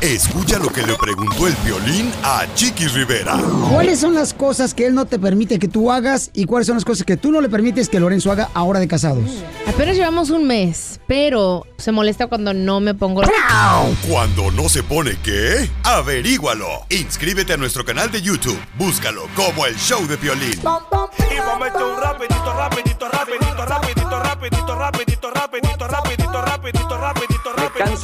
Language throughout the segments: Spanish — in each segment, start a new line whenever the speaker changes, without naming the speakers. Escucha lo que le preguntó el violín a Chiqui Rivera.
¿Cuáles son las cosas que él no te permite que tú hagas y cuáles son las cosas que tú no le permites que Lorenzo haga ahora de casados?
Apenas llevamos un mes, pero se molesta cuando no me pongo...
Cuando no se pone qué, averígualo. Inscríbete a nuestro canal de YouTube. Búscalo como el show de violín.
Y vamos a meter un rapidito, rapidito, rapidito, rapidito, rapidito, rapidito, rapidito, rapidito, rapidito, rapidito, rapidito, rapidito,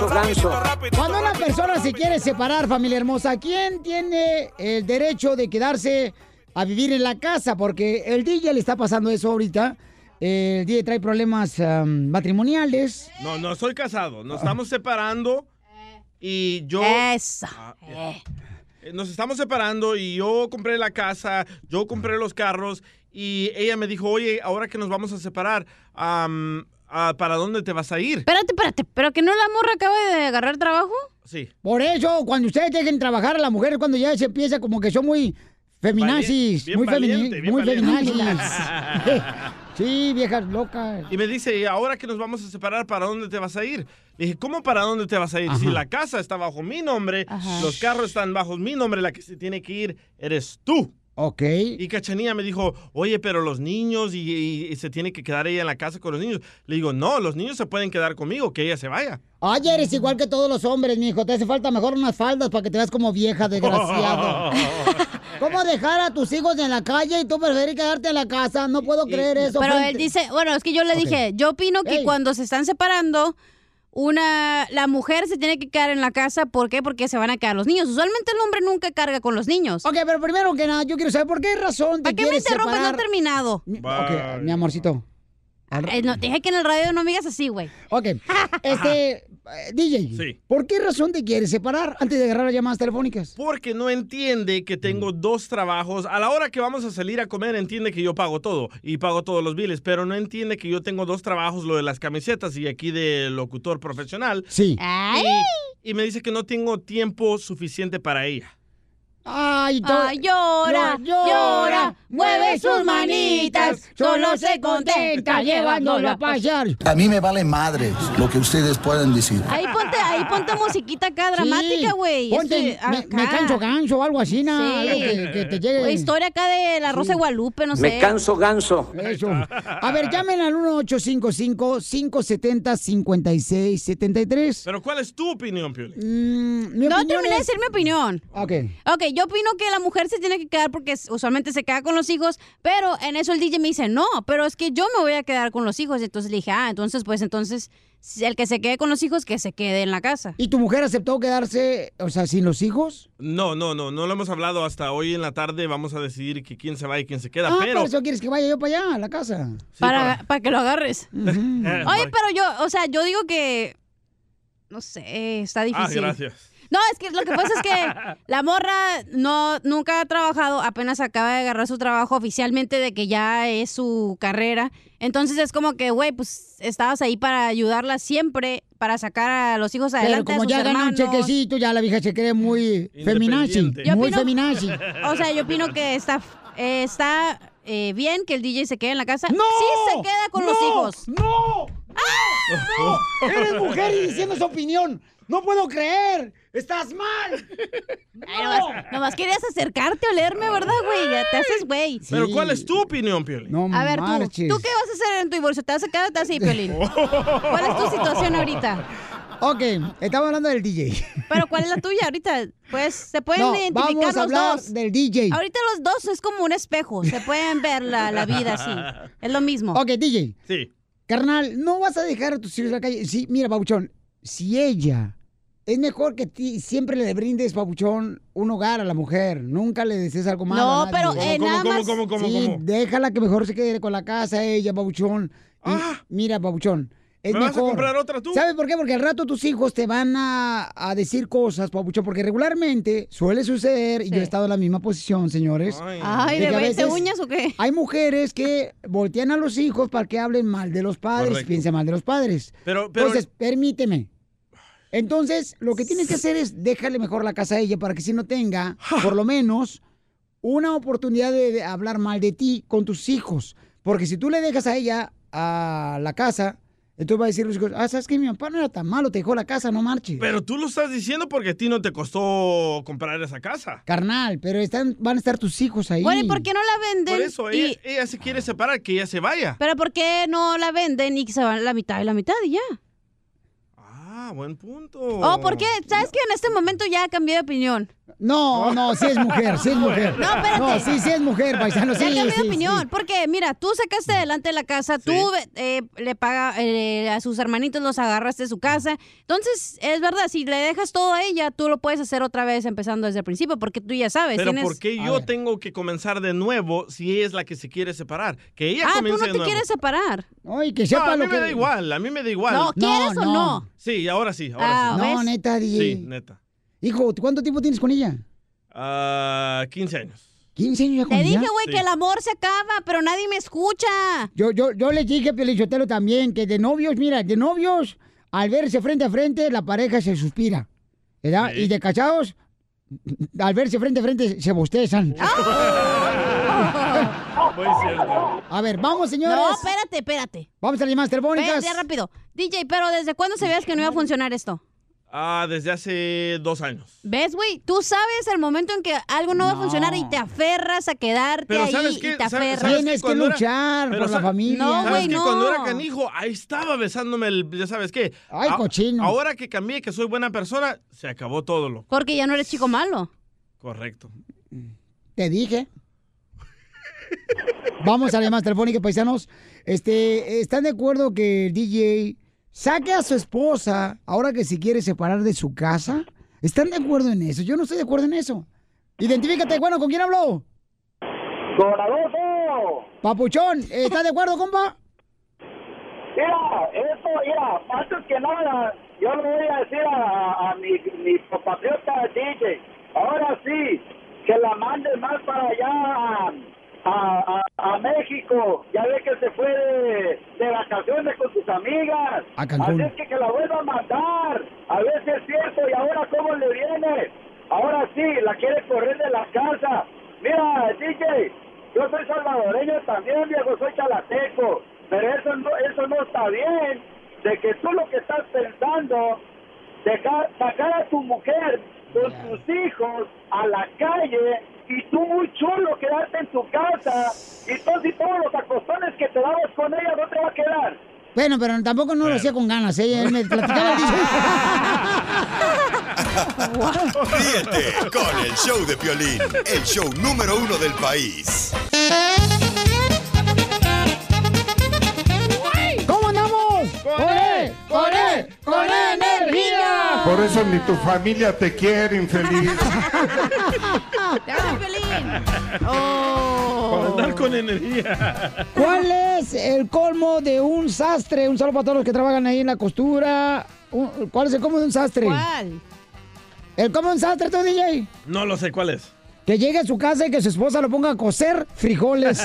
rapidito.
Cuando una persona se quiere separar, familia hermosa, ¿quién tiene el derecho de quedarse a vivir en la casa? Porque el DJ le está pasando eso ahorita. El DJ trae problemas am, matrimoniales.
No, no soy casado. Nos estamos separando y yo. Ah, eh. Eh, Nos estamos separando y yo compré la casa, yo compré los carros y ella me dijo, oye, ahora que nos vamos a separar, am, ah, ¿para dónde te vas a ir?
Espérate, espérate, ¿pero que no la morra acaba de agarrar trabajo?
Sí.
Por eso, cuando ustedes dejen trabajar a la mujer, cuando ya se empieza como que son muy feminazis,
Valien- bien
muy, femini-
valiente, bien
muy
valiente.
feminazis. sí, viejas locas.
Y me dice, "Y ahora que nos vamos a separar, ¿para dónde te vas a ir? Le dije, ¿cómo para dónde te vas a ir? Si
Ajá.
la casa está bajo mi nombre,
Ajá.
los carros están bajo mi nombre, la que se tiene que ir eres tú.
Ok.
Y Cachanilla me dijo, oye, pero los niños y, y- y se tiene que quedar ella en la casa con los niños. Le digo, no, los niños se pueden quedar conmigo, que ella se vaya.
Ay, eres igual que todos los hombres, mijo. Te hace falta mejor unas faldas para que te veas como vieja, desgraciado. ¿Cómo dejar a tus hijos en la calle y tú preferir quedarte en la casa? No puedo creer eso.
Pero
gente.
él dice, bueno, es que yo le
Ok.
dije, yo opino que
Ey.
cuando se están separando, una, la mujer se tiene que quedar en la casa, ¿por qué? Porque se van a quedar los niños. Usualmente el hombre nunca carga con los niños.
Ok, pero primero que nada, yo quiero saber por qué razón te
¿Para qué me
quieres
interrumpes? No he
separar.
terminado.
Mi- ok, mi amorcito. Al-
Eh, no, te dije que en el radio no me digas así, güey.
Ok, este, eh, DJ,
Sí.
¿por qué razón te quieres separar antes de agarrar las llamadas telefónicas?
Porque no entiende que tengo
Mm.
dos trabajos. A la hora que vamos a salir a comer, entiende que yo pago todo y pago todos los biles, pero no entiende que yo tengo dos trabajos, lo de las camisetas y aquí de locutor profesional.
Sí.
Ay,
Y, y me dice que no tengo tiempo suficiente para ella.
Ay, to-
ay, llora,
Llora,
llora, mueve sus manitas, solo se contenta llevándola
llevándola
a
a pasear.
A mí me vale madre lo que ustedes puedan decir.
Ahí ponte, ahí ponte musiquita acá
Sí,
dramática, güey.
Ponte,
Este,
me, me
acá.
canso ganso o algo así, nada.
Sí.
Algo que, que te
O
llegue.
historia acá de la Rosa de Guadalupe, no sé.
Me canso ganso.
Eso. A ver, llamen al 1855-570-5673.
Pero ¿cuál es tu opinión, Pioli?
Mm, mi
No
opinión
terminé de
es-
decir mi opinión.
Ok.
Ok, yo opino que la mujer se tiene que quedar porque s- usualmente se queda con los hijos, pero en eso el DJ me dice, no, pero es que yo me voy a quedar con los hijos. Entonces le dije, ah, entonces pues entonces si el que se quede con los hijos, que se quede en la casa.
¿Y tu mujer aceptó quedarse, o sea, sin los hijos?
No, no, no, no lo hemos hablado hasta hoy en la tarde. Vamos a decidir que quién se va y quién se queda,
Ah,
pero...
por eso quieres que vaya yo para allá, a la casa.
Sí,
para, para que lo agarres.
para- eh,
Oye,
para-
pero yo, o sea, yo digo que... No sé, está
Ah,
difícil.
gracias.
No, es que lo que pasa es que la morra no nunca ha trabajado, apenas acaba de agarrar su trabajo oficialmente de que ya es su carrera. Entonces es como que, güey, pues estabas ahí para ayudarla siempre, para sacar a los hijos
Pero
adelante.
como
a sus
ya gana un
hermanos.
chequecito, ya la vieja se cree muy feminazi.
Independiente.
Yo
Muy
opino-
feminazi.
O sea, yo opino que está eh, está eh, bien que el DJ se quede en la casa.
¡No!
Sí se queda con los
¡No!
hijos.
¡No!
¡Ah!
¡No! ¡Eres mujer y diciendo su opinión! ¡No puedo creer! ¡Estás mal!
Ay, nomás, nomás querías acercarte a olerme, ¿verdad, güey? Ya te haces, güey.
Pero
Sí.
¿cuál es tu opinión, Pioli?
No
A ver, tú,
marches.
¿tú qué vas a hacer en tu divorcio? ¿Te vas a quedar o te vas a ir, Piolín? ¿Cuál es tu situación ahorita?
Ok, estamos hablando del DJ.
Pero ¿cuál es la tuya ahorita? Pues se pueden
No,
identificar
vamos a
los
hablar
dos.
del DJ.
Ahorita los dos es como un espejo, se pueden ver la, la vida así. Es lo mismo.
Ok, DJ.
Sí.
Carnal, no vas a dejar a tus hijos en la calle. Sí, mira, Babuchón, si ella. Es mejor que ti siempre le brindes, Babuchón, un hogar a la mujer. Nunca le desees algo malo.
No,
a nadie.
pero, eh,
¿Cómo,
nada
cómo,
más-
cómo, cómo,
sí,
cómo?
déjala que mejor se quede con la casa ella, Babuchón. Y
Ah.
Mira, Babuchón, es
¿Me vas a
mejor.
comprar otra tú?
¿Sabes por qué? Porque al rato tus hijos te van a, a decir cosas, Babuchón, porque regularmente suele suceder, y
Sí.
yo he estado en la misma posición, señores.
Ay.
Ay,
de
¿de
que a
20
veces-
uñas o qué?
Hay mujeres que voltean a los hijos para que hablen mal de los padres,
Correcto.
piensen mal de los padres.
Pero, pero
Entonces, permíteme. Entonces, lo que tienes que hacer es dejarle mejor la casa a ella para que si no tenga, por lo menos, una oportunidad de, de hablar mal de ti con tus hijos. Porque si tú le dejas a ella a la casa, entonces va a decir los hijos, ah, sabes que mi papá no era tan malo, te dejó la casa, no marches.
Pero tú lo estás diciendo porque a ti no te costó comprar esa casa.
Carnal, pero están, van a estar tus hijos ahí.
Bueno, ¿y por qué no la venden?
Por eso, eh,
y-
ella, ella se quiere separar, que ella se vaya.
Pero ¿por qué no la venden y que se van la mitad y la mitad y ya?
Ah, buen punto.
Oh, ¿por qué? ¿Sabes que en este momento ya cambié de opinión?
No, no, sí es mujer, sí es mujer.
No, espérate.
No, sí, sí es mujer, paisano, sí,
ya cambié
sí,
de opinión,
sí. Mm.
porque mira, tú sacaste adelante la casa, tú eh, le paga eh, a sus hermanitos, los agarraste de su casa. Entonces, es verdad, si le dejas todo a ella, tú lo puedes hacer otra vez empezando desde el principio, porque tú ya sabes.
Pero
tienes-
¿por qué yo tengo que comenzar de nuevo si ella es la que se quiere separar? Que ella
Ah, tú
comience
no
de
te
nuevo.
quieres separar.
Ay, que
No, a mí me da igual, a mí me da igual.
No, ¿quieres No, o no? no?
Sí, ahora sí, ahora
Ah,
sí.
¿ves?
No, neta, DJ.
Sí, neta.
Hijo, ¿tú ¿cuánto tiempo tienes con ella?
Ah, 15 años.
15 años ya con
Te
ella.
dije, güey, que el amor se acaba, pero nadie me escucha.
Yo, yo, yo le dije a Pielichotelo también que de novios, mira, de novios, al verse frente a frente, la pareja se suspira. ¿Verdad? Y de casados, al verse frente a frente, se bostezan.
Ah.
Muy cierto.
A ver, vamos, señores.
No, espérate, espérate.
Vamos a las llamadas telefónicas.
Espérate rápido. DJ, pero ¿desde cuándo sabías que no iba a funcionar esto?
Ah, desde hace dos años.
¿Ves, güey? Tú sabes el momento en que algo no, va a funcionar y te aferras a quedarte
Pero
ahí
¿sabes
y
qué?
te
¿Sabes-
aferras.
sabes cuando era- pero sa-
No,
¿sabes
güey,
qué?
no.
Cuando era canijo, ahí estaba besándome el, ya sabes qué.
Ay,
A-
cochino.
Ahora que cambié, que soy buena persona, se acabó todo lo
Porque ya no eres chico malo.
correcto.
Te dije. Vamos a las llamadas telefónicas, paisanos. Este, ¿están de acuerdo que el DJ saque a su esposa ahora que se quiere separar de su casa? ¿Están de acuerdo en eso? Yo no estoy de acuerdo en eso. Identifícate, bueno, ¿con quién habló?
Con Adolfo.
Papuchón, ¿estás de acuerdo, compa?
Mira, eso, mira, antes que nada, yo le voy a decir a, a mi, mi compatriota DJ, ahora sí, que la mande más para allá a, a- a- a México, ya ve que se fue de, de vacaciones con sus amigas,
A Cancún.
así es que que la vuelva a mandar, a ver si es cierto, y ahora cómo le viene, ahora sí, la quiere correr de la casa, mira, DJ, yo soy salvadoreño también, viejo, soy chalateco, pero eso no, eso no está bien, de que tú lo que estás pensando, dejar, sacar a tu mujer con tus hijos a la calle y tú muy chulo quedarte en tu casa y todos y todos los acostones que te dabas con ella no te va a quedar.
Bueno, pero tampoco no lo hacía con ganas, ¿eh? Él me platicaba el DJ.
Ríete con el show de Piolín, el show número uno del país.
¿Cómo andamos?
¡Con
E,
él! ¡Con él! ¡Con él, energía!
Por eso ni tu familia te quiere, infeliz.
¡Te hago feliz! Oh.
Para andar con energía.
¿Cuál es el colmo de un sastre? Un saludo para todos los que trabajan ahí en la costura. Un- ¿Cuál es el colmo de un sastre?
¿Cuál?
¿El colmo de un sastre, tú, DJ?
No lo sé cuál es.
Que llegue a su casa y que su esposa lo ponga a cocer frijoles.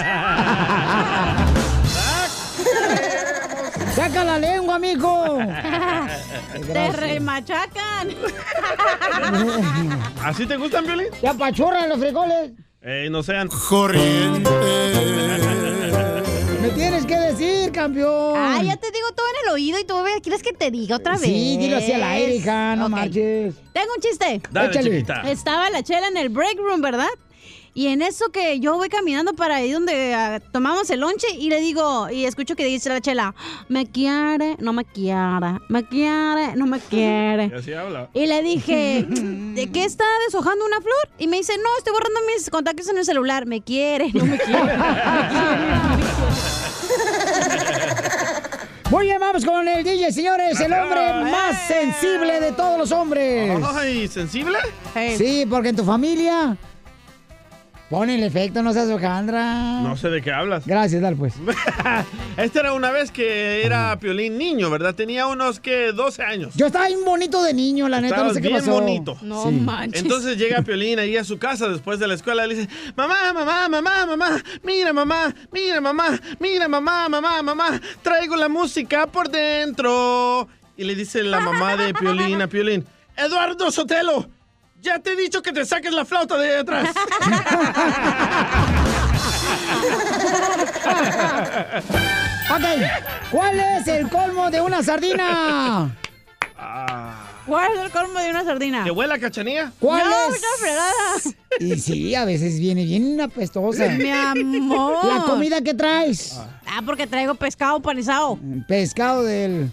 ¡Saca la lengua, amigo!
Ah.
¡Te remachacan!
¿Así te gustan, Violín?
¡Ya apachurran los frijoles!
Eh, no sean.
¡Me tienes que decir, campeón!
Ah, ya te digo todo en el oído y tú güey, quieres que te diga otra vez.
Sí, dilo así a la Erika, no
Ok.
marches.
Tengo un chiste.
Dale, Échale. chiquita.
Estaba la chela en el break room, ¿verdad? Y en eso que yo voy caminando para ahí donde ah, tomamos el lonche y le digo, y escucho que dice la chela, me quiere, no me quiere, me quiere, no me quiere.
Y así habla.
Y le dije, ¿de qué está deshojando una flor? Y me dice, no, estoy borrando mis contactos en el celular. Me quiere, no me quiere.
Muy bien, vamos con el DJ, señores, el hombre más sensible de todos los hombres.
¡Eh! Ay, ¿sensible?
Sí, porque en tu familia. Pon el efecto, no seas Alejandra.
No sé de qué hablas.
Gracias, dale pues.
Esta era una vez que era Piolín niño, ¿verdad? Tenía unos que 12 años.
Yo estaba bien bonito de niño, la neta, no
Estabas
sé qué
bien
pasó.
bonito.
No manches.
Entonces llega Piolín ahí a su casa después de la escuela y le dice, mamá, mamá, mamá, mamá, mira mamá, mira mamá, mira mamá, mamá, mamá, traigo la música por dentro. Y le dice la mamá de Piolín a Piolín, Eduardo Sotelo, ya te he dicho que te saques la flauta de ahí atrás.
Ok, ¿cuál es el colmo de una sardina?
Ah,
¿Cuál es el colmo de una sardina?
¿Te huele a cachanía?
¿Cuál
no,
es?
no, fregada.
Y sí, a veces viene bien apestosa.
Mi amor.
La comida que traes.
Ah, porque traigo pescado panizado.
Pescado del...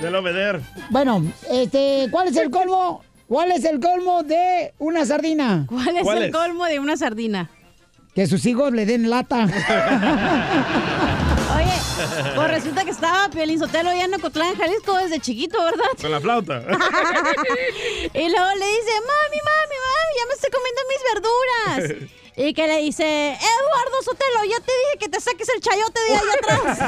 Del obeder.
Bueno, este, ¿cuál es el colmo? ¿Cuál es el colmo de una sardina?
¿Cuál es
¿Cuál
el
es?
colmo de una sardina?
Que sus hijos le den lata.
Oye, pues resulta que estaba Piolín Sotelo allá en Ocotlán, Jalisco, desde chiquito, ¿verdad?
Con la flauta.
Y luego le dice, mami, mami, mami, ya me estoy comiendo mis verduras. Y que le dice, Eduardo Sotelo, ya te dije que te saques el chayote de allá atrás.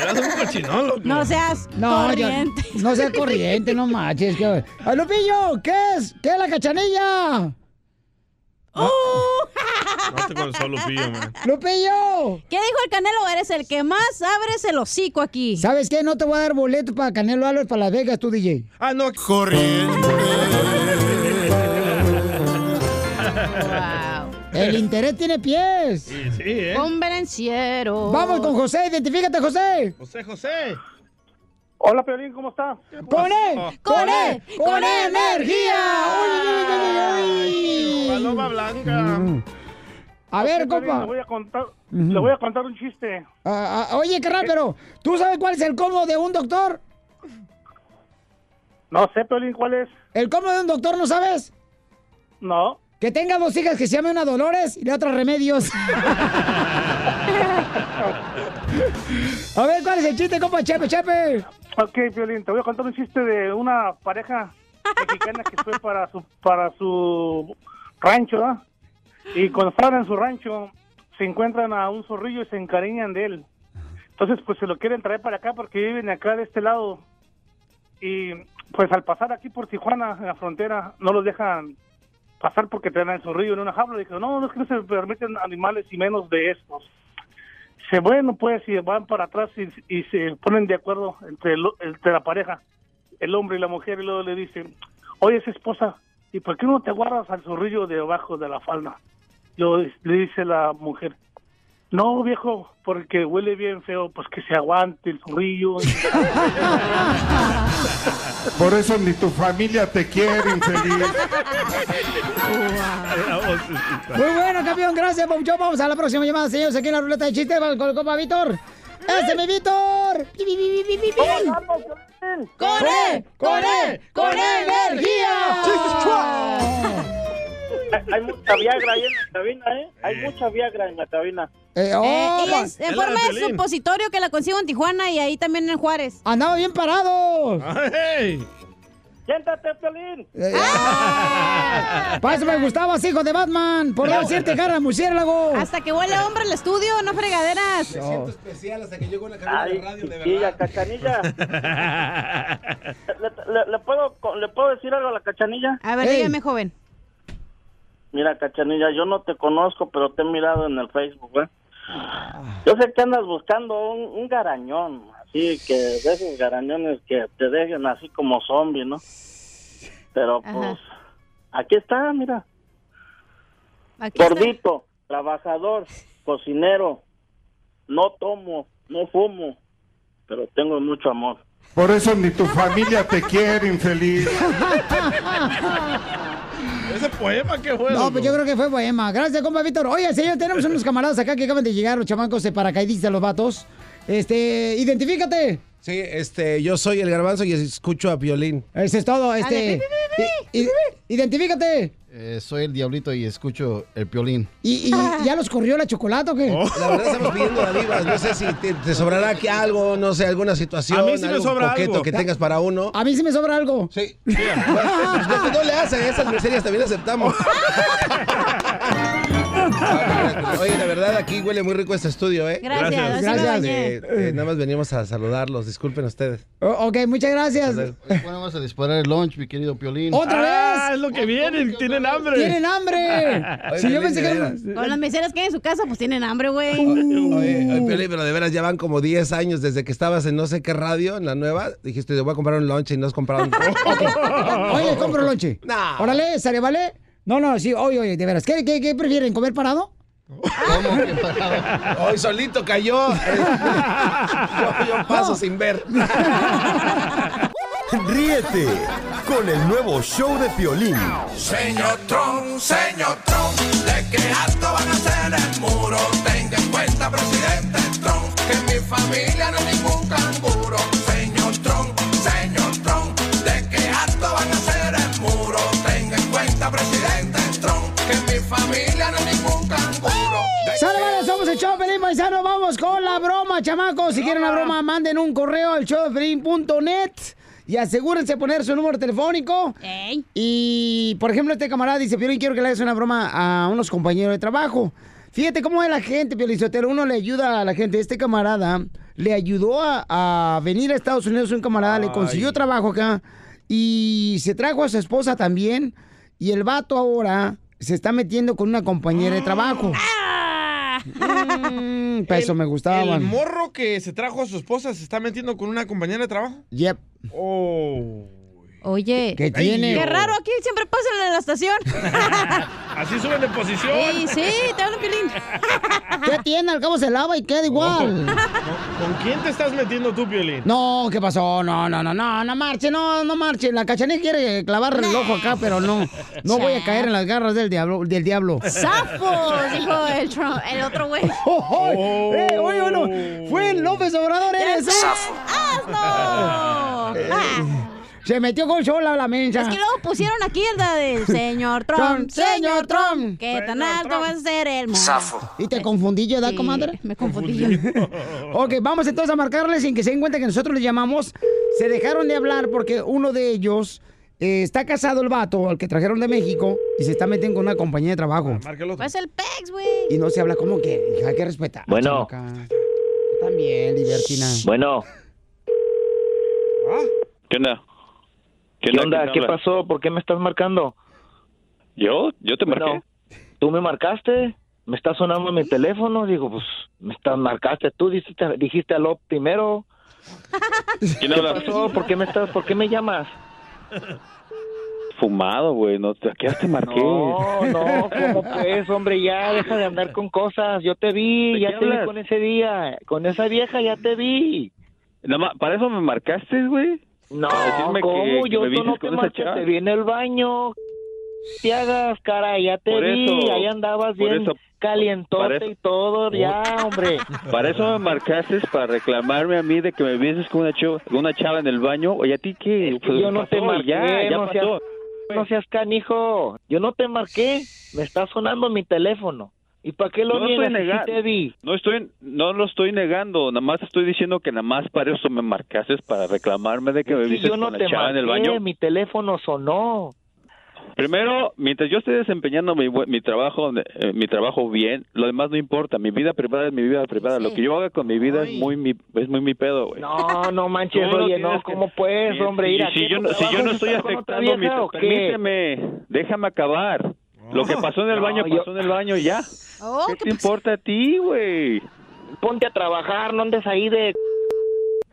Eras un pues. cochinón, loco.
No seas
No, yo-
corriente.
no sea corriente, no manches. Que... ¡Ay, Lupillo! ¿Qué es? ¿Qué es la cachanilla?
Uh,
No te conozco, Lupillo, man.
¡Lupillo!
¿Qué dijo el Canelo? Eres el que más abres el hocico aquí.
¿Sabes qué? No te voy a dar boleto para Canelo Álvarez para Las Vegas, tú, DJ.
Ah, no.
Wow.
El interés tiene pies.
Sí, sí, ¿eh?
Converenciero.
Vamos con José, identifícate, José.
José, José.
Hola, Piolín, ¿cómo está?
¡Con él! ¡Con él! ¡Con energía! ¡Uy, uy, uy, uy, uy!
Paloma blanca.
A ver,
Piolín,
compa.
Le voy a contar, le voy a contar un chiste.
Ah, ah, oye, carnal, pero ¿tú sabes cuál es el colmo de un doctor?
No sé, Piolín, ¿cuál es?
¿El colmo de un doctor no sabes?
No.
Que tenga dos hijas que se llamen una Dolores y la otra Remedios. A ver, ¿cuál es el chiste, compa Chepe, Chepe?
Ok, Piolín, te voy a contar un chiste de una pareja mexicana que fue para su, para su rancho, ¿ah? Y cuando estaban en su rancho, se encuentran a un zorrillo y se encariñan de él. Entonces, pues se lo quieren traer para acá porque viven acá de este lado. Y pues al pasar aquí por Tijuana, en la frontera, no los dejan pasar porque traen al zorrillo en una jaula. Dijeron, no, no es que no se permiten animales y menos de estos. se bueno pues y van para atrás y, y se ponen de acuerdo entre, el- entre la pareja, el hombre y la mujer, y luego le dicen, oye esa esposa, ¿y por qué no te guardas al zorrillo debajo de la falda? Lo, le dice la mujer, no viejo, porque huele bien feo, pues que se aguante el zorrillo.
Por eso ni tu familia te quiere, infeliz.
Muy bueno, campeón, gracias, Pauchón. Vamos a la próxima llamada, señores, aquí en la ruleta de chistes va con el compa Víctor. ¡Ese es mi Víctor! ¡Bi, bi, bi, bi, bi, bi!
¡Con él!
¡Con él! ¡Con E. energía!
Hay mucha viagra ahí en la cabina, ¿eh? Hay mucha viagra en la cabina.
Eh, oh,
Eh, y
pa-
es en
Es la
forma
de
de
Piolín.
supositorio que la consigo en Tijuana y ahí también en Juárez.
Andaba bien parado.
Ay,
Siéntate, Pelín.
Eh,
¡Ah!
Para eso me gustabas, hijo de Batman. Por no decirte cara de murciélago.
Hasta que huele hombre el estudio, no fregaderas.
Ay, chiquilla, cachanilla. ¿Le, le- le puedo, co- ¿Le puedo decir algo a la cachanilla?
A ver,
Ey.
dígame, joven.
Mira, cachanilla, yo no te conozco, pero te he mirado en el Facebook, ¿eh?
Ah.
Yo sé que andas buscando un, un garañón, así que de esos garañones que te dejen así como zombie, ¿no? Pero
Ajá.
pues, aquí está, mira.
Aquí está.
Gordito, trabajador, cocinero, no tomo, no fumo, pero tengo mucho amor.
Por eso ni tu familia te quiere, infeliz.
ese poema que fue.
No,
loco.
pues yo creo que fue poema. Gracias, compa Víctor. Oye, señor, tenemos unos camaradas acá que acaban de llegar, los chamacos de paracaidistas, los vatos. Este, identifícate.
Sí, este, yo soy el garbanzo y escucho a violín.
Eso es todo,
Dale,
este. i- i- identifícate.
Eh, soy el diablito y escucho el piolín.
¿Y, y- ya los corrió la chocolate o qué?
Oh.
La verdad estamos pidiendo dádivas, no sé si te, te sobrará aquí algo, no sé, alguna situación,
A mí sí me
algo
sobra
coqueto
algo.
que tengas para uno.
A mí sí me sobra algo.
Sí. Pues, No, no le hacen esas miserias, también aceptamos. Oye, la verdad, aquí huele muy rico este estudio, ¿eh?
Gracias, Gracias. ahora sí me bañé.
Eh, eh, nada más venimos a saludarlos, disculpen ustedes.
O- Oh, ok, muchas gracias.
Bueno, vamos a disparar el lunch, mi querido Piolín.
¡Otra
Ah,
vez!
es lo que
vienen, tienen hambre.
¡Tienen hambre!
Oye,
si yo
Piolín,
pensé que
de
era-
veras.
Con las meseras que hay en su casa, pues tienen hambre, güey.
Oye, oye,
Mm.
Piolín, pero de veras ya van como 10 años desde que estabas en no sé qué radio, en la nueva. Dijiste, te voy a comprar un lunch y no has comprado un
Oye, compro lonche.
Nah.
Órale, ¿sale, vale? No, no, sí, oye, oye, de veras. ¿Qué, qué, qué prefieren? ¿Comer parado?
Hoy solito cayó. yo, yo paso sin ver.
Ríete con el nuevo show de Piolín.
Señor Trump, señor Trump, de qué alto van a hacer el muro. Tenga en cuenta, presidente Trump, que en mi familia no hay ningún canguro. Señor Trump, señor Trump, de qué alto van a hacer el muro. Tenga en cuenta, presidente Trump, que en mi familia no hay ningún canguro.
¡Sale, vale! Somos el show de Pelín Paisano. Vamos con la broma, chamacos. Si quieren la broma, manden un correo al showdepiolín.net y asegúrense poner su número telefónico. Y, por ejemplo, este camarada dice, Piolín, quiero que le hagas una broma a unos compañeros de trabajo. Fíjate cómo es la gente, Piolín Sotelo. Uno le ayuda a la gente. Este camarada le ayudó a, a venir a Estados Unidos un camarada, le consiguió trabajo acá y se trajo a su esposa también. Y el vato ahora se está metiendo con una compañera de trabajo. Mm, pa' eso me
El
gustaban.
morro que se trajo a su esposa se está metiendo con una compañera de trabajo.
Yep.
Oh.
Oye,
¿Qué tiene?
Qué raro, aquí siempre pasan en la estación.
Así suben de posición.
Sí, sí, te hablo, Piolín.
¿Qué tiene? Al cabo se lava y queda igual.
Oh. ¿Con quién te estás metiendo tú, Piolín?
No, ¿qué pasó? No, no, no, no, no marche, no, no marche. La cachanilla quiere clavar el ojo acá, pero no. No voy a caer en las garras del diablo. Del diablo.
¡Zafos! Dijo el, Trump- el otro güey.
Eh, oye, bueno, fue López Obrador, eres. ¿eh?
¡Hazlo!
Se metió con sola la mencha.
Es que luego pusieron aquí el da del señor Trump,
Trump,
señor
señor
Trump,
Trump.
que tan
Señor
alto
Trump.
va a ser el mundo.
¿Y te confundí yo, da,
Sí,
comadre?
me confundí yo.
ok, vamos entonces a marcarles sin que se den cuenta que nosotros les llamamos. Se dejaron de hablar porque uno de ellos eh, está casado, el vato, al que trajeron de México, y se está metiendo con una compañía de trabajo.
Va a ser Pues el Pex, güey.
Y no se habla como que hija, hay que respetar.
Bueno.
chamaca. Tú También, libertina.
Bueno. ¿Qué onda? ¿Qué, onda? Ah, ¿Qué pasó? ¿Por qué me estás marcando? ¿Yo? ¿Yo te marqué? ¿Tú me marcaste? Me está sonando mi teléfono. Digo, pues, me estás marcaste. Tú dijiste, dijiste aló primero. ¿Qué pasó? ¿Por qué me estás? ¿Por qué me llamas?
Fumado, güey. No, te- ¿A qué hora te marqué?
No, no, ¿cómo pues, hombre? Ya deja de andar con cosas. Yo te vi,
¿De
ya
qué
te vi
hablas?
con ese día. Con esa vieja ya te vi.
Nada más, ¿Para eso me marcaste, güey?
No,
Para decirme
¿cómo?
que- que
Yo
me
tú no
viste
te
con esa
marqué,
chava.
te vi en el baño. Te hagas, cara, ya te
Por
vi.
eso,
ahí andabas
por
bien
eso,
calientote
para eso-
y todo, ya, hombre.
Para eso me marcaste, para reclamarme a mí de que me vieses con una, cho- con una chava en el baño. Oye, ¿a ti qué? Pues,
yo no te
pasó,
marqué,
Ya, ya
no,
pasó.
seas, no seas canijo. Yo no te marqué, me está sonando mi teléfono. ¿Y para qué lo
No estoy
niegas si
negando.
te vi?
No estoy, no lo estoy negando, nada más estoy diciendo que nada más para eso me marcaste, para reclamarme de que me
Si
viste
yo no
con la
te
chava en
marqué,
el baño.
mi teléfono sonó.
Primero, mientras yo esté desempeñando mi, bu- mi trabajo, eh, mi trabajo bien, lo demás no importa. Mi vida privada es mi vida privada. Lo que yo haga con mi vida es muy mi, es muy mi pedo, güey.
No, no manches,
Tú no
oye, no,
tienes que-
¿cómo puedes,
Si-
Pues, hombre?
si-
Mira,
si,
¿qué
yo no, si yo no
trabajas?
estoy
¿Estás con otra
afectando mi,
vieja o qué?
permíteme, déjame acabar. Lo que pasó en el
No,
baño
yo-
pasó en el baño ya.
Oh,
¿Qué te importa a ti, güey?
Ponte a trabajar, no andes ahí de...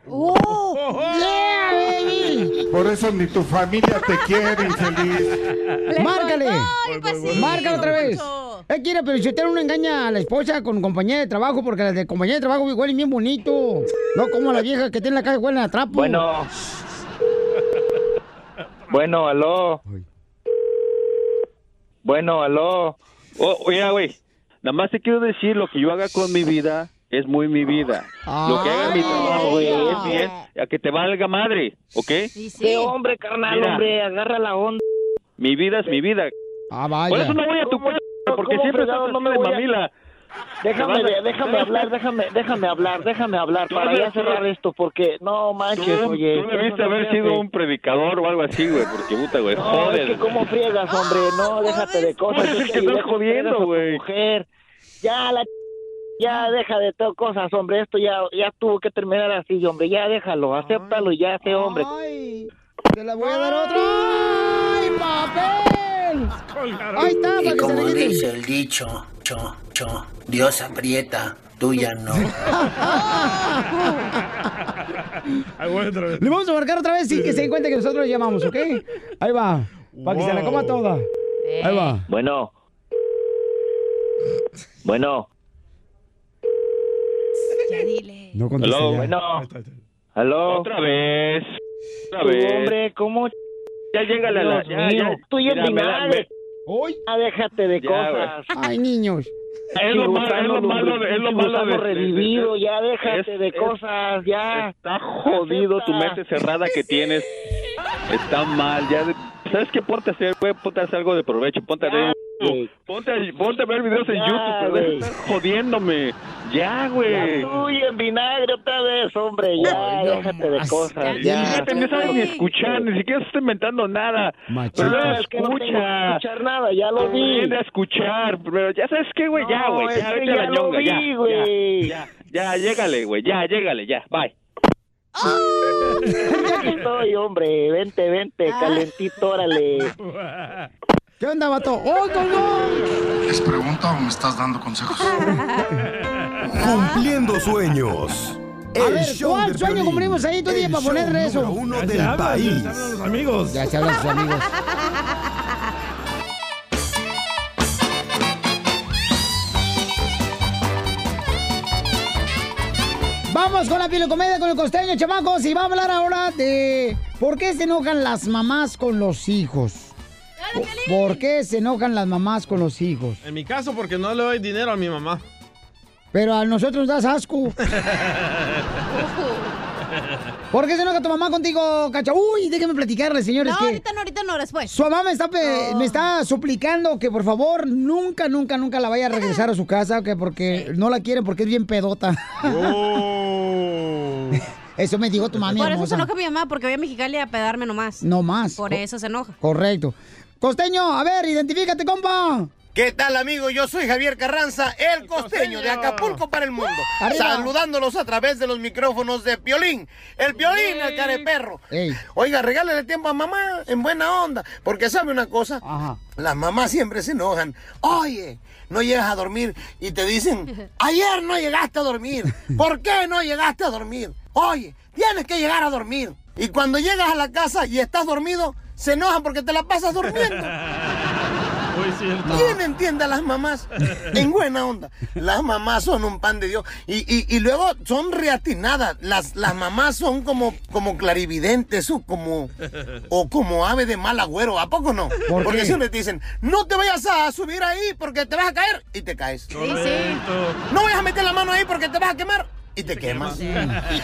oh, ¡Yeah, baby!
Por eso ni tu familia te quiere, infeliz.
¡Márcale!
así,
¡Márcale otra vez! Eh, quiere, pero si usted no engaña a la esposa con compañía de trabajo, porque las de compañía de trabajo huelen bien bonito. No como la vieja que tiene en la calle huelen a trapo.
Bueno. Bueno, aló. Bueno, aló.
O- oye, Oh, güey, nada más te quiero decir lo que yo haga con mi vida es muy mi vida. Lo que haga mi trabajo, güey, es bien, a que te valga madre, ¿ok?
Sí, hombre, carnal,
Mira.
hombre, agarra la onda.
Mi vida es mi vida.
Ah,
Por eso no voy a tu casa, porque
cómo
siempre estás
fregado no me
de
voy a-
mamila.
Déjame,
Te vas a-
déjame hablar, déjame, déjame hablar, déjame hablar
Tú
para
eres-
ya cerrar esto porque no manches,
Tú,
oye. eso
tú debiste
no
haber
se hace.
sido un predicador o algo así, güey, porque puta, güey,
No,
joder.
es que cómo friegas, hombre, no, déjate de cosas.
Pues es
yo
que
te diré
estás
cómo friegas a
jodiendo,
tu
güey.
mujer. Ya, la... Ya deja de todo cosas, hombre. Esto ya, ya tuvo que terminar así, hombre. Ya déjalo, acéptalo y ya sé, oh, hombre.
Ay, te la voy a dar otro. ¡Ay, papel! Ahí está, para
Y
que se
como
le quite.
dice el dicho, cho, cho, Dios aprieta, tú ya no.
Ah, Le vamos a marcar otra vez sin que se den cuenta que nosotros le llamamos, ¿ok? Ahí va. Para que se la coma toda. Ahí va.
Bueno. Bueno.
No
contesta Hello. ya.
Bueno.
Aló. Otra
Pues,
vez. Otra
Tú,
vez.
hombre, ¿cómo?
Ya llega la- la- ya, ya.
Tú y el
Mira, me da-
vinagre. Ah, déjate de
Ya,
cosas.
Ay, niños.
Es lo malo- es lo malo de- es lo malo
Gusano
de- de- de-
revivido, ya déjate
es-
de
es-
cosas, ya.
Está jodido tu mente cerrada que tienes. Está mal. Ya. de- ¿Sabes qué? Ponte a hacer, güey. Ponte a hacer algo de provecho. Ponte a leer. Ponte a, ponte a ver videos en
Ya,
YouTube, pero deja de
güey.
estar jodiéndome. Ya, güey.
Ya tú y el vinagre otra vez, hombre, ya déjate de cosas, ya.
Fíjate, no sabes ni escuchar, ni siquiera estás inventando nada. Pero
No,
no
es que no tengo que
escucha.
escuchar nada, ya lo vi.
Aprende a escuchar, pero ya sabes qué, güey, ya,
No,
güey,
es
ya,
que
vete a la
ya lo
ñonga, ya,
vi,
ya,
güey.
ya, ya, llégale, güey, ya, llégale, ya, bye.
Aquí estoy, hombre, vente, vente, calentito, órale.
¿Qué onda, vato? ¡Oh,
¿Les pregunto o me estás dando consejos?
Cumpliendo sueños.
A
El
ver,
show
¿cuál
de
sueño
Piolín,
cumplimos ahí? Tú
el
día para
show
ponerle eso.
número uno del país.
los amigos. Ya se hablan sus amigos. Vamos con la pilocomedia con el costeño, chamacos, y va a hablar ahora de por qué se enojan las mamás con los hijos. ¿Por qué se enojan las mamás con los hijos?
En mi caso, porque no le doy dinero a mi mamá.
Pero a nosotros nos das asco. ¿Por qué se enoja tu mamá contigo, cacha? Uy, déjenme platicarles, señores.
No,
que
ahorita no, pues. ahorita no, después.
Su mamá me está, pe- me está suplicando que por favor nunca, nunca, nunca la vaya a regresar a su casa, que porque no la quieren, porque es bien pedota. Eso me dijo tu mami.
Por eso se
hermosa.
enoja mi mamá, porque voy a Mexicali a pedarme nomás.
No más.
Por
Co-
eso se enoja.
Correcto. Costeño, a ver, identifícate, compa.
¿Qué tal, amigo? Yo soy Javier Carranza, el costeño de Acapulco para el mundo.
Arriba.
Saludándolos a través de los micrófonos de Piolín. El Piolín, el careperro.
Ey.
Oiga, regálale tiempo a mamá en buena onda. Porque sabe una cosa, las mamás siempre se enojan. Oye, no llegas a dormir y te dicen, ayer no llegaste a dormir. ¿Por qué no llegaste a dormir? Oye, tienes que llegar a dormir. Y cuando llegas a la casa y estás dormido, se enojan porque te la pasas durmiendo. ¿Quién entiende a las mamás? En buena onda. Las mamás son un pan de Dios. Y, y- y luego son reatinadas. Las, las mamás son como, como clarividentes o como, o como ave de mal agüero. ¿A poco no?
¿Por
porque
qué?
siempre te dicen, no te vayas a subir ahí porque te vas a caer y te caes. No vayas a meter la mano ahí porque te vas a quemar y te, quemas.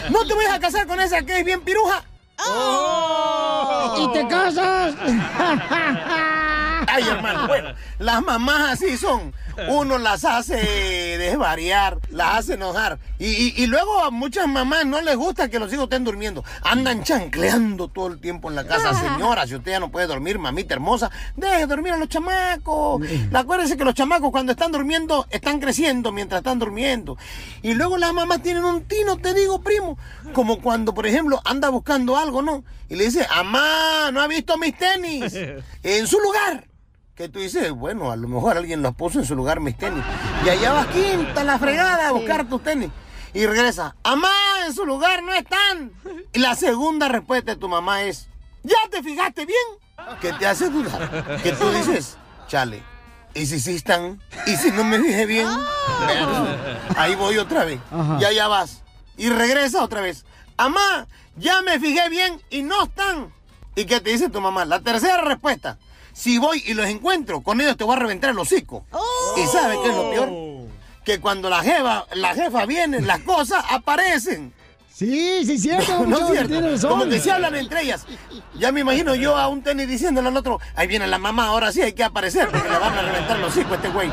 No te vayas a casar con esa que es bien piruja.
¡Oh! ¡Y te casas!
Ay, hermano, bueno, las mamás así son. Uno las hace desvariar, las hace enojar. Y, y- y luego a muchas mamás no les gusta que los hijos estén durmiendo. Andan chancleando todo el tiempo en la casa. Señora, si usted ya no puede dormir, mamita hermosa, deje dormir a los chamacos. Acuérdense que los chamacos cuando están durmiendo, están creciendo mientras están durmiendo. Y luego las mamás tienen un tino, te digo, primo. Como cuando, por ejemplo, anda buscando algo, ¿no? Y le dice, mamá, no ha visto mis tenis. En su lugar que tú dices, bueno, a lo mejor alguien los puso en su lugar mis tenis. Y allá vas quinta la fregada a buscar tus tenis. Y regresa, mamá, en su lugar no están. Y la segunda respuesta de tu mamá es, ¿ya te fijaste bien? Que te hace dudar. Que tú dices, chale, ¿y si sí están? ¿Y si no me dije bien? Ah. Verga. Ahí voy otra vez.
Ajá.
Y allá vas. Y regresa otra vez. Amá, ya me fijé bien y no están. ¿Y qué te dice tu mamá? La tercera respuesta. Si voy y los encuentro, con ellos te voy a reventar el hocico. ¿Y sabe qué es lo peor? Que cuando la jefa, la jefa viene, las cosas aparecen.
Sí, sí, cierto.
no es
muchacho,
cierto.
tienes razón.
Como que se hablan entre ellas. Ya me imagino yo a un tenis diciéndole al otro, ahí viene la mamá, ahora sí hay que aparecer porque le van a reventar el hocico a este güey.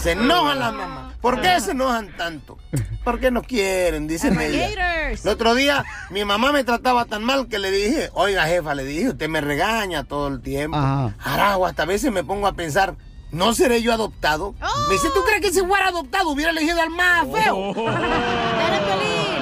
Se enojan las mamás. ¿Por qué se enojan tanto? Porque no quieren, dicen ellas. El otro día mi mamá me trataba tan mal que le dije, oiga jefa, le dije, usted me regaña todo el tiempo.
Ajá.
Arajo, hasta a veces me pongo a pensar, ¿no seré yo adoptado? Me dice, ¿tú crees que si fuera adoptado hubiera elegido al más feo?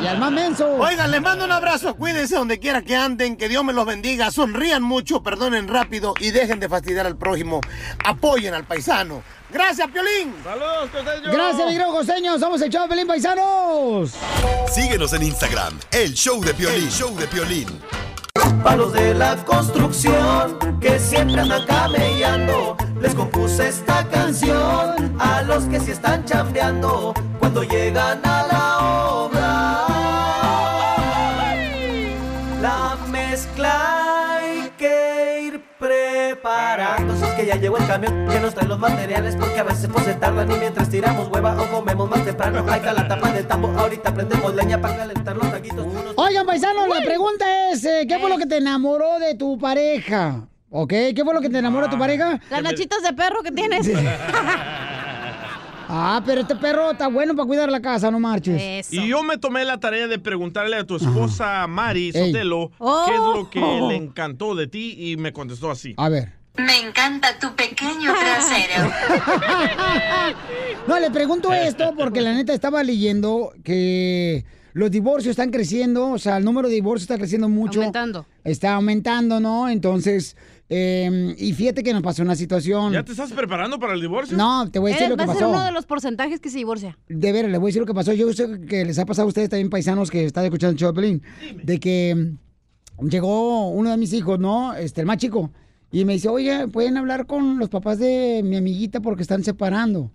Y al más menso.
Oigan, les mando un abrazo. Cuídense donde quiera que anden. Que Dios me los bendiga. Sonrían mucho, perdonen rápido y dejen de fastidiar al prójimo. Apoyen al paisano. Gracias, Piolín.
Saludos, costeño.
Gracias, mi querido costeño. Somos el show de Pelín Paisanos.
Ah.
Síguenos en Instagram, el show de Piolín. El show de Piolín.
Palos de la construcción que siempre andan camellando. Les compuse esta canción a los que sí están chambeando cuando llegan a la obra. La mezcla hay que ir preparando. Si es que ya llegó el camión que nos trae los materiales porque a veces pues se tardan y mientras tiramos hueva o comemos más temprano. Ahí está la tapa del tambo, ahorita prendemos leña para calentar los taquitos.
Oigan, paisanos, la pregunta es: eh, ¿qué fue lo que te enamoró de tu pareja? ¿Ok? ¿Qué fue lo que te enamoró de tu pareja?
Ah. Las nachitas de perro que tienes.
Ah, pero este perro está bueno para cuidar la casa, no marches.
Y yo me tomé la tarea de preguntarle a tu esposa Mari
Ey.
Sotelo
Oh.
qué es lo que le encantó de ti y me contestó así.
A ver.
Me encanta tu pequeño trasero.
No, le pregunto esto porque la neta estaba leyendo que los divorcios están creciendo, o sea, el número de divorcios está creciendo mucho.
Aumentando.
Está aumentando, ¿no? Entonces, eh, y fíjate que nos pasó una situación.
¿Ya te estás preparando para el divorcio?
No, te voy a decir
Eres-
lo que
vas Eh, a ser uno
pasó.
de los porcentajes que se divorcia.
De ver, le voy a decir lo que pasó. Yo sé que les ha pasado a ustedes también, paisanos, que están escuchando el show de Pelín, de que mm, llegó uno de mis hijos, ¿no? Este, el más chico. Y me dice, oye, ¿pueden hablar con los papás de mi amiguita porque están separando?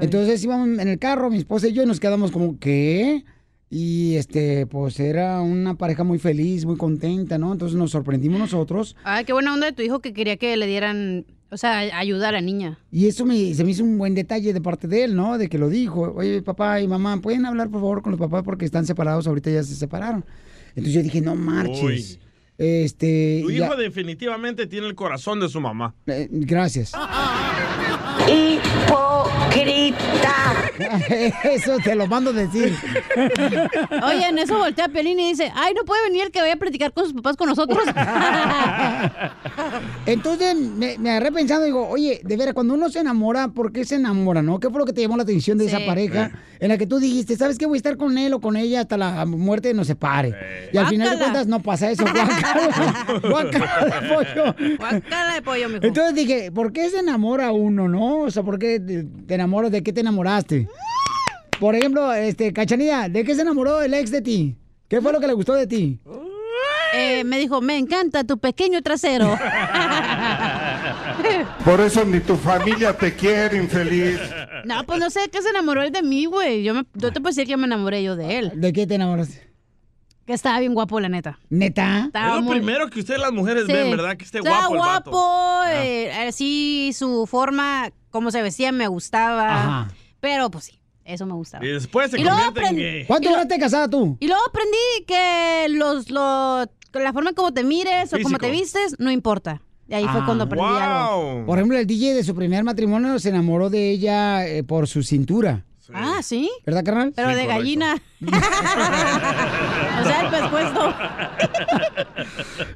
Entonces íbamos en el carro, mi esposa y yo, y nos quedamos como, ¿qué? Y este, pues era una pareja muy feliz, muy contenta, ¿no? Entonces nos sorprendimos nosotros.
Ay, qué buena onda de tu hijo que quería que le dieran, o sea, ayuda a la niña.
Y eso me, se me hizo un buen detalle de parte de él, ¿no? De que lo dijo, oye, papá y mamá, ¿pueden hablar por favor con los papás porque están separados? Ahorita ya se separaron. Entonces yo dije, no marches.
Uy.
Este.
Tu
y ya-
hijo definitivamente tiene el corazón de su mamá.
eh, gracias. Eso te lo mando a decir.
Oye, en eso voltea Pelín y dice, ay, no puede venir el que vaya a platicar con sus papás con nosotros.
Entonces me, me agarré pensando, digo, oye, de veras, cuando uno se enamora, ¿por qué se enamora, no? ¿Qué fue lo que te llamó la atención de esa
Sí.
pareja en la que tú dijiste, ¿sabes qué? Voy a estar con él o con ella hasta la muerte nos separe. Y al final de
Guácala.
cuentas no pasa eso, guácala, guácala de pollo.
Guácala de pollo, mijo.
Entonces dije, ¿por qué se enamora uno, no? O sea, ¿por qué te te enamoras? ¿De qué te enamoraste? Por ejemplo, este, Cachanilla, ¿de qué se enamoró el ex de ti? ¿Qué fue lo que le gustó de ti?
Eh, me dijo, me encanta tu pequeño trasero.
Por eso ni tu familia te quiere, infeliz.
No, pues no sé de qué se enamoró él de mí, güey. Yo, me- yo te puedo decir que me enamoré yo de él.
¿De qué te enamoraste?
Que estaba bien guapo, la neta.
¿Neta?
Estaba
es lo
muy-
primero que ustedes las mujeres
Sí.
ven, ¿verdad? Que esté
Estaba
guapo, el vato.
guapo, eh, así su forma, cómo se vestía, me gustaba.
Ajá.
Pero pues sí, eso me gustaba.
Y después se
Y luego
convierte en
aprendí-
gay.
Y
¿Cuánto
lo-
duraste casada tú?
Y luego aprendí que los, los- la forma como te mires o como
Físico.
te vistes no importa. Y ahí fue
Ah.
cuando aprendí algo.
Por ejemplo, el DJ de su primer matrimonio se enamoró de ella eh, por su cintura.
Ah, sí.
¿Verdad, carnal?
Pero de gallina. o sea, el pescuezo.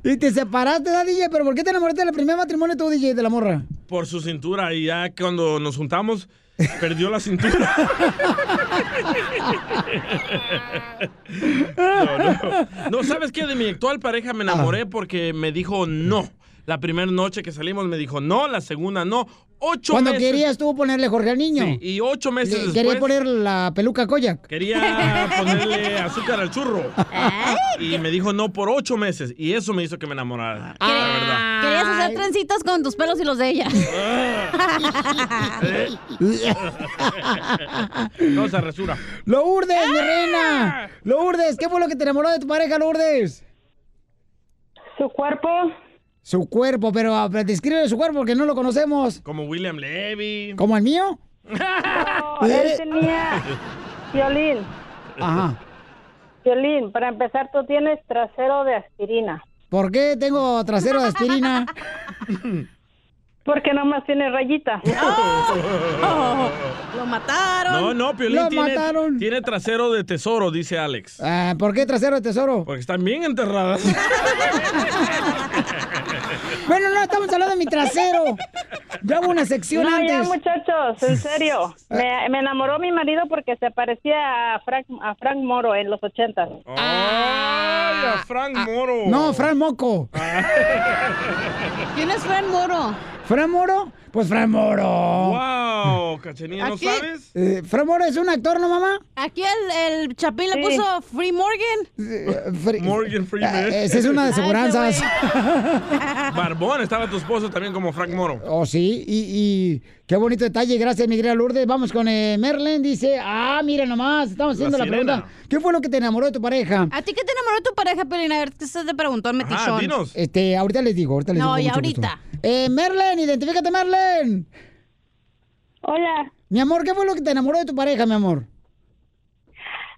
Y te separaste, ¿verdad, DJ? ¿Pero por qué te enamoraste del primer matrimonio tú, DJ, de la morra?
Por su cintura. Y ya cuando nos juntamos, perdió la cintura. no, no. No, ¿sabes qué? De mi actual pareja me
Ah.
enamoré porque me dijo no. La primera noche que salimos me dijo no, la segunda no. Ocho
Cuando
meses.
querías tú ponerle Jorge al niño.
Sí, y ocho meses
Le-
después.
Quería poner la peluca Koyak.
Quería ponerle azúcar al churro. Y me dijo no por ocho meses. Y eso me hizo que me enamorara. La
Ah.
Ah, verdad. Ah.
Querías hacer trencitas con tus pelos y los de ella.
Ah.
No se resura.
¡Lourdes, mi
¡Ah!
reina! ¡Lourdes! ¿Qué fue lo que te enamoró de tu pareja, Lourdes? Su cuerpo. Su cuerpo, pero ah, pero describe su cuerpo porque no lo conocemos.
Como William Levy.
¿Como el mío?
él tenía violín.
Ajá.
Violín, para empezar, tú tienes trasero de aspirina.
¿Por qué tengo trasero de aspirina?
Porque nomás tiene rayita.
Lo mataron.
No, no, Piolín tiene, tiene trasero de tesoro, dice Alex.
Ah, ¿Por qué trasero de tesoro?
Porque están bien enterradas.
Bueno, no, estamos hablando de mi trasero. Yo hago una sección
no, ya
antes.
muchachos, en serio. Me, me enamoró mi marido porque se parecía a Frank, a Frank Moro en los ochentas.
¡Ay, a Frank Moro!
No, Fran Moco.
¿Quién es Fran Moro?
¿Fran Moro? Pues Fran Moro.
¡Wow! Cachenía, ¿no
Aquí-
sabes?
Eh, ¿Fran Moro es un actor, no mamá?
Aquí el, el Chapín le puso Free Morgan.
Morgan Freeman.
Eh, Esa es una
Ah,
de seguranzas.
Barbón, estaba tu esposo también como Frank Moro.
Oh, sí, y, y qué bonito detalle, gracias mi querida Lourdes. Vamos con eh, Merlen, dice, ah, mira nomás, estamos
La
haciendo la,
sirena.
pregunta. ¿Qué fue lo que te enamoró de tu pareja?
¿A ti qué te enamoró tu pareja, Pelina? A ver, ¿qué estás de preguntón,
Ah,
metichón?
Este, ahorita les digo, ahorita les digo.
No,
con
y
mucho gusto.
ahorita.
Eh, Merlen, identifícate, Merlen.
Hola.
Mi amor, ¿qué fue lo que te enamoró de tu pareja, mi amor?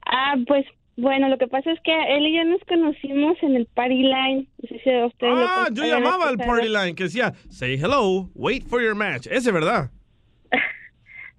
Ah, pues bueno, lo que pasa es que él y yo nos conocimos en el Party Line. No sé si a ustedes lo
Ah,
con-
yo
hayan
llamaba al
escuchado.
party line que decía, say hello, wait for your match. Ese, ¿verdad?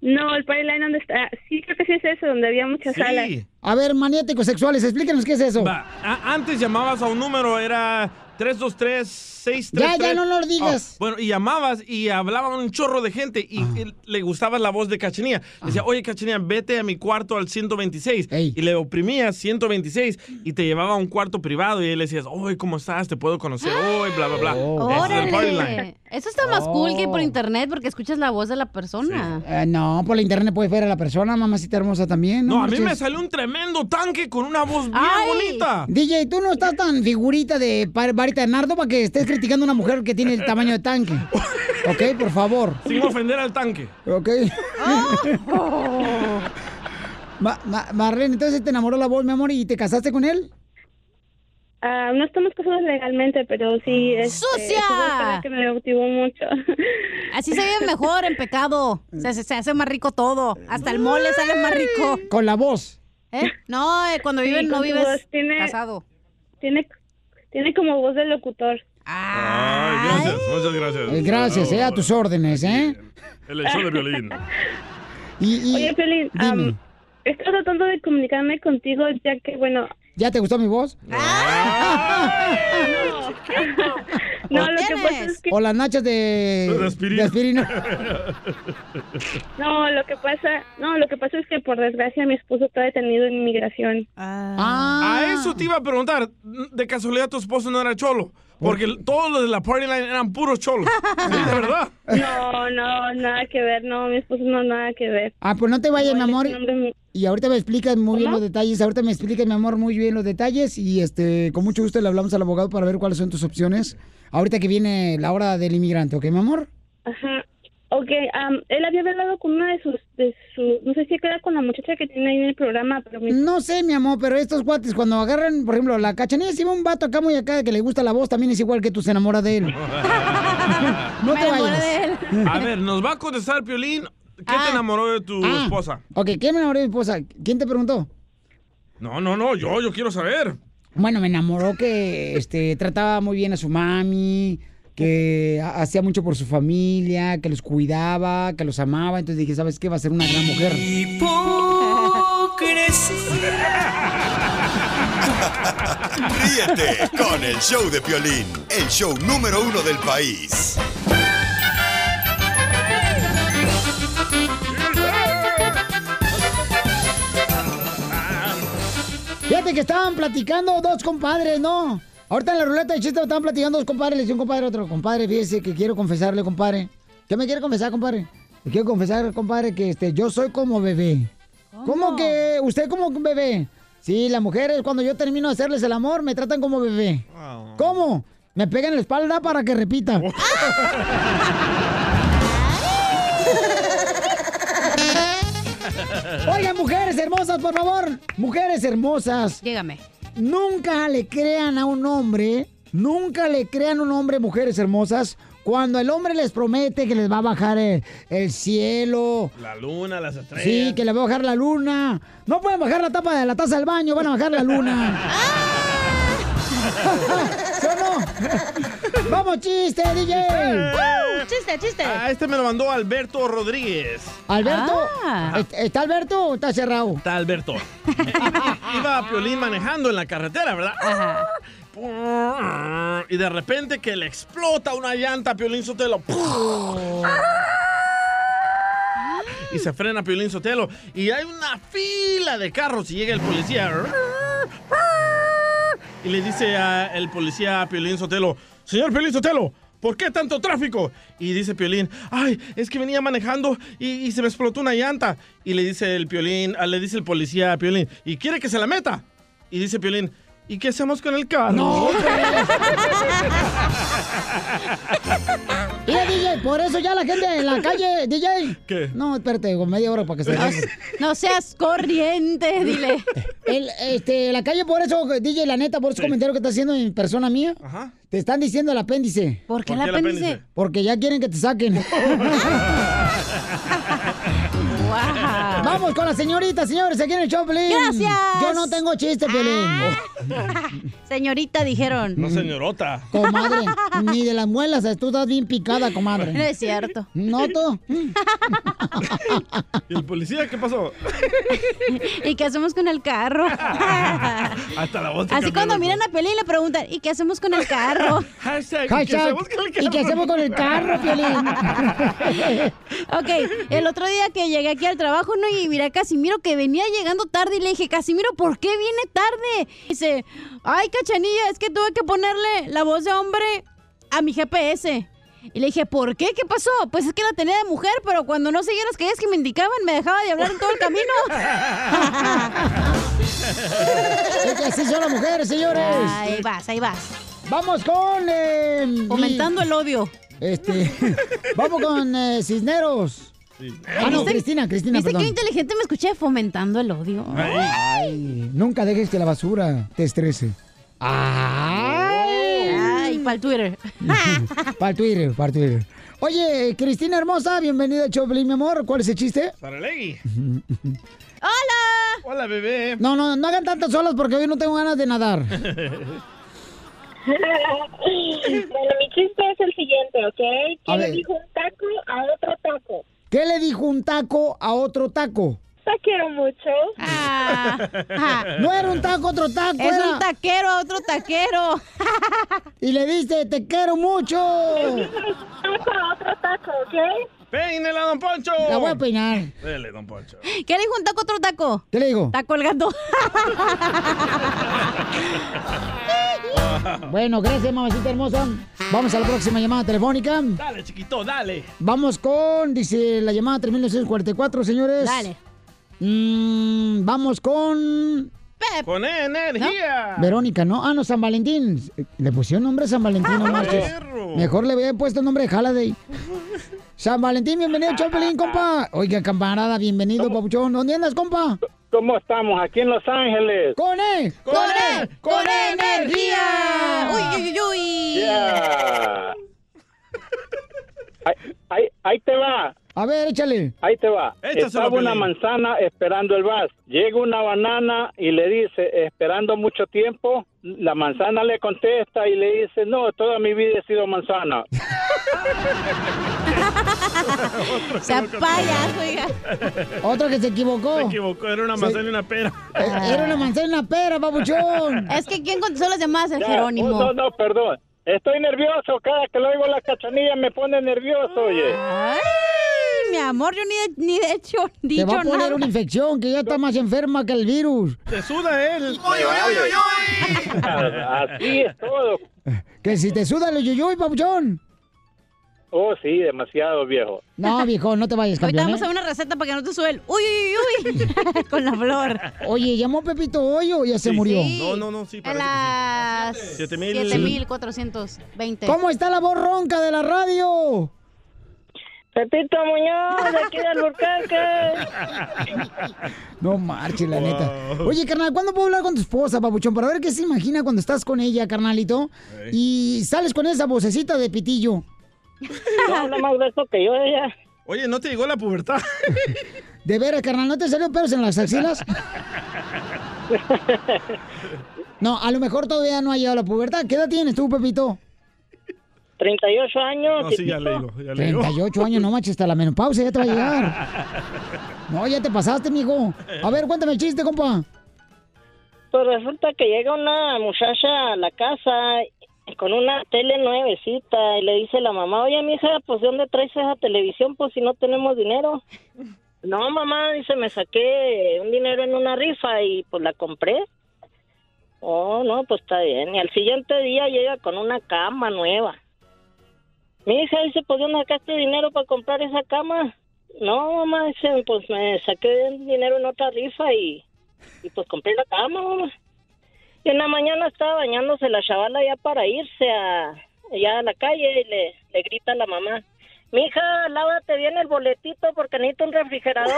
No, el Party Line, ¿dónde está? Ah, Sí, creo que sí es eso, donde había muchas
Sí.
salas.
A ver, maniáticos sexuales, explíquenos qué es eso.
A- antes llamabas a un número, era 323-633.
Ya, ya, no lo digas. Ah.
Ah, bueno, y llamabas y hablaban un chorro de gente y, y le gustaba la voz de Cachenía. Decía, oye, Cachenía, vete a mi cuarto al 126. Y le oprimías 126 y te llevaba a un cuarto privado y le decías, oye, ¿cómo estás? Te puedo conocer
¡Ah!
hoy, bla, bla, bla.
Oh.
Ese es el party line.
¡Órale! Eso está más cool que por internet porque escuchas la voz de la persona.
Eh, no, por la internet puedes ver a la persona, mamacita hermosa también.
No, a mí
marches.
me salió un tremendo tanque con una voz bien
Ay.
bonita.
DJ, tú no estás tan figurita de par- varita de nardo para que estés criticando a una mujer que tiene el tamaño de tanque. Ok, por favor.
Sin ofender al tanque.
Ok. Ma- ma- Marlene, entonces te enamoró la voz, mi amor, y te casaste con él.
Ah, no estamos casados legalmente, pero sí. este,
¡Sucia!
su voz fue la que me cautivó mucho.
Así se ve mejor en pecado. Se, se- se hace más rico todo. Hasta el mole sale más rico.
Con la voz.
¿Eh? No, eh, cuando
Sí,
viven no
con tu voz
vives
tiene-
casado.
Tiene, tiene como voz de locutor.
Gracias, muchas gracias.
Eh, gracias, eh, a tus órdenes, ¿eh?
El show de violín.
Oye, Piolín, am, estoy tratando de comunicarme contigo ya que, bueno...
¿Ya te gustó mi voz?
No, lo que pasa es que...
O las nachas de,
De aspirina.
Eh, de aspirina.
No, lo que pasa... No, lo que pasa es que, por desgracia, mi esposo está detenido en inmigración.
Ah.
Ah.
A eso te iba a preguntar. De casualidad tu esposo no era cholo. Porque todos los de la party line eran puros cholos. Sí, de verdad.
No, no, nada que ver, no, mi esposo no, nada que ver.
Ah, pues no te vayas, mi amor.
es un hombre muy-
Y ahorita me explicas muy bien los detalles. Ahorita me explicas, mi amor, muy bien los detalles. Y este, con mucho gusto le hablamos al abogado para ver cuáles son tus opciones. Ahorita que viene la hora del inmigrante, ¿ok, mi amor?
Ajá. Ok, am, él había hablado con una de sus, de su, no sé si queda con la muchacha que tiene ahí en el programa, pero mi
No sé, mi amor, pero estos cuates cuando agarran, por ejemplo, la cachanilla, si va un vato acá muy acá que le gusta la voz, también es igual que tú se enamora de él. No te vayas.
A ver, nos va a contestar Piolín. ¿Qué te enamoró de tu
Ah.
esposa?
Ok, ¿quién me enamoró de mi esposa? ¿Quién te preguntó?
No, no, no, yo, yo quiero saber.
Bueno, me enamoró que este, trataba muy bien a su mami, que ha- hacía mucho por su familia, que los cuidaba, que los amaba. Entonces dije, ¿sabes qué? Va a ser una gran mujer.
Ríete con el show de Piolín, el show número uno del país.
Fíjate que estaban platicando dos compadres, ¿no? Ahorita en la ruleta de chiste estaban platicando dos compadres. Le decía un compadre a otro, compadre, fíjese que quiero confesarle, compadre. ¿Qué me quiere confesar, compadre? Le quiero confesar, compadre, que este, yo soy como bebé. ¿Cómo? que usted como un bebé? Sí, las mujeres cuando yo termino de hacerles el amor me tratan como bebé. ¿Cómo? Me pegan en la espalda para que repita. Oigan, mujeres hermosas, por favor. Mujeres hermosas.
Dígame.
Nunca le crean a un hombre, nunca le crean a un hombre, mujeres hermosas, cuando el hombre les promete que les va a bajar el, el cielo.
La luna, las estrellas.
Sí, que les va a bajar la luna. No pueden bajar la tapa de la taza del baño, van a bajar la luna. ¿Sí o no? ¡Vamos, chiste, DJ!
chiste, chiste.
Ah, este me lo mandó Alberto Rodríguez.
¿Alberto? ¿est- ¿Está Alberto o está cerrado?
Está Alberto. Iba a Piolín manejando en la carretera, ¿verdad? Y de repente que le explota una llanta, Piolín Sotelo. Y se frena Piolín Sotelo. Y hay una fila de carros y llega el policía. Y le dice a el policía a Piolín Sotelo, señor Piolín Sotelo, ¿por qué tanto tráfico? Y dice Piolín, ay, es que venía manejando y, y se me explotó una llanta. Y le dice el Piolín, ah, le dice el policía a Piolín, ¿y quiere que se la meta? Y dice Piolín, ¿y qué hacemos con el carro?
No,
Ah.
Mira, DJ, por eso ya la gente en la calle, DJ.
¿Qué?
No, espérate, con media hora para que se relaje.
No seas corriente, dile.
El, este, la calle, por eso, DJ, la neta, por esos comentarios que está haciendo en persona mía, te están diciendo el apéndice.
¿Por qué el ¿Por qué el apéndice? apéndice?
Porque ya quieren que te saquen. Vamos con la señorita, señores, aquí en el show, Pelín.
Gracias. Ah.
Yo no tengo chiste, Pelín.
Señorita, dijeron.
No, señorota.
Comadre, ni de las muelas, tú estás bien picada, comadre.
No es cierto.
No, tú.
¿Y el policía qué pasó?
¿Y qué hacemos con el carro?
Hasta la voz. te
Así
cambió,
cuando
loco.
miran a Pelín le preguntan, ¿y qué hacemos con el carro?
Hashtag,
¿y qué hacemos con el carro? ¿y qué hacemos con el carro, Piolín?
ok, el otro día que llegué aquí al trabajo, ¿no? Y mira, Casimiro que venía llegando tarde y le dije, Casimiro, ¿por qué viene tarde? Dice, ay, cachanilla, es que tuve que ponerle la voz de hombre a mi GPS. Y le dije, ¿por qué? ¿Qué pasó? Pues es que la tenía de mujer, pero cuando no seguía las calles que me indicaban, me dejaba de hablar en todo el camino.
Es que así son las mujeres, señores.
Ahí vas, ahí vas.
Vamos con... eh,
Fomentando
mi-
el odio.
Este, vamos con eh, Cisneros. Ah, no,
¿Viste-
Cristina, Cristina,
¿Viste qué
perdón.
inteligente me escuché fomentando el odio?
Ay, nunca dejes que la basura te estrese.
Ah.
Ay, Ay para el Twitter.
Para el Twitter, para el Twitter. Oye, Cristina hermosa, bienvenida al show, Pelín, mi amor. ¿Cuál es el chiste?
Saralegui.
¡Hola!
Hola, bebé.
No, no, no hagan tantas olas porque hoy no tengo ganas de nadar.
bueno, mi chiste es el siguiente, ¿ok?
A
¿Qué le
ver.
dijo un taco a otro taco?
¿Qué le dijo un taco a otro taco?
Te quiero mucho.
Ah.
Ah, No era un taco, otro taco.
Es
era-
un taquero, otro taquero.
Y le dice, te quiero mucho.
Taco a otro taco, ¿ok?
¡Peínela, don Poncho!
La voy a peinar.
Dele, don Poncho.
¿Qué le dijo un taco a otro taco?
¿Qué le digo?
Está colgando.
Bueno, gracias, mamacita hermosa. Vamos a la próxima llamada telefónica.
Dale, chiquito, dale.
Vamos con, dice la llamada 3944, señores.
Dale.
Mm, vamos con
Con energía.
Verónica, ¿no? Ah, no, San Valentín. Le pusieron nombre a San Valentín. no
Ah,
marches.
perro.
Mejor le había puesto el nombre de Haladay. San Valentín, bienvenido, Chapelín, compa. Oiga, camarada, bienvenido, papuchón. ¿Dónde andas, compa?
¿Cómo estamos? Aquí en Los Ángeles.
¡Con él!
¡Con él! ¡Con energía! ¡Uy, uy, uy, uy!
Yeah. Ahí, ahí- ahí te va.
A ver, échale.
Ahí te va.
Échaselo,
Estaba una
Piolín.
manzana esperando el vas. Llega una banana y le dice, esperando mucho tiempo. La manzana le contesta y le dice, no, toda mi vida he sido manzana.
Se apaya, oiga.
Otro que se equivocó.
Se equivocó, era una manzana y una pera. Ah.
Era una manzana y una pera, papuchón.
Es que ¿quién contestó las llamadas? El
Ya,
Jerónimo.
oh, no, no, perdón. Estoy nervioso. Cada que lo oigo la cachanilla me pone nervioso, oye.
Ay, mi amor, yo ni, de- ni de hecho,
Te
dicho
va a poner
nada.
una infección que ya está más enferma que el virus.
Te suda él.
Así es todo.
Que si te suda los yuyuy, papuchón.
Oh, sí, demasiado viejo.
No, viejo, no te vayas,
Ahorita
campeón.
vamos a
¿eh?
una receta para que no te sube el uy, uy, uy, uy, con la flor.
Oye, ¿llamó Pepito hoy o ya se murió?
No, no, no, sí,
A
parece
las
que sí. Siete mil.
7,420.
¿Cómo está la voz ronca de la radio?
Pepito Muñoz, de aquí del Burcanque.
No marche, la neta. Oye, carnal, ¿cuándo puedo hablar con tu esposa, papuchón? Para ver qué se imagina cuando estás con ella, carnalito. Y sales con esa vocecita de pitillo.
No habla más de eso que yo, ella.
Oye, ¿no te llegó la pubertad?
De veras, carnal, ¿no te salió pelos en las axilas? No, a lo mejor todavía no ha llegado la pubertad. ¿Qué edad tienes tú, Pepito?
38 años.
No, sí, ya le digo, ya le digo.
38 años, no manches, hasta la menopausa ya te va a llegar. No, ya te pasaste, mijo. A ver, cuéntame el chiste, compa.
pues resulta que llega una muchacha a la casa con una tele nuevecita y le dice la mamá, oye, mija, pues ¿de dónde traes esa televisión? Pues si no tenemos dinero. No, mamá, dice, me saqué un dinero en una rifa y pues la compré. Oh, no, pues está bien. Y al siguiente día llega con una cama nueva. Mi hija dice, pues ¿de dónde sacaste dinero para comprar esa cama? No, mamá, dice, pues me saqué un dinero en otra rifa y, y pues compré la cama, mamá. Y en la mañana estaba bañándose la chavala ya para irse a, ya a la calle y le, le grita a la mamá. Mija, lávate bien el boletito porque necesito un refrigerador.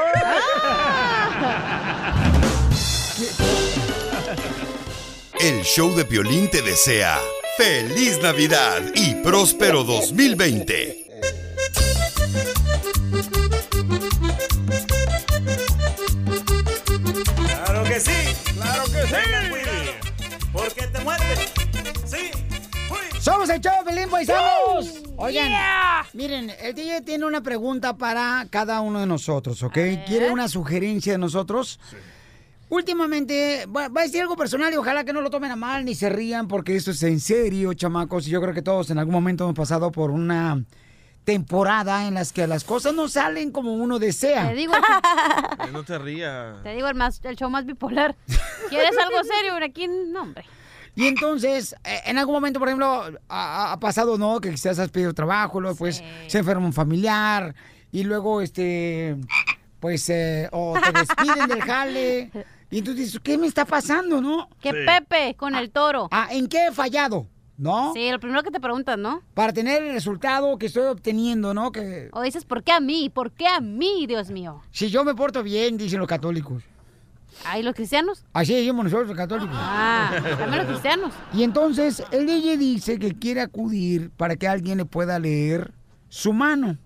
El show de Piolín te desea feliz Navidad y próspero 2020.
Claro que sí, claro que sí. Porque te mueres. Sí.
Somos el show de Pelín Paisanos. Oigan, miren, el DJ tiene una pregunta para cada uno de nosotros, ¿ok? Quiere una sugerencia de nosotros. Últimamente, va, va a decir algo personal y ojalá que no lo tomen a mal ni se rían porque esto es en serio, chamacos. Y yo creo que todos en algún momento hemos pasado por una temporada en las que las cosas no salen como uno desea.
Te digo,
Ay, Eh, No te rías.
te digo el, más, el show más bipolar. ¿Quieres algo serio? Pero Aquí, no, hombre.
Y entonces, eh, en algún momento, por ejemplo, ha, ha pasado, ¿no? Que quizás has pedido trabajo, luego pues se enferma un familiar y luego, este, pues, eh, o te despiden del jale. Y tú dices, ¿qué me está pasando, no?
Que Pepe con el toro.
Ah, ¿en qué he fallado? ¿No?
Sí, lo primero que te preguntan, ¿no?
Para tener el resultado que estoy obteniendo, ¿no? Que
O dices, ¿por qué a mí? ¿Por qué a mí, Dios mío?
si yo me porto bien, dicen los católicos.
¿Ay, los cristianos?
Así decimos nosotros los católicos.
Ah, también los cristianos.
Y entonces el DJ dice que quiere acudir para que alguien le pueda leer su mano.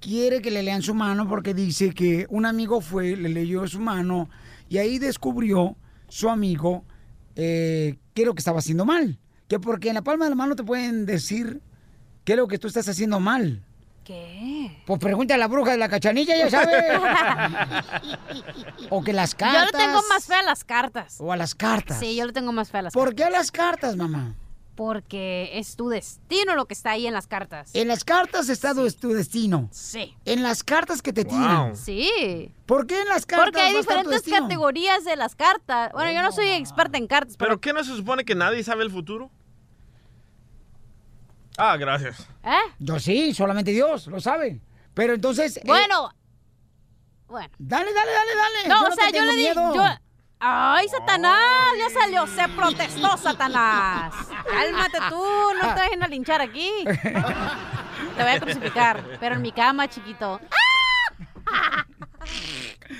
Quiere que le lean su mano porque dice que un amigo fue, le leyó su mano y ahí descubrió su amigo eh, qué es lo que estaba haciendo mal. Que porque en la palma de la mano te pueden decir qué es lo que tú estás haciendo mal.
¿Qué?
Pues pregunta a la bruja de la cachanilla, ya sabe. o que las
Yo
cartas.
lo tengo más fea a las cartas.
O a las cartas.
Sí, yo lo tengo más fea a las
¿Por qué a las cartas, mamá?
cartas. Porque es tu destino lo que está ahí en las cartas.
En las cartas está tu- tu destino.
Sí.
En las cartas que te tiran.
Sí.
¿Por qué en las cartas?
Porque hay
va a estar tu
diferentes
destino?
categorías de las cartas. Bueno, yo no soy experta en cartas, pero...
¿Pero qué no se supone que nadie sabe el futuro? Ah, gracias.
¿Eh?
Yo sí, solamente Dios lo sabe. Pero entonces. eh,
Bueno. Bueno.
Dale, dale, dale, dale.
No,
Yo
o
no
sea,
te
yo
tengo
le dije...
miedo.
Yo... ¡Ay, Satanás! Ya salió, se protestó, Satanás. Cálmate tú, no te vayan a linchar aquí. Te voy a crucificar, pero en mi cama, chiquito.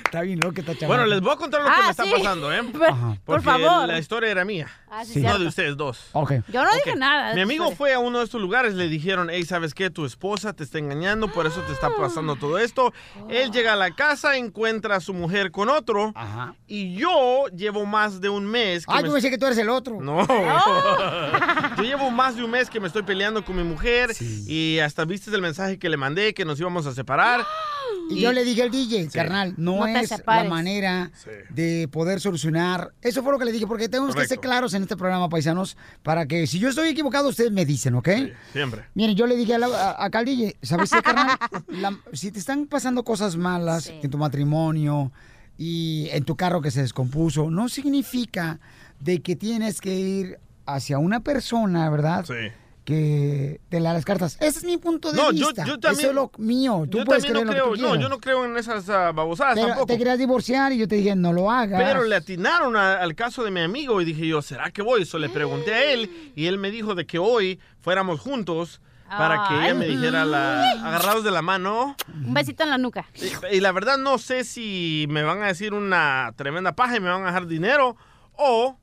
Está bien loca esta chaval.
Bueno, les voy a contar lo que
Ah,
me está
sí.
pasando, ¿eh?
Por- Ajá. por
Porque
favor.
La historia era mía.
Ah, sí,
No
cierto.
de ustedes dos.
Ok.
Yo no dije
Ok.
nada.
Mi amigo
Sorry.
fue a uno de estos lugares, le dijeron, hey, ¿sabes qué? Tu esposa te está engañando, por eso te
Ah.
está pasando todo esto. Él llega a la casa, encuentra a su mujer con otro. Y yo llevo más de un mes.
Ay, Ah, yo pensé que tú eres el otro.
No.
Oh.
Yo llevo más de un mes que me estoy peleando con mi mujer y hasta viste el mensaje que le mandé que nos íbamos a separar.
Y yo le dije al DJ, carnal, no,
No te
es la
separes.
manera de poder solucionar. Eso fue lo que le dije, porque tenemos que ser claros en este programa, paisanos, para que si yo estoy equivocado, ustedes me dicen, ¿ok?
Siempre.
Miren, yo le dije a la, a- acá al DJ, ¿sabes qué, carnal? La- si te están pasando cosas malas en tu matrimonio y en tu carro que se descompuso, no significa de que tienes que ir hacia una persona, ¿verdad?
Sí.
Que te la las cartas. Ese es mi punto de
No, yo-
vista.
yo también-
Eso es lo mío. Tú
yo
puedes
también
creer
no
lo que
creo,
tú
no,
quieras.
yo no creo en esas ah, babosadas
Pero
tampoco.
te querías divorciar y yo te dije, no lo hagas.
Pero le atinaron a- al caso de mi amigo y dije yo, ¿será que voy? Eso le pregunté a él y él me dijo de que hoy fuéramos juntos para que ella me
Ay.
dijera la, agarrados de la mano.
Un besito en la nuca.
Y, y la verdad no sé si me van a decir una tremenda paja y me van a dejar dinero o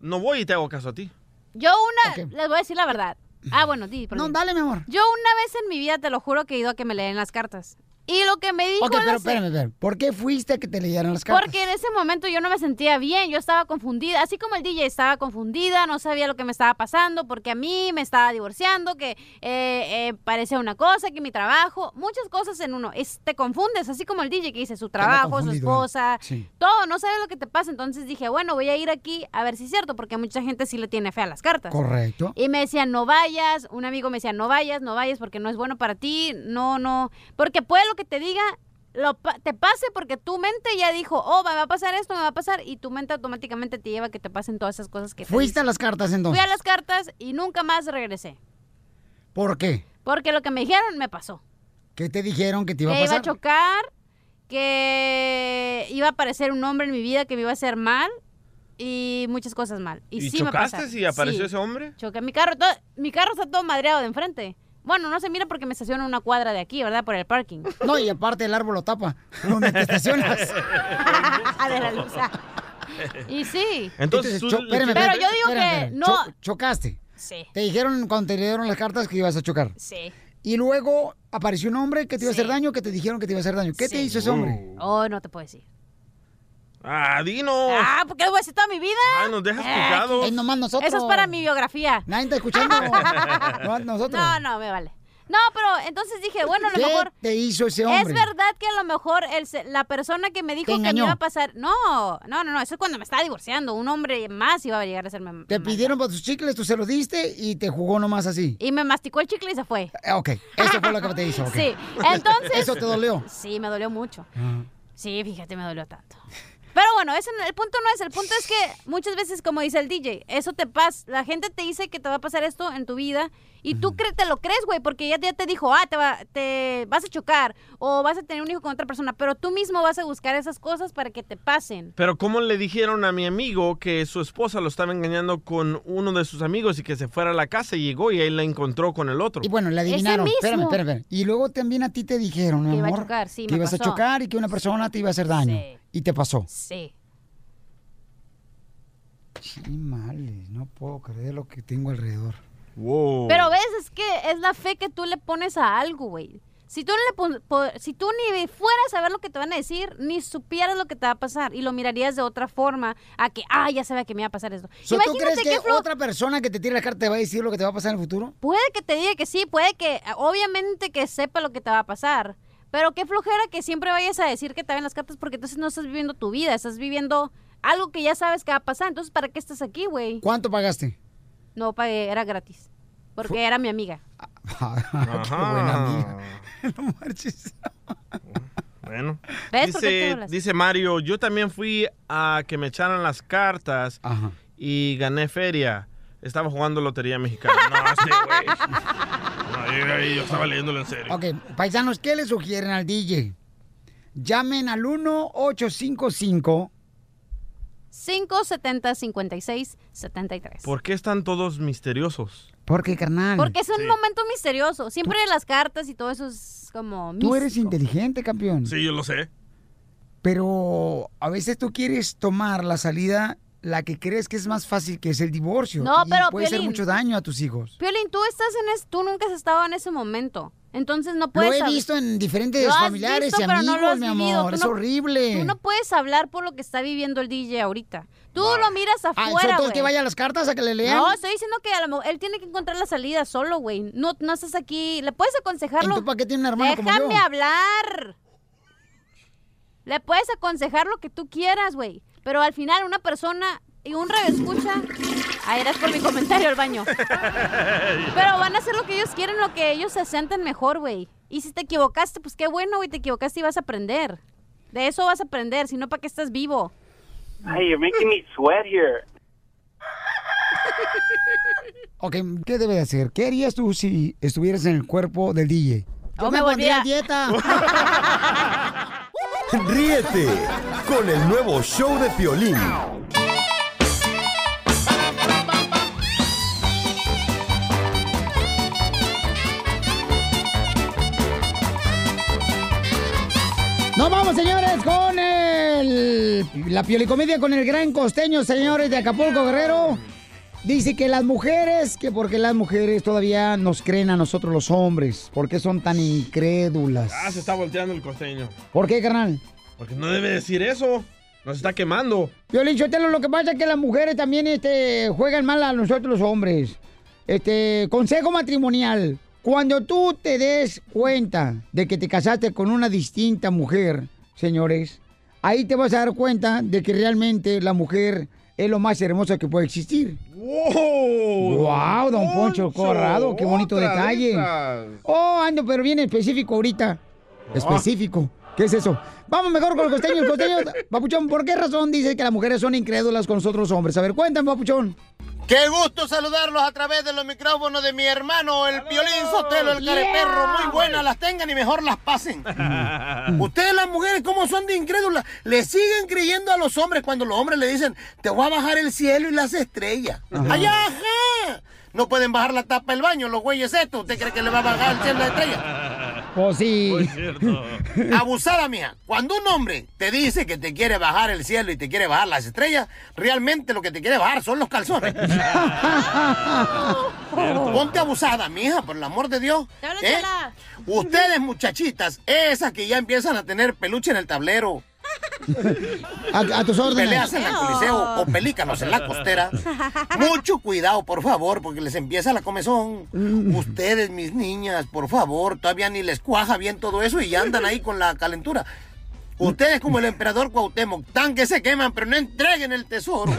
no voy y te hago caso a ti.
Yo una, les voy a decir la verdad. Ah, bueno, di, No,
dale, mi amor.
Yo una vez en mi vida, te lo juro, que he ido a que me leen las cartas. Y lo que me dijo...
Ok, pero
la-
espérame, espérame. ¿Por qué fuiste a que te leyeran las cartas?
Porque en ese momento yo no me sentía bien, yo estaba confundida, así como el DJ estaba confundida, no sabía lo que me estaba pasando, porque a mí me estaba divorciando, que eh, eh, parecía una cosa, que mi trabajo, muchas cosas en uno, es, te confundes, así como el DJ que dice su trabajo, su
confundido, ¿eh?
esposa,
Sí.
todo, no sabes lo que te pasa, entonces dije, bueno, voy a ir aquí a ver si es cierto, porque mucha gente sí le tiene fe a las cartas.
Correcto.
Y me decían, no vayas, un amigo me decía, no vayas, no vayas porque no es bueno para ti, no, no, porque puede lo que te diga, lo, pa- te pase porque tu mente ya dijo, oh, me va a pasar esto, me va a pasar, y tu mente automáticamente te lleva a que te pasen todas esas cosas que te
Fuiste a
dicen.
las cartas
Fui
entonces.
a las cartas y nunca más regresé,
¿Por qué?
porque lo que me dijeron me pasó.
¿Qué te dijeron que te
Que
iba a
iba
pasar?
a chocar, que iba a aparecer un hombre en mi vida que me iba a hacer mal y muchas cosas mal. ¿Y,
¿Y
sí me
chocaste
pasaron.
si apareció
Sí.
ese hombre?
Choqué mi carro, todo- mi carro está todo madreado de enfrente. Bueno, no se mira porque me estaciono en una cuadra de aquí, ¿verdad? Por el parking.
No, y aparte el árbol lo tapa. Donde te estacionas.
de la luz. Y sí.
Entonces, cho- espérame,
Pero
espérame,
yo digo
espérame,
que
espérame.
no.
Cho- chocaste.
Sí.
Te dijeron cuando te dieron las cartas que ibas a chocar.
Sí.
Y luego apareció un hombre que te iba a hacer daño, que te dijeron que te iba a hacer daño. ¿Qué te
Sí.
hizo ese hombre?
Oh, no te puedo decir.
Ah, dinos.
Ah, porque voy a decir toda mi vida.
Ah, nos dejas picados.
Ay, nomás nosotros.
Eso es para mi biografía.
Nadie está escuchando. Nomás nosotros.
No, no, me vale. No, pero entonces dije, bueno, a lo
¿Qué
mejor.
te hizo ese
Es
hombre?
verdad que a lo mejor el se- la persona que me
Te
dijo que me
engañó.
iba a pasar. No, no, no, no. Eso es cuando me estaba divorciando. Un hombre más iba a llegar a hacerme.
Te pidieron para tus chicles, tú se los diste y te jugó nomás así.
Y me masticó el chicle y se fue.
Eh, Ok, eso fue lo que te hizo. ok.
Sí. Entonces.
¿Eso te dolió?
Sí, me dolió mucho. Sí, fíjate, me dolió tanto. Pero bueno, ese, no- el punto no es. El punto es que muchas veces, como dice el DJ, eso te pasa. La gente te dice que te va a pasar esto en tu vida y tú cre- te lo crees, güey, porque ya, ya te dijo, ah, te, va- te vas a chocar o vas a tener un hijo con otra persona, pero tú mismo vas a buscar esas cosas para que te pasen.
Pero ¿cómo le dijeron a mi amigo que su esposa lo estaba engañando con uno de sus amigos y que se fuera a la casa y llegó y ahí la encontró con el otro?
Y bueno, le adivinaron. Espérame, espérame, espérame. Y luego también a ti te dijeron, mi
Que iba a
amor,
chocar, sí,
que
me
ibas a
pasó.
chocar y que una persona te iba a hacer daño. Y te pasó.
Sí.
Chimales, no puedo creer lo que tengo alrededor. Oh.
Wow.
Pero ves, es que es la fe que tú le pones a algo, güey. Si tú, no le pon- po- si tú ni fueras a ver lo que te van a decir, ni supieras lo que te va a pasar y lo mirarías de otra forma a que, ah, ya sabía que me iba a pasar esto.
So, ¿Tú crees que,
qué flo-
otra persona que te tire la carta te va a decir lo que te va a pasar en el futuro?
Puede que te diga que sí, puede que, eh, obviamente que sepa lo que te va a pasar. Pero qué flojera que siempre vayas a decir que te ven las cartas porque entonces no estás viviendo tu vida, estás viviendo algo que ya sabes que va a pasar. Entonces, ¿para qué estás aquí, güey?
¿Cuánto pagaste?
No pagué, era gratis. Porque era mi amiga.
Qué buena amiga.
Bueno.
¿Ves por qué te
Dice,
burlas?
dice Mario, yo también fui a que me echaran las cartas y gané feria. Estaba jugando Lotería Mexicana. No, este güey. No, yo- yo, yo estaba leyéndolo en serio.
Ok, paisanos, ¿qué le sugieren al DJ? Llamen al 1-855.
570 56 73.
¿Por qué están todos misteriosos?
Porque, carnal.
Porque es un momento misterioso. Siempre las cartas y todo eso es como.
Tú
mis-
eres inteligente, campeón.
Sí, yo lo sé.
Pero a veces tú quieres tomar la salida, la que crees que es más fácil, que es el divorcio.
No,
y
pero,
puede hacer
Piolín.
mucho daño a tus hijos.
Piolín, tú estás en es- tú nunca has estado en ese momento. Entonces no puedes.
Lo he
sab-
visto en diferentes
Lo has
familiares
visto,
y
pero no lo
amigos,
has
mi
vivido.
amor.
Tú
Es
no-
horrible.
Tú no puedes hablar por lo que está viviendo el DJ ahorita. Tú lo miras
Ah,
afuera.
¿entonces
güey.
que vaya a las cartas a que le lean?
No, estoy diciendo que a lo mejor él tiene que encontrar la salida solo, güey. No, no estás aquí. ¿Le puedes aconsejarlo?
¿Entonces para qué tiene un hermano como
Déjame
yo?
hablar. Le puedes aconsejar lo que tú quieras, güey. Pero al final una persona y un radio escucha. Ahí eras por mi comentario al baño. Pero van a hacer lo que ellos quieren, lo que ellos se sienten mejor, güey. Y si te equivocaste, pues qué bueno, güey, te equivocaste y vas a aprender. De eso vas a aprender, si no, ¿para qué estás vivo?
Hey, you're making me sweat here.
Ok, ¿qué debe de hacer? ¿Qué harías tú si estuvieras en el cuerpo del DJ?
Yo Oh, me
pondría
volvía-
a dieta.
Ríete con el nuevo show de Piolín.
Nos vamos, señores, con el, la piolicomedia con el gran costeño, señores de Acapulco Guerrero. Dice que las mujeres, que porque las mujeres todavía nos creen a nosotros los hombres, porque son tan incrédulas.
Ah, se está volteando el costeño.
¿Por qué, carnal?
Porque no debe decir eso. Nos está quemando.
Violín Chotelo, lo que pasa es que las mujeres también este, juegan mal a nosotros los hombres. Este, consejo matrimonial. Cuando tú te des cuenta de que te casaste con una distinta mujer, señores, ahí te vas a dar cuenta de que realmente la mujer es lo más hermosa que puede existir.
¡Wow!
¡Wow, don Poncho, Corrado! ¡Qué bonito
otra
detalle!
de esas.
Oh, ando, pero bien específico ahorita. Específico. ¿Qué es eso? Vamos mejor con el costeño. El costeño, Papuchón, ¿por qué razón dice que las mujeres son incrédulas con nosotros los hombres? A ver, cuéntame, Papuchón.
Qué gusto saludarlos a través de los micrófonos de mi hermano, el Piolín Sotelo, el
Yeah.
careperro. Muy buenas las tengan y mejor las pasen.
Mm.
Ustedes las mujeres, ¿cómo son de incrédulas? Le siguen creyendo a los hombres cuando los hombres le dicen, te voy a bajar el cielo y las estrellas.
Ajá.
¡Ay, ajá! No pueden bajar la tapa del baño, los güeyes estos. ¿Usted cree que le va a bajar el cielo y las estrellas?
Pues sí.
Abusada mía, cuando un hombre te dice que te quiere bajar el cielo y te quiere bajar las estrellas, realmente lo que te quiere bajar son los calzones. Ponte abusada, mija, por el amor de Dios.
Te hablo,
¿Eh?
Chela.
Ustedes, muchachitas, esas que ya empiezan a tener peluche en el tablero.
A, a tus órdenes.
Peleas en el coliseo o pelícanos en la costera. Mucho cuidado, por favor, porque les empieza la comezón. Ustedes, mis niñas, por favor, todavía ni les cuaja bien todo eso y ya andan ahí con la calentura. Ustedes como el emperador Cuauhtémoc, tan que se queman, pero no entreguen el tesoro.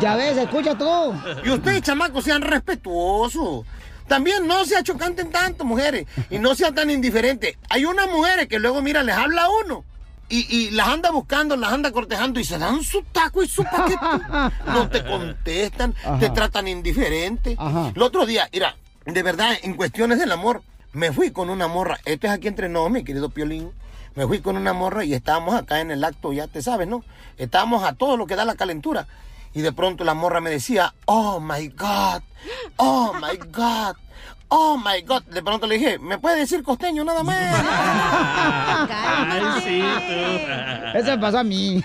Ya ves, escucha tú.
Y ustedes, chamacos, sean respetuosos. También no se achocanten tanto, mujeres. Y no sean tan indiferentes. Hay unas mujeres que luego, mira, les habla a uno. Y, y las anda buscando, las anda cortejando y se dan su taco y su paquete. No te contestan,
Ajá.
te tratan indiferente. El otro día, mira, de verdad, en cuestiones del amor, me fui con una morra. Esto es aquí entre nos, mi querido Piolín. Me fui con una morra y estábamos acá en el acto, ya te sabes, ¿no? Estábamos a todo lo que da la calentura. Y de pronto la morra me decía, oh my God, oh my God, oh my God. De pronto le dije, ¿me puede decir costeño nada
Ah,
más?
Eso me pasó a mí.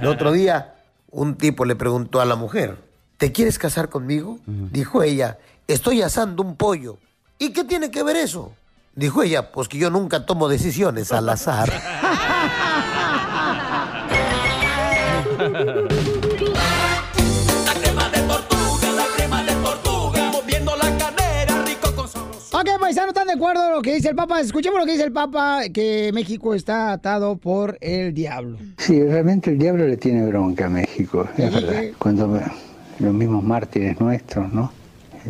El otro día, un tipo le preguntó a la mujer, ¿te quieres casar conmigo? Dijo ella, estoy asando un pollo. ¿Y qué tiene que ver eso? Dijo ella, pues que yo nunca tomo decisiones al azar.
Ok, paisano, ¿están de acuerdo con lo que dice el Papa? Escuchemos lo que dice el Papa, que México está atado por el diablo.
Sí, realmente el diablo le tiene bronca a México, es verdad. Cuando me- los mismos mártires nuestros, ¿no?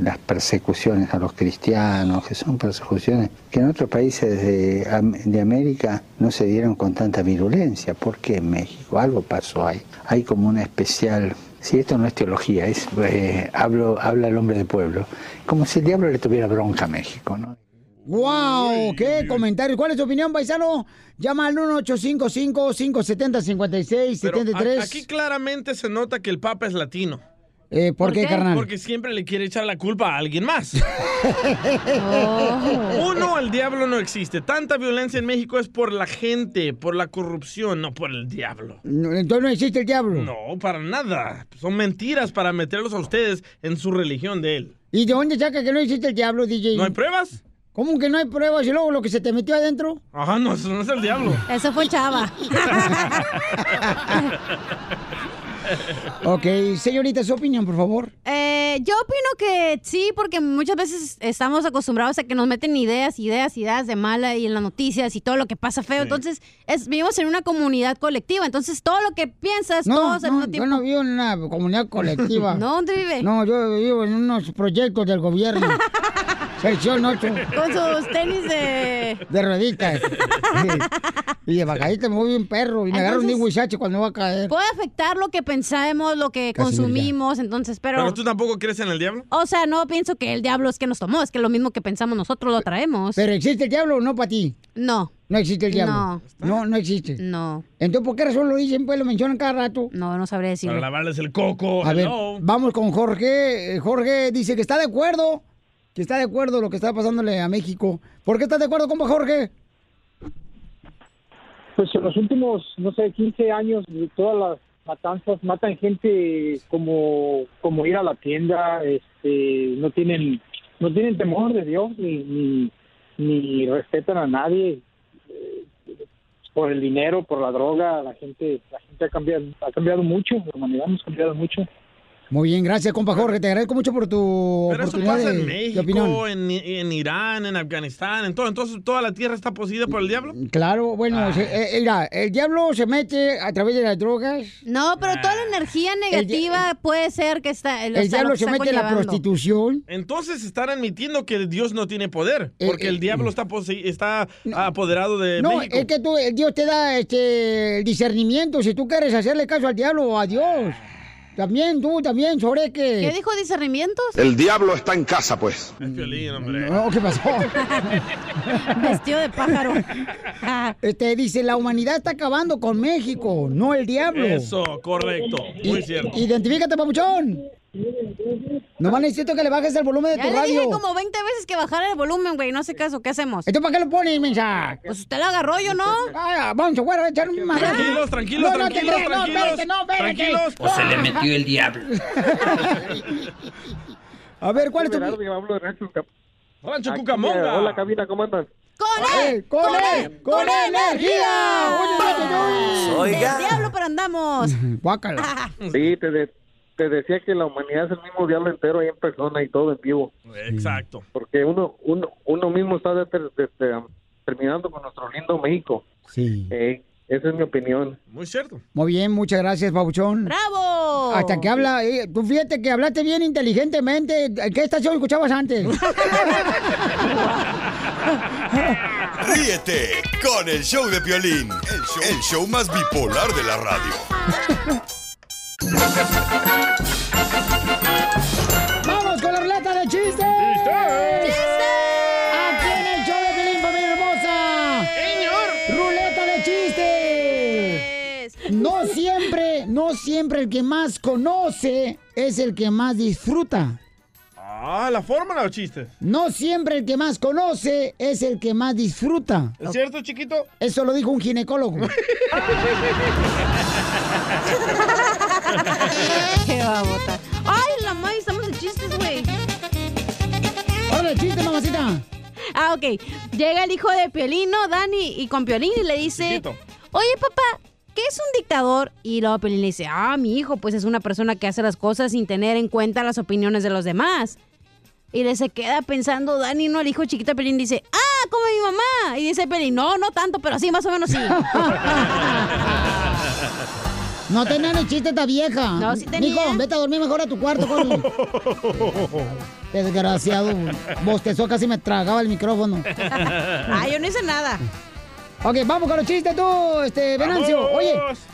Las persecuciones a los cristianos, que son persecuciones que en otros países de, Am- de América no se dieron con tanta virulencia. ¿Por qué en México? Algo pasó ahí. Hay como una especial. Si esto no es teología, es eh, hablo, habla el hombre de pueblo. Como si el diablo le tuviera bronca a México, ¿no?
¡Wow! ¡Qué comentario! ¿Cuál es tu opinión, paisano? Llama al 1-855-570-5673.
A- Aquí claramente se nota que el Papa es latino.
Eh, ¿Por qué, carnal?
Porque siempre le quiere echar la culpa a alguien más.
Oh.
Uno, el diablo no existe. Tanta violencia en México es por la gente, por la corrupción, no por el diablo.
No, Entonces no existe el diablo.
No, para nada. Son mentiras para meterlos a ustedes en su religión de él.
¿Y de dónde saca que no existe el diablo, DJ?
¿No hay pruebas?
¿Cómo que no hay pruebas? Y luego lo que se te metió adentro.
Ajá, no, eso no es el diablo.
Eso fue Chava. ok, señorita, su opinión, por favor.
Eh, yo opino que sí, porque muchas veces estamos acostumbrados a que nos meten ideas, ideas, ideas de mala y en las noticias y todo lo que pasa feo. Entonces, es, vivimos en una comunidad colectiva. Entonces, todo lo que piensas,
No,
todos al
no
mismo
yo
tiempo.
no vivo en una comunidad colectiva.
¿No? ¿Dónde vive?
No, yo vivo en unos proyectos del gobierno. Sección 8.
Con sus tenis de-
De rueditas. y de bajadita me voy bien perro. Y me agarro un
Entonces-
guisache cuando va a caer.
Puede afectar lo que pensamos, lo que
Casi mil ya.
consumimos. Entonces,
Pero,
pero.
tú tampoco crees en el diablo.
O sea, no pienso que el diablo es que nos tomó, es que lo mismo que pensamos nosotros lo traemos.
¿Pero existe el diablo o no para ti?
No.
No existe el diablo.
No.
No, no existe.
No.
Entonces, ¿por qué razón lo dicen? Pues lo mencionan cada rato.
No, no sabré
Para lavarles el coco.
A ver,
hello.
vamos con Jorge. Eh, Jorge dice que está de acuerdo, que está de acuerdo lo que está pasándole a México. ¿Por qué estás de acuerdo, compa Jorge?
Pues en los últimos, no sé, 15 años, todas las matanzas, matan gente como, como ir a la tienda, este, no tienen, no tienen temor de Dios ni, ni, ni respetan a nadie eh, por el dinero, por la droga, la gente, la gente ha cambiado, ha cambiado mucho, la humanidad hemos cambiado mucho.
Muy bien, gracias, compa Jorge. Te agradezco mucho por tu
Pero eso
oportunidad
pasa
de,
en
de opinión.
México, en, en Irán, en Afganistán, en todo. Entonces, toda la tierra está poseída por el diablo.
Claro, bueno,
Ah.
se- eh, eh, mira, el diablo se mete a través de las drogas.
No, pero toda la energía negativa puede ser que está. o sea, lo que está conllevando.
Entonces están admitiendo que Dios no tiene poder, porque el diablo está, posei- está apoderado de
No,
México.
es que tú, eh, Dios te da este el discernimiento. Si tú quieres hacerle caso al diablo o a Dios, también tú, también, sobre que.
¿Qué dijo discernimientos?
El diablo está en casa, pues.
Es Piolín, hombre.
No, Oh, ¿qué pasó?
Vestido de pájaro.
Este dice, la humanidad está acabando con México, no el diablo.
Eso, correcto. Muy cierto.
Identifícate, papuchón. Nomás necesito que le bajes el volumen de
Ya
tu
le
radio.
dije como 20 veces que bajara el volumen, güey. No hace caso. ¿Qué hacemos?
¿Esto para qué lo pones, mensa?
Pues usted lo agarró, yo no.
Ah, vamos, güey, a echar un madrazo.
Tranquilos, tranquilos,
no, no, te
tranquilos,
creas, no,
tranquilos,
espérate, no, espérate.
tranquilos.
Pues
O se le metió el diablo.
A ver, ¿cuál es tu...?
Gerardo,
Rancho,
Cucamonga. Hola, cabina, ¿cómo andan?
¡Con él!
¡Con él! ¡Con energía!
Oiga.
Del diablo, pero andamos. Ah.
Guácala.
Sí, te, de- te decía que la humanidad es el mismo diablo entero ahí en persona y todo en vivo.
Exacto.
Porque uno uno, uno mismo está de- de- de- terminando con nuestro lindo México.
Sí.
Eh, esa es mi opinión.
Muy cierto.
Muy bien, muchas gracias, Pabuchón.
¡Bravo!
Hasta que habla, eh, tú fíjate que hablaste bien inteligentemente. ¿En qué estación escuchabas antes?
Ríete con el show de Piolín, el show, el show más bipolar de la radio.
¡Vamos con la ruleta de chistes! ¡Chistes! ¡Aquí en el show de Pelín, familia hermosa! ¡Señor! ¡Ruleta de chistes! No siempre, no siempre el que más conoce es el que más disfruta.
Ah, la fórmula o chiste.
No siempre el que más conoce es el que más disfruta.
¿Es cierto, chiquito?
Eso lo dijo un ginecólogo.
¡Qué babota! ¡Ay, la madre! Estamos en chistes, güey.
¡Órale, chiste, mamacita!
Ah, ok. Llega el hijo de Piolino, Dani, y con Piolín y le dice... Oye, papá, ¿qué es un dictador? Y luego Piolín le dice... Ah, mi hijo, pues es una persona que hace las cosas sin tener en cuenta las opiniones de los demás. Y le se queda pensando Dani, no, el hijo chiquito de Piolín dice... Ah, como mi mamá. Y dice Piolín, no, no tanto, pero sí, más o menos sí.
No tenía ni chiste esta vieja.
No, sí tenía.
Ah. Mijo, vete a dormir mejor a tu cuarto, con Desgraciado. Bostezó, casi me tragaba el micrófono.
ah, yo no hice nada.
Ok, vamos con los chistes tú, este, Venancio.
¡Vamos!
Oye,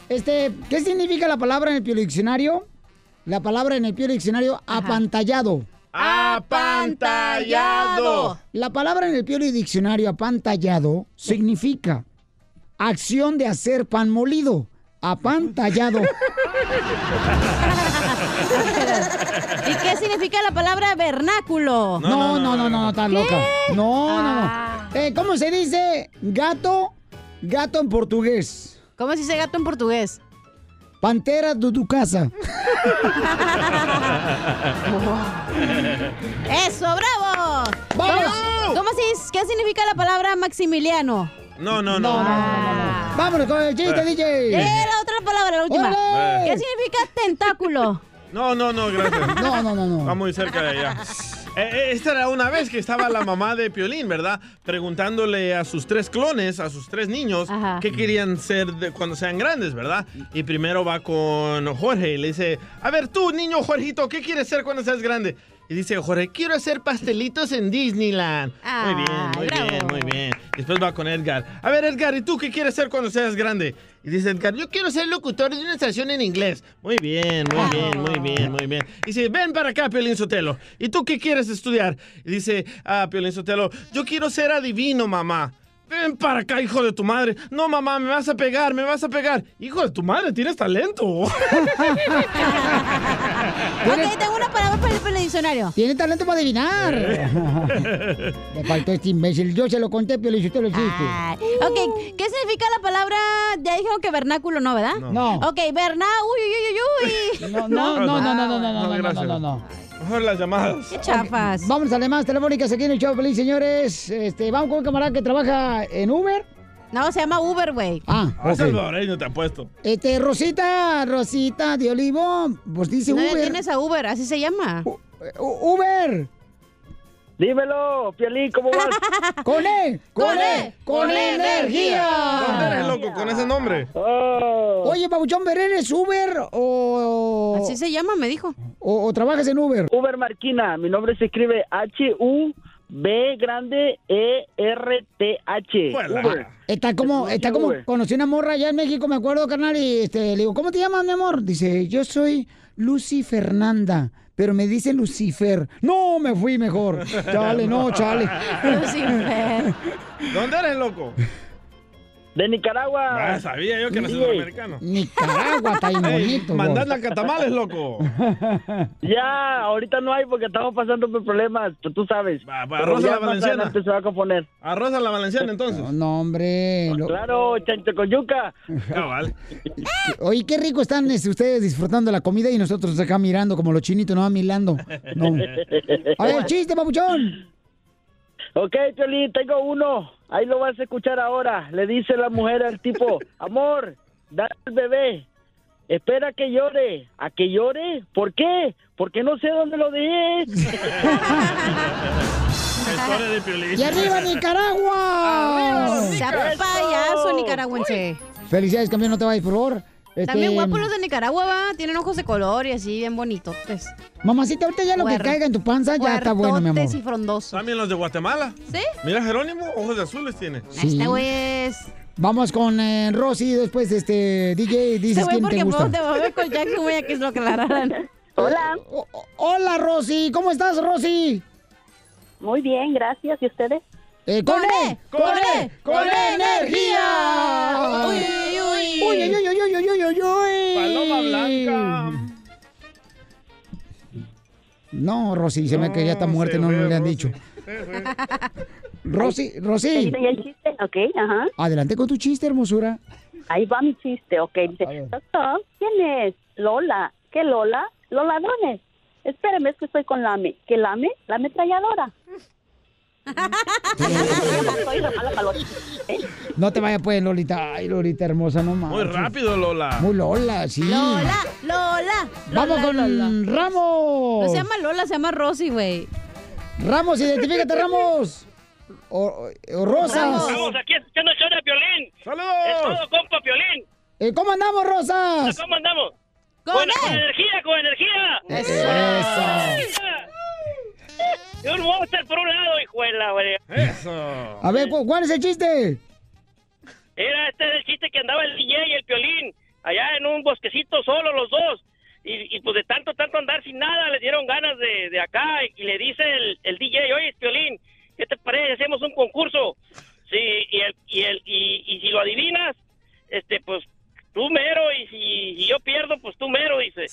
este, ¿qué significa la palabra en el Pio Diccionario? La palabra en el Pio Diccionario, apantallado.
¡Apantallado!
La palabra en el Pio Diccionario, apantallado, significa acción de hacer pan molido. Apantallado.
¿Y qué significa la palabra vernáculo?
No, no, no, no, no, tan loca. No,
Ah.
no, no. Eh, ¿Cómo se dice gato? Gato en portugués.
¿Cómo se dice gato en portugués?
Pantera de tu casa.
¡Eso, bravo!
¡Vamos!
¿Cómo se dice? ¿Qué significa la palabra Maximiliano?
No, no, no.
Vámonos con el chiste,
Eh.
DJ.
Eh, la otra palabra, la última.
¡Ole!
¿Qué significa tentáculo?
No, no, no, gracias.
No, no, no, no.
Va muy cerca de allá. Eh, eh, esta era una vez que estaba la mamá de Piolín, ¿verdad? Preguntándole a sus tres clones, a sus tres niños,
Ajá.
qué querían ser de- cuando sean grandes, ¿verdad? Y primero va con Jorge y le dice, a ver tú, niño Jorgito, ¿qué quieres ser cuando seas grande? Y dice Jorge, quiero hacer pastelitos en Disneyland.
Ah,
Ah,
muy bien, muy bien, muy bien. Después va con Edgar. A ver, Edgar, ¿y tú qué quieres ser cuando seas grande? Y dice Edgar, yo quiero ser locutor de una estación en inglés. Muy bien, muy bien, muy bien, muy bien. Y dice, ven para acá, Piolín Sotelo. ¿Y tú qué quieres estudiar? Y dice, ah, Piolín Sotelo, yo quiero ser adivino, mamá. Ven para acá, hijo de tu madre. No, mamá, me vas a pegar, me vas a pegar. Hijo de tu madre, tienes talento.
Ok, tengo una palabra para el, para el diccionario. Eh.
Tiene talento para adivinar. Le faltó este imbécil. Yo se lo conté, pero usted lo hiciste.
Ok, ¿qué significa la palabra? Ya dijeron que vernáculo no, ¿verdad?
No.
Ok, verná, uy, uy, uy, uy.
No, no, no, no, no, no, no, no, no, no,
gracias.
no, no.
Mejor las llamadas.
Qué chafas.
Vamos a las llamadas telefónicas aquí en el show, feliz, señores. Este, vamos con un camarada que trabaja en Uber.
No, se llama Uber, güey.
Ah,
Ah,
ok.
salvadoreño te apuesto.
Este, Rosita, Rosita de Olivo, pues dice
No le
Uber.
tienes a Uber, así se llama.
Uh. U- Uber.
Dímelo, Piolín, ¿cómo vas?
¡Con él!
¡Con E. él!
¡Con E. energía!
¿Dónde eres, loco, con ese nombre?
E. Oh.
Oye, Pabuchón, ¿ver eres Uber o...?
Así
se llama, me dijo.
¿O, o trabajas en Uber?
Uber Marquina, mi nombre se escribe H-U-B grande E E-R-T-H. Uber.
Está como,
Te
está
conocí en
como,
Uber.
conocí una morra allá en México, me acuerdo, carnal, y este, le digo, ¿cómo te llamas, mi amor? Dice, yo soy Lucy Fernanda, pero me dice Lucifer. No, me fui mejor. Chale, no, chale.
Lucifer. ¿Dónde eres, loco?
De Nicaragua.
Ah, sabía yo que eras
Sí.
centroamericano.
Nicaragua, está bien
Ey,
bonito.
Mandadla a catamales, loco.
Ya, ahorita no hay porque estamos pasando por problemas, tú, tú sabes. Pero
arroz a
ya
la
más
valenciana.
adelante se va a componer.
Arroz a la valenciana, entonces.
No, no, hombre. lo-
Pues Claro, chancho con yuca.
Cabal.
Oye, qué rico están este, ustedes disfrutando la comida y nosotros acá mirando como los chinitos, no mirando. No. A ver, chiste, papuchón.
Ok, Piolín, tengo uno. Ahí lo vas a escuchar ahora. Le dice la mujer al tipo, amor, dale al bebé. Espera que llore. ¿A que llore? ¿Por qué? Porque no sé dónde lo dejé.
Historia de Piolín.
¡Y arriba Nicaragua!
Sea payaso nicaragüense.
Felicidades, campeón, no te vayas, por favor. Este,
También guapos los de Nicaragua, va. Tienen ojos de color y así, bien bonitotes.
Mamacita, ahorita ya lo que
Puer-
caiga en tu panza ya Ah, está bueno, mi amor.
Puertotes y frondosos.
También los de Guatemala.
¿Sí?
Mira, Jerónimo, ojos de azules tiene.
Este güey es...
Vamos con eh, Rosy, después este DJ,
Este
dices
güey
quién te
porque puedo
gusta.
devolver con Jackson, güey, a que se lo aclararan.
Hola. Eh, hola, Rosy. ¿Cómo estás, Rosy?
Muy bien, gracias. ¿Y ustedes?
Eh, ¡Con E! ¡Con E! ¡Con E energía!
Uy, uy.
¡Uy, uy, uy, uy, uy, uy, uy, uy!
Paloma blanca.
No, Rosy, se me que ya está muerta, no, no le han dicho. Rosy, Rosy.
¿Ya el chiste? Ok, ajá.
Adelante con tu chiste, hermosura.
Ahí va mi chiste, ok. Dice, doctor, ¿quién es? Lola. ¿Qué Lola? Los ladrones. Espérame, es que estoy con Lame. ¿Qué Lame? La ametralladora. Soy la mala paloma.
No te vayas pues, Lolita. Ay, Lolita hermosa, no más.
Muy rápido, Lola.
Muy Lola, sí.
Lola, Lola.
Vamos
Lola,
con
Lola.
Ramos.
No se llama Lola, se llama Rosy, güey.
Ramos, identifícate, Ramos. O, o Rosas.
Estamos aquí escuchando el show de Piolín.
¡Saludos!
Es todo, compa, Piolín.
Eh, ¿Cómo andamos, Rosas?
¿Cómo andamos?
¡Con,
energía, con energía!
Eso. Eso.
Y un monster por un lado, hijuela, güey.
¡Eso!
A ver, ¿cu- ¿cuál es el chiste?
Era este es el chiste que andaba el DJ y el Piolín allá en un bosquecito solo los dos. Y, y, pues de tanto, tanto andar sin nada, les dieron ganas de, de acá. Y, le dice el, el DJ, oye, Piolín, ¿qué te parece? Hacemos un concurso. Sí, y, el, y, el, y, y si lo adivinas, este, pues tú mero. Y si y yo pierdo, pues tú mero, dice.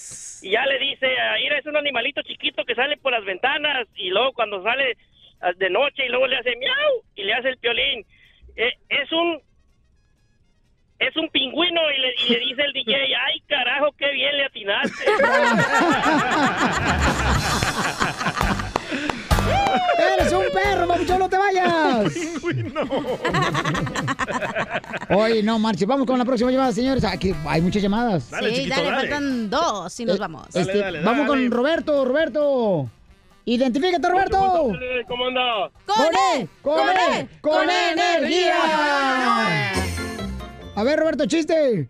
Y ya le dice, "Ah, mira, es un animalito chiquito que sale por las ventanas. Y luego cuando sale ah, de noche y luego le hace miau y le hace el Piolín. "Eh, es un es un pingüino y le, y le dice el DJ, ay carajo, qué bien le atinaste.
¡Eres un perro, mamucho, no te vayas! Oye, no, marche. Vamos con la próxima llamada, señores. Aquí hay muchas llamadas.
sí, dale, faltan dos y nos vamos.
Este, vamos con Roberto, Roberto. Identifícate, Roberto.
Eh,
¿Cómo anda?
¡Con E!
¡Con E! ¡Con E energía! A ver, Roberto, chiste.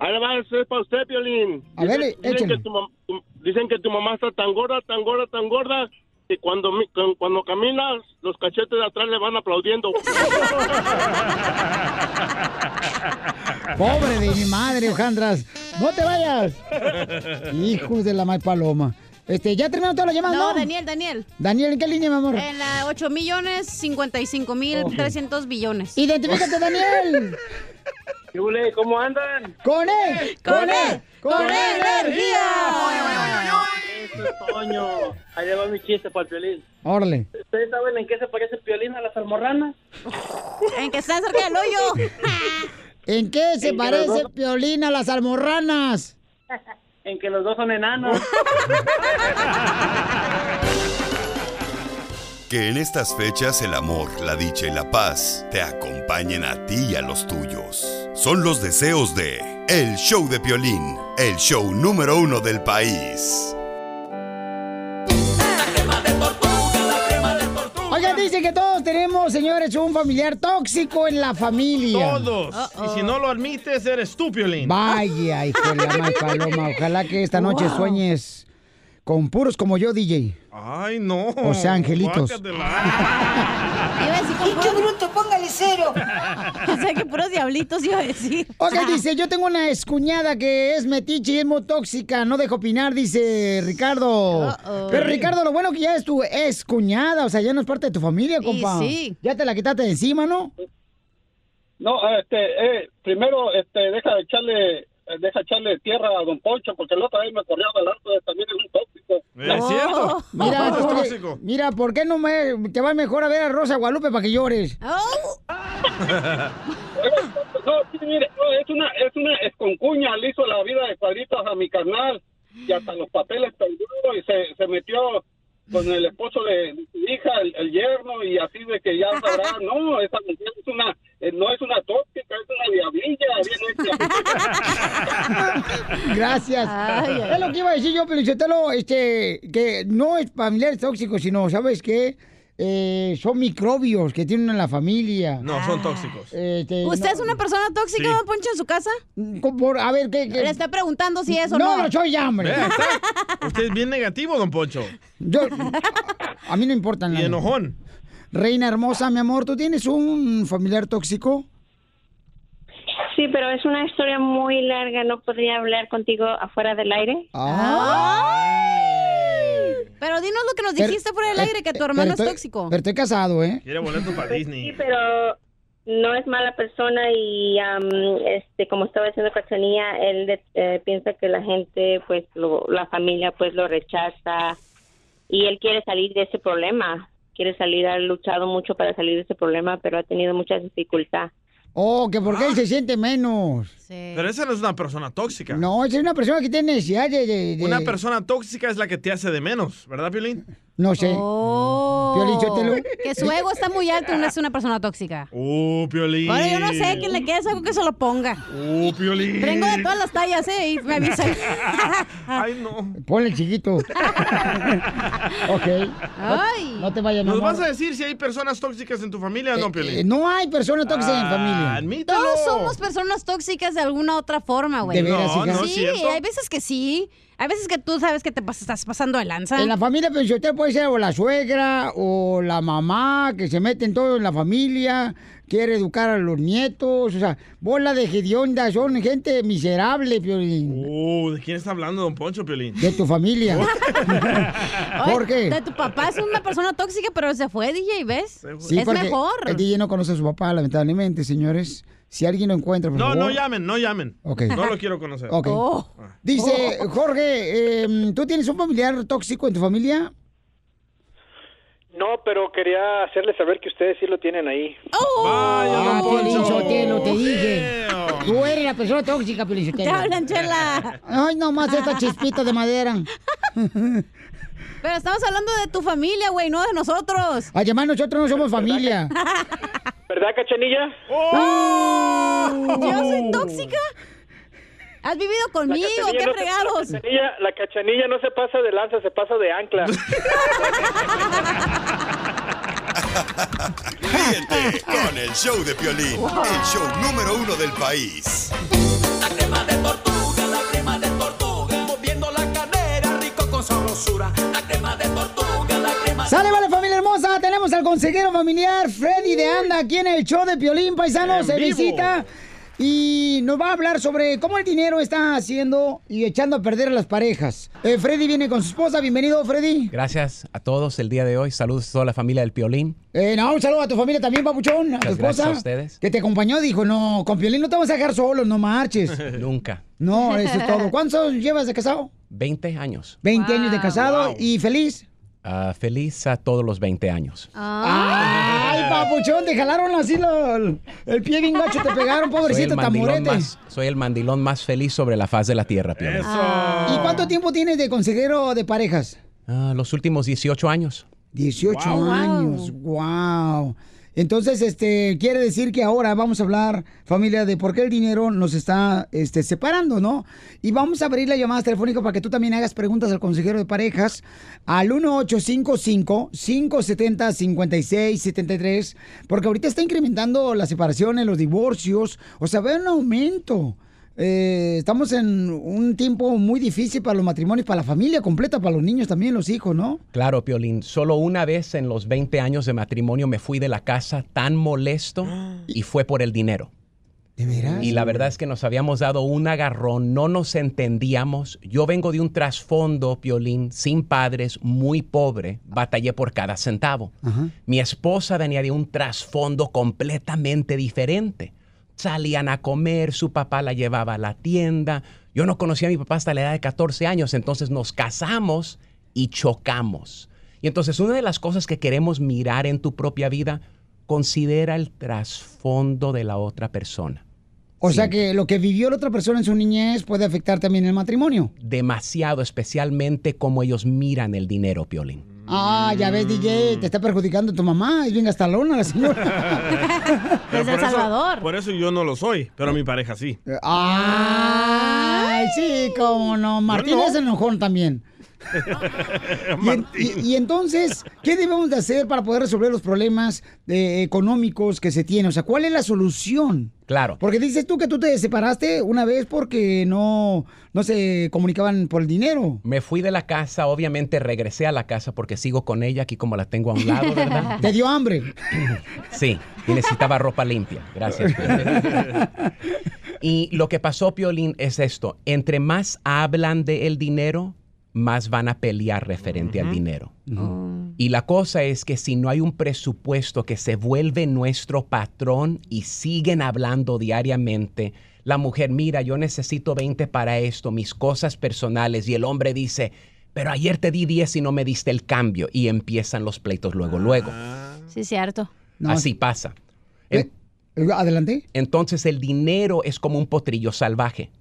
Además, es para usted, Piolín.
A ver,
Dicen- dicen,
échale.
que tu mam- tu- dicen que tu mamá está tan gorda, tan gorda, tan gorda, que cuando, mi- cu- cuando caminas, los cachetes de atrás le van aplaudiendo.
Pobre de mi madre, Ojandras. No te vayas. Hijos de la mal paloma. Este, ya terminaron todas las llamadas, ¿no?
No, Daniel, Daniel.
Daniel, ¿en qué línea, mi amor?
En la 8 millones 55 mil 300 billones.
Identifícate, Daniel.
¿Cómo andan?
¡Con él!
E. ¡Con E! ¡Con E
energía!
Toño, ahí le va mi chiste para el violín.
Órale.
¿Ustedes saben en qué se parece el violín a las almorranas?
En que está cerca del hoyo.
¿En qué se
En que los
parece
dos-
Piolín a las almorranas?
En que los dos son enanos.
Que en estas fechas el amor, la dicha y la paz te acompañen a ti y a los tuyos. Son los deseos de El Show de Piolín, el show número uno del país.
Oigan, dice que todos tenemos, señores, un familiar tóxico en la familia.
Todos. Y si no lo admites, eres tú, Piolín.
Vaya, hijo de la mal paloma. Ojalá que esta noche
Wow. Ah,
sueñes con puros como yo, DJ.
Ay, no.
O sea, angelitos.
¡Qué bruto! ¡Póngale cero!
o sea, que puros diablitos iba a decir.
Ok, dice, yo tengo una excuñada que es metiche y es muy tóxica, no dejo opinar, dice Ricardo.
Uh-oh.
Pero Ricardo, lo bueno que ya es tu excuñada, o sea, ya no es parte de tu familia,
Y
compa.
sí.
Ya te la quitaste de encima, ¿no?
No, este, eh, primero, este, deja de echarle, eh, deja echarle tierra a Don Poncho, porque el otro vez me corrió del arco, también es un tóxico.
Oh. Mira,
Todo es
tú que-
tóxico.
mira, ¿por qué no me, te vas mejor a ver a Rosa Guadalupe para que llores?
No, sí, mire, no, es una, es una esconcuña, le hizo la vida de cuadritos a mi carnal, y hasta los papeles perdió, y se, se metió con el esposo de mi hija, el, el yerno, y así de que ya sabrá, no, esa mujer es una, eh, no es una tóxica, es una diablilla, bien hecha.
Gracias.
Ay, ay.
Es lo que iba a decir yo, Pelichotelo, este, que no es familiares tóxicos, sino, ¿sabes qué? Eh, son microbios que tienen en la familia.
No, son
Ah.
tóxicos.
Este,
¿Usted
no-
es una persona tóxica,
Sí.
don Poncho, en su casa?
Por, a ver, ¿qué,
Le está preguntando si es o
No,
no.
no soy ya, hombre.
Vea, está- Usted es bien negativo, don Poncho.
Yo, a mí no importa nada.
Y enojón.
Reina hermosa, mi amor, ¿tú tienes un familiar tóxico?
Sí, pero es una historia muy larga, no podría hablar contigo afuera del aire.
Ah.
Pero dinos lo que nos Ah.
Pero-
Oh, dijiste fuera del aire, que tu
pero
hermano es
estoy-
tóxico.
eh, Pero estoy casado, ¿eh?
Quiere boleto para
Sí,
Disney.
pero no es mala persona y am, este como estaba diciendo Cachanía, él de- eh, piensa que la gente, pues lo- la familia, pues lo rechaza y él quiere salir de ese problema. Quiere salir, ha luchado mucho para salir de ese problema, pero ha tenido mucha dificultad.
Oh, que porque
Ah.
él se siente menos.
Pero esa no es una persona tóxica.
No, esa es una persona que tiene necesidad de... de- de-
Una persona tóxica es la que te hace de menos, ¿verdad, Piolín?
No sé.
Oh,
Piolichotelo.
que su ego está muy alto y no es una persona tóxica.
Uh, Piolín.
Bueno, yo no sé a quién le queda es algo que se lo ponga.
Uh, Piolín.
Vengo de todas las tallas, ¿eh? Y me avisan.
Ay, no.
Ponle el chiquito. ok. No-
Ay.
No, te vayas, mi
¿Nos
amor.
vas a decir si hay personas tóxicas en tu familia o no, Piolín?
Eh, no hay persona tóxica en
Ah,
familia.
admítelo.
Todos somos personas tóxicas de alguna otra forma, güey.
¿De veras, No, hija? no es
sí,
cierto.
hay veces que sí. Hay veces que tú sabes que te pas- estás pasando de lanza.
En la familia pensionera puede ser o la suegra o la mamá que se meten todo en la familia, quiere educar a los nietos, o sea, bola de hedionda, son gente miserable, Piolín,
Uh, ¿de quién está hablando, don Poncho, Piolín?
de tu familia.
Oye,
¿Por qué?
De tu papá es una persona tóxica, pero se fue, DJ, ¿ves?
Sí,
es
porque
mejor.
El DJ no conoce a su papá, lamentablemente, señores. Si alguien lo encuentra, por
No,
favor.
no llamen, no llamen.
Ok.
No lo quiero conocer.
Ok.
Oh.
Dice, Jorge, eh, ¿tú tienes un familiar tóxico en tu familia?
No, pero quería hacerles saber que ustedes sí lo tienen ahí.
Ah, Piolín Sotelo, te dije. Tú eres la persona tóxica, Piolín Sotelo.
Te hablan, chela.
Ay, nomás esta chispita de madera.
Pero estamos hablando de tu familia, güey, no de nosotros.
Además, nosotros no somos familia.
¿Verdad, Cachanilla?
¡Oh!
¡Oh! Yo soy tóxica. Has vivido conmigo, qué fregados.
La cachanilla, la cachanilla no se pasa de lanza, se pasa de ancla.
Ríete con el show de Piolín, el show número uno del país.
Sale, vale, familia hermosa. Tenemos al consejero familiar Freddy de Anda aquí en el show de Piolín Paisano.
En
se
vivo.
visita y nos va a hablar sobre cómo el dinero está haciendo y echando a perder a las parejas. Eh, Freddy viene con su esposa. Bienvenido, Freddy.
Gracias a todos el día de hoy. Saludos a toda la familia del Piolín.
Eh, no, un saludo a tu familia también, papuchón. A tu
Muchas
esposa.
gracias a ustedes.
Que te acompañó, dijo, no, con Piolín no te vamos a dejar solo, no marches.
Nunca.
No, eso es todo. ¿Cuántos años llevas de casado?
20 años.
20 años de casado y feliz.
Ah, feliz a todos los 20 años.
¡Ay,
Ah.
papuchón! Te jalaron así lo- el, el pie bien gacho, te pegaron,
soy,
pobrecito,
el mandilón
tamborete.
más, soy el mandilón más feliz sobre la faz de la tierra, Piolín.
¿Y cuánto tiempo tienes de consejero de parejas?
Ah, los últimos 18 años.
18 años, wow. Entonces, este, quiere decir que ahora vamos a hablar, familia, de por qué el dinero nos está este, separando, ¿no? Y vamos a abrir la llamada telefónica para que tú también hagas preguntas al consejero de parejas al 1855-570-5673, porque ahorita está incrementando las separaciones, los divorcios, o sea, ve un aumento. Eh, estamos en un tiempo muy difícil para los matrimonios, para la familia completa, para los niños también, los hijos, ¿no?
Claro, Piolín, solo una vez en los 20 años de matrimonio me fui de la casa tan molesto y fue por el dinero. ¿De veras? Y la verdad es que nos habíamos dado un agarrón, no nos entendíamos. Yo vengo de un trasfondo, Piolín, sin padres, muy pobre, batallé por cada centavo. Mi esposa venía de un trasfondo completamente diferente. Salían a comer, su papá la llevaba a la tienda. Yo no conocía a mi papá hasta la edad de 14 años, entonces nos casamos y chocamos. Y entonces una de las cosas que queremos mirar en tu propia vida, considera el trasfondo de la otra persona.
O sea que lo que vivió la otra persona en su niñez puede afectar también el matrimonio.
Demasiado, especialmente cómo ellos miran el dinero, Piolín.
Ah, ya ves, DJ, te está perjudicando tu mamá. Es bien gastalona la señora.
Pero
Desde El
por eso-
Salvador.
por eso yo no lo soy, pero mi pareja sí.
Eh, ah. Ay, sí, cómo no. Martín
no.
es enojón también. Y, en- y- y entonces, ¿qué debemos de hacer para poder resolver los problemas eh, económicos que se tienen? O sea, ¿cuál es la solución?
Claro.
Porque dices tú que tú te separaste una vez porque no, no se comunicaban por el dinero.
Me fui de la casa, obviamente regresé a la casa porque sigo con ella aquí como la tengo a un lado, ¿verdad?
Te dio hambre.
Sí, y necesitaba ropa limpia. Gracias. Piolín. Y lo que pasó, Piolín, es esto. Entre más hablan de el dinero, más van a pelear referente al dinero. Y la cosa es que si no hay un presupuesto que se vuelve nuestro patrón y siguen hablando diariamente, la mujer, mira, yo necesito 20 para esto, mis cosas personales, y el hombre dice, pero ayer te di 10 y no me diste el cambio, y empiezan los pleitos luego, luego.
Sí, cierto.
Así pasa.
Adelante.
Entonces el dinero es como un potrillo salvaje.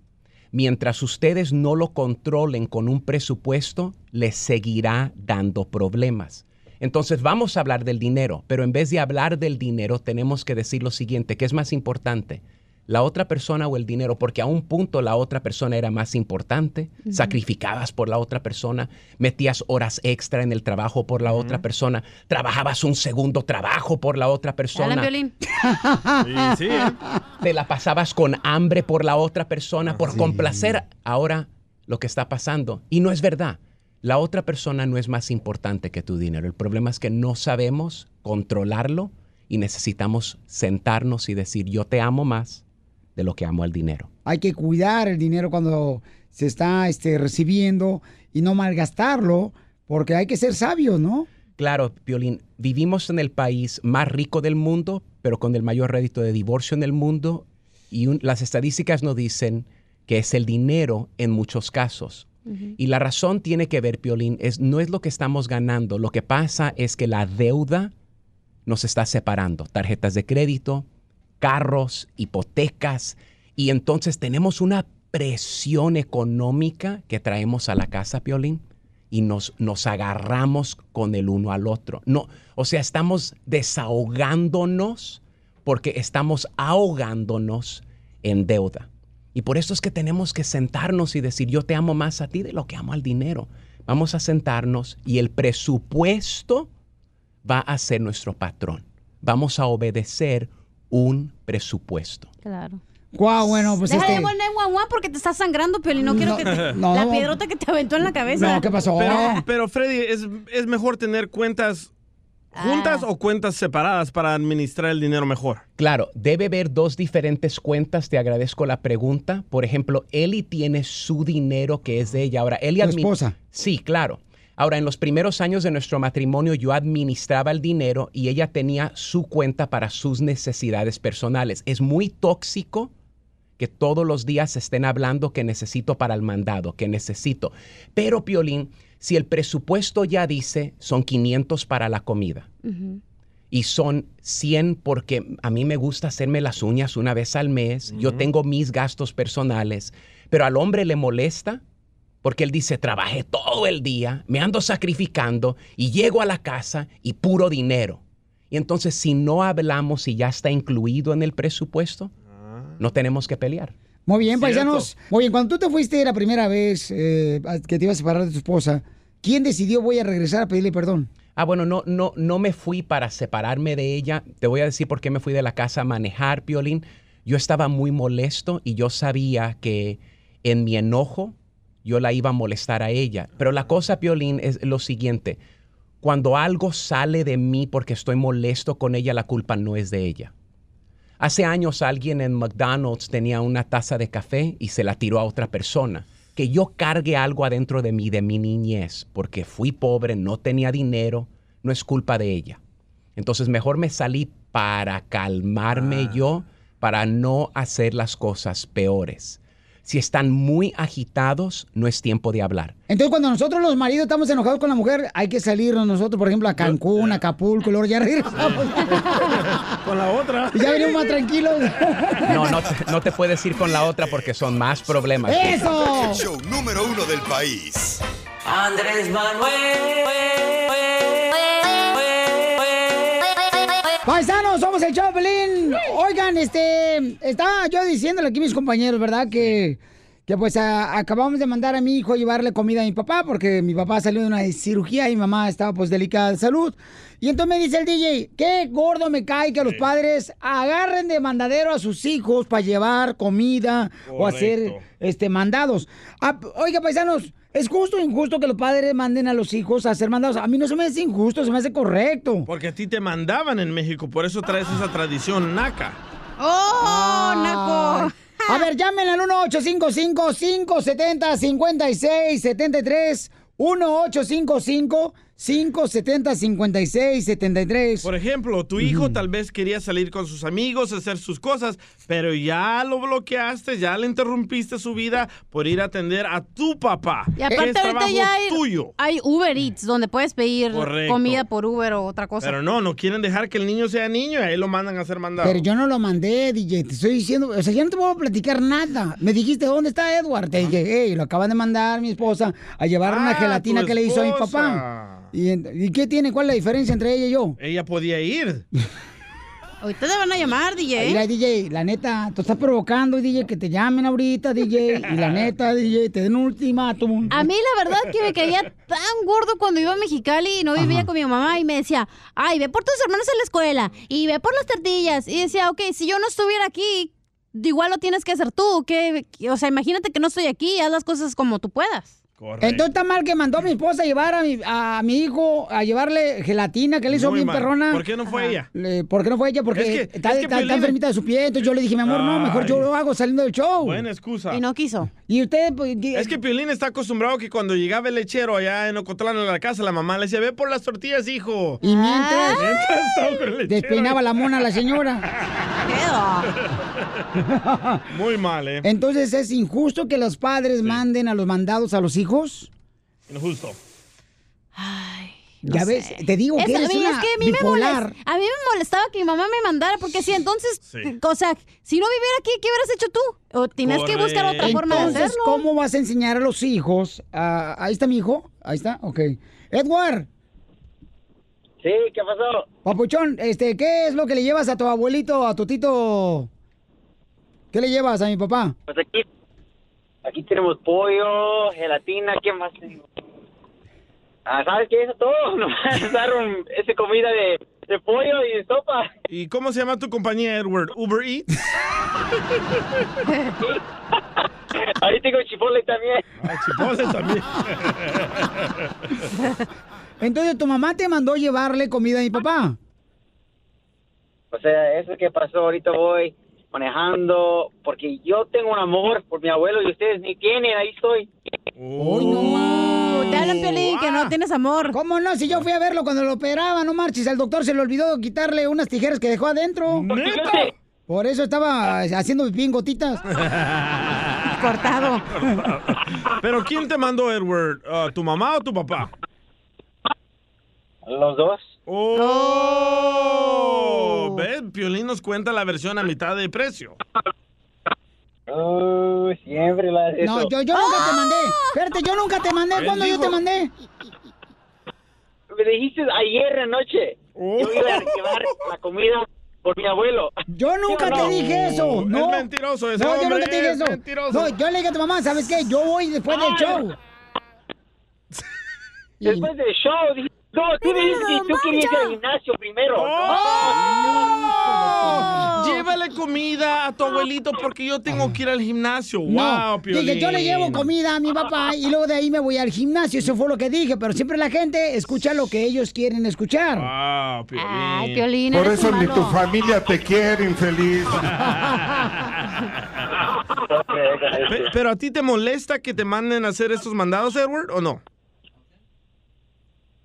Mientras ustedes no lo controlen con un presupuesto, les seguirá dando problemas. Entonces vamos a hablar del dinero, pero en vez de hablar del dinero tenemos que decir lo siguiente, que es más importante, la otra persona o el dinero, porque a un punto la otra persona era más importante,
Ujú.
sacrificabas por la otra persona, metías horas extra en el trabajo por la otra persona, trabajabas un segundo trabajo por la otra persona.
Hablan violín.
Sí, Te la pasabas con hambre por la otra persona, por complacer ahora lo que está pasando. Y no es verdad. La otra persona no es más importante que tu dinero. El problema es que no sabemos controlarlo y necesitamos sentarnos y decir, yo te amo más de lo que amo al dinero.
Hay que cuidar el dinero cuando se está este, recibiendo y no malgastarlo, porque hay que ser sabios, ¿no?
Claro, Piolín, vivimos en el país más rico del mundo, pero con el mayor rédito de divorcio en el mundo. Y un- las estadísticas nos dicen que es el dinero en muchos casos. Y la razón tiene que ver, Piolín, es, no es lo que estamos ganando. Lo que pasa es que la deuda nos está separando. Tarjetas de crédito, carros, hipotecas. Y entonces tenemos una presión económica que traemos a la casa, Piolín, y nos, nos agarramos con el uno al otro. No, o sea, estamos desahogándonos porque estamos ahogándonos en deuda. Y por eso es que tenemos que sentarnos y decir, yo te amo más a ti de lo que amo al dinero. Vamos a sentarnos y el presupuesto va a ser nuestro patrón. Vamos a obedecer un presupuesto.
Claro.
Guau, bueno, pues
Deja
este-
de guané, guau, guau, porque te estás sangrando, Piolín. No, quiero que te...
no.
La piedrota que te aventó en la cabeza. Ah,
Eh.
Pero, pero, Freddy, ¿es, es mejor tener cuentas juntas o cuentas separadas para administrar el dinero mejor?
Claro, debe haber dos diferentes cuentas. Te agradezco la pregunta. Por ejemplo, Eli tiene su dinero que es de ella. Ahora, Eli
Tu
admi-
esposa.
Sí, claro. Ahora, en los primeros años de nuestro matrimonio, yo administraba el dinero y ella tenía su cuenta para sus necesidades personales. Es muy tóxico que que todos los días estén hablando que necesito para el mandado, que necesito. Pero, Piolín, si el presupuesto ya dice son 500 para la comida
Ujú.
y son 100 porque a mí me gusta hacerme las uñas una vez al mes, yo
Ujú.
tengo mis gastos personales, pero al hombre le molesta porque él dice, trabajé todo el día, me ando sacrificando y llego a la casa y puro dinero. Y entonces si no hablamos y ya está incluido en el presupuesto,
Ah.
no tenemos que pelear.
Muy bien,
Ah, Cierto.
paisanos. Muy bien, cuando tú te fuiste la primera vez eh, a- que te ibas a separar de tu esposa, ¿quién decidió voy a regresar a pedirle perdón?
Ah, bueno, no, no, no me fui para separarme de ella. Te voy a decir por qué me fui de la casa a manejar, Piolín. Yo estaba muy molesto y yo sabía que en mi enojo yo la iba a molestar a ella. Pero la cosa, Piolín, es lo siguiente. Cuando algo sale de mí porque estoy molesto con ella, la culpa no es de ella. Hace años alguien en McDonald's tenía una taza de café y se la tiró a otra persona. Que yo cargue algo adentro de mí, de mi niñez, porque fui pobre, no tenía dinero, no es culpa de ella. Entonces mejor me salí para calmarme yo, para no hacer las cosas peores. Si están muy agitados, no es tiempo de hablar.
Entonces, cuando nosotros los maridos estamos enojados con la mujer, hay que salirnos nosotros, por ejemplo, a Cancún, a Acapulco, y luego ya regresamos. Ah,
Con la otra.
Y ya venimos más tranquilos.
No, no te, no te puedes ir con la otra porque son más problemas.
El show número uno del país.
Andrés Manuel.
Paisanos, somos el Choplin. Oigan, este, estaba yo diciéndole aquí a mis compañeros, ¿verdad? Que, que pues a- acabamos de mandar a mi hijo a llevarle comida a mi papá, porque mi papá salió de una cirugía y mi mamá estaba pues delicada de salud. Y entonces me dice el DJ, qué gordo me cae que los padres agarren de mandadero a sus hijos para llevar comida o hacer este mandados. Ah, oiga, paisanos, es justo o injusto que los padres manden a los hijos a hacer mandados. A mí no se me hace injusto, se me hace correcto.
Porque a ti te mandaban en México, por eso traes esa tradición naca.
¡Oh,
naco!
A ver, llamen al 1-855-570-5673. 1-855-570-5673.
Por ejemplo, tu hijo tal vez quería salir con sus amigos, hacer sus cosas, pero ya lo bloqueaste, ya le interrumpiste su vida por ir a atender a tu papá.
Y
que es
aparte ahorita
trabajo
ya hay,
tuyo.
hay Uber Eats donde puedes pedir
Correcto.
comida por Uber o otra cosa.
Pero no, no quieren dejar que el niño sea niño y ahí lo mandan a hacer mandado.
Pero yo no lo mandé, DJ. Te estoy diciendo, o sea, ya no te puedo platicar nada. Me dijiste, ¿dónde está Edward? Te dije, hey, lo acaban de mandar mi esposa a llevar una
Ah,
gelatina
tu
que le hizo a mi
esposa.
papá. ¿Y, en- ¿Y qué tiene? ¿Cuál es la diferencia entre ella y yo?
Ella podía ir.
Ahorita te van a llamar, DJ.
Mira, DJ, la neta, tú estás provocando, DJ, que te llamen ahorita, DJ. Y la neta, DJ, te den un ultimátum.
A mí la verdad que me caía tan gordo cuando iba a Mexicali y no vivía con mi mamá y me decía, ay, ve por tus hermanos a la escuela y ve por las tortillas. Y decía, ok, si yo no estuviera aquí, igual lo tienes que hacer tú. que O sea, imagínate que no estoy aquí y haz las cosas como tú puedas.
Entonces está mal que mandó a mi esposa a llevar a mi, a mi hijo a llevarle gelatina que le hizo
Muy
bien
mal.
perrona.
¿Por qué no fue ella?
Le- ¿Por qué no fue ella? Porque
Es que-
está,
es que
está- está
Piolín-
enfermita de su pie. Entonces yo le dije, mi amor, no, mejor yo
Ay.
lo hago saliendo del show.
Buena excusa.
Y
no
quiso.
Y usted, pues, di-
Es que Piolín está acostumbrado que cuando llegaba el lechero allá en Ocotlán a la casa, la mamá le decía, ve por las tortillas, hijo.
Y mientras-
Mientras estaba con el lechero.
eh, despeinaba la mona a la señora.
Muy mal, ¿eh?
Entonces es injusto que los padres manden a los mandados a los hijos.
Injusto.
ya ves, te digo que
Es-
eres
mira,
una
es que a mí, me
bipolar.
molest- a mí me molestaba que mi mamá me mandara, porque si entonces,
Sí.
o sea, si no viviera aquí, ¿qué hubieras hecho tú? O tienes que buscar otra forma de
Entonces,
hacerlo.
¿cómo vas a enseñar a los hijos? Ah, ahí está mi hijo. Ahí está, ok. Edward,
Sí, ¿qué pasó?
papuchón, este, ¿qué es lo que le llevas a tu abuelito, a tu tito? ¿Qué le llevas a mi papá?
Pues aquí, aquí tenemos pollo, gelatina, ¿qué más? tengo? Ah, ¿sabes qué? Eso todo. Nomás daron ese comida de, de pollo y de sopa.
¿Y cómo se llama tu compañía, Edward? ¿Uber Eats?
Ahí tengo chipotle también.
Ah, chipotle también.
Entonces, tu mamá te mandó llevarle comida a mi papá.
O sea, eso que pasó ahorita voy manejando, porque yo tengo un amor por mi abuelo y ustedes ni tienen, ahí estoy.
Te hablan, Piolín, que no tienes amor.
¿Cómo no? Si yo fui a verlo cuando lo operaba, no marches. Al doctor se le olvidó quitarle unas tijeras que dejó adentro.
Porque yo te,
Por eso estaba haciendo pipí en gotitas. Cortado.
Pero ¿quién te mandó, Edward? Ah, ¿Tu mamá o tu papá?
Los dos.
¡Oh! ¿Ves? Piolín nos cuenta la versión a mitad de precio.
Oh, siempre la hace
No,
eso.
yo, yo nunca te mandé. Espérate, yo nunca te mandé.
Él
¿Cuándo yo
dijo-
te mandé?
Me dijiste ayer anoche.
Oh.
Yo iba a llevar la comida por mi abuelo.
Yo nunca te dije eso. No.
Es mentiroso ese
No, yo
hombre,
nunca te dije
es
eso.
mentiroso.
No, yo le dije a tu mamá, ¿sabes qué? Yo voy después del
Ay.
show.
Después del show, dije, no, tú dijiste que tú querías ir al gimnasio primero.
Oh.
Oh.
Llévale comida a tu abuelito porque yo tengo que ir al gimnasio.
No,
wow, Piolín.
dije, yo le llevo comida a mi papá y luego de ahí me voy al gimnasio. Eso fue lo que dije, pero siempre la gente escucha lo que ellos quieren escuchar.
Wow, Piolín.
Ay, Piolín,
Por
eres
eso
un
ni
malo.
tu familia te quiere, infeliz.
Pe- ¿Pero a ti te molesta que te manden a hacer estos mandados, Edward, o no?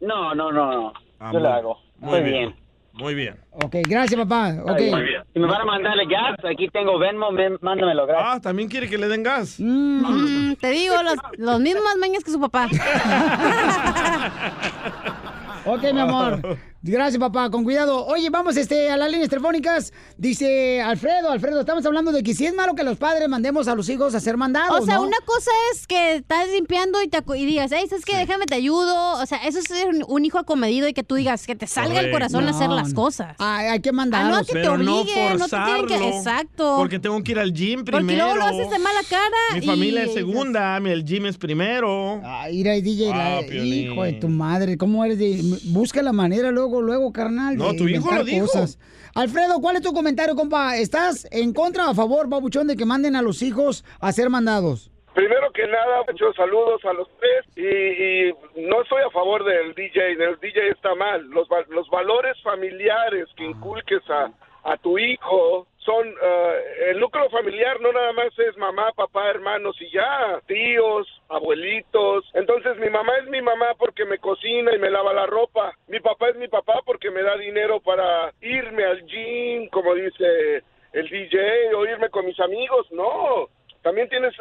No, no, no, no.
Ah,
yo
muy-
lo hago.
muy
Muy
bien.
bien.
Muy bien.
Ok, gracias, papá. Ok.
Muy bien. Si me van a mandar el gas, aquí tengo Venmo, men- mándamelo, gracias.
Ah, también quiere que le den gas.
Mm, te digo, los, los mismos mañas que su papá.
Ok, mi amor. Gracias, papá. Con cuidado. Oye, vamos este, a las líneas telefónicas. Dice Alfredo, Alfredo, estamos hablando de que si es malo que los padres mandemos a los hijos a ser mandados.
O sea,
¿no?
una cosa es que estás limpiando y, te acu- y digas, hey, ¿sabes qué? Déjame te ayudo. O sea, eso es ser un, un hijo acomedido y que tú digas que te salga el
Correcto.
corazón a hacer
No,
las cosas.
hay que mandarlos.
Ah, no, que te
Pero no
obliguen, no, te tienen que...
forzarlo,
Exacto.
Porque tengo que ir al gym primero.
Porque luego lo haces de mala cara
Mi
y-
familia es segunda, mi- el gym es primero.
Ah, ir al DJ, la-
Ah, Piolín.
hijo de tu madre, ¿cómo eres? de- busca la manera luego, luego, carnal.
No,
de
tu hijo
inventar
lo dijo.
Alfredo, ¿cuál es tu comentario, compa? ¿Estás en contra o a favor, babuchón, de que manden a los hijos a ser mandados?
Primero que nada, muchos saludos a los tres y, y no estoy a favor del DJ, del DJ está mal. Los, va- los valores familiares que inculques a, a tu hijo son, eh, el núcleo familiar no nada más es mamá, papá, hermanos y ya, tíos, abuelitos. Entonces mi mamá es mi mamá porque me cocina y me lava la ropa. Mi papá es mi papá porque me da dinero para irme al gym, como dice el DJ, o irme con mis amigos. No, también tienes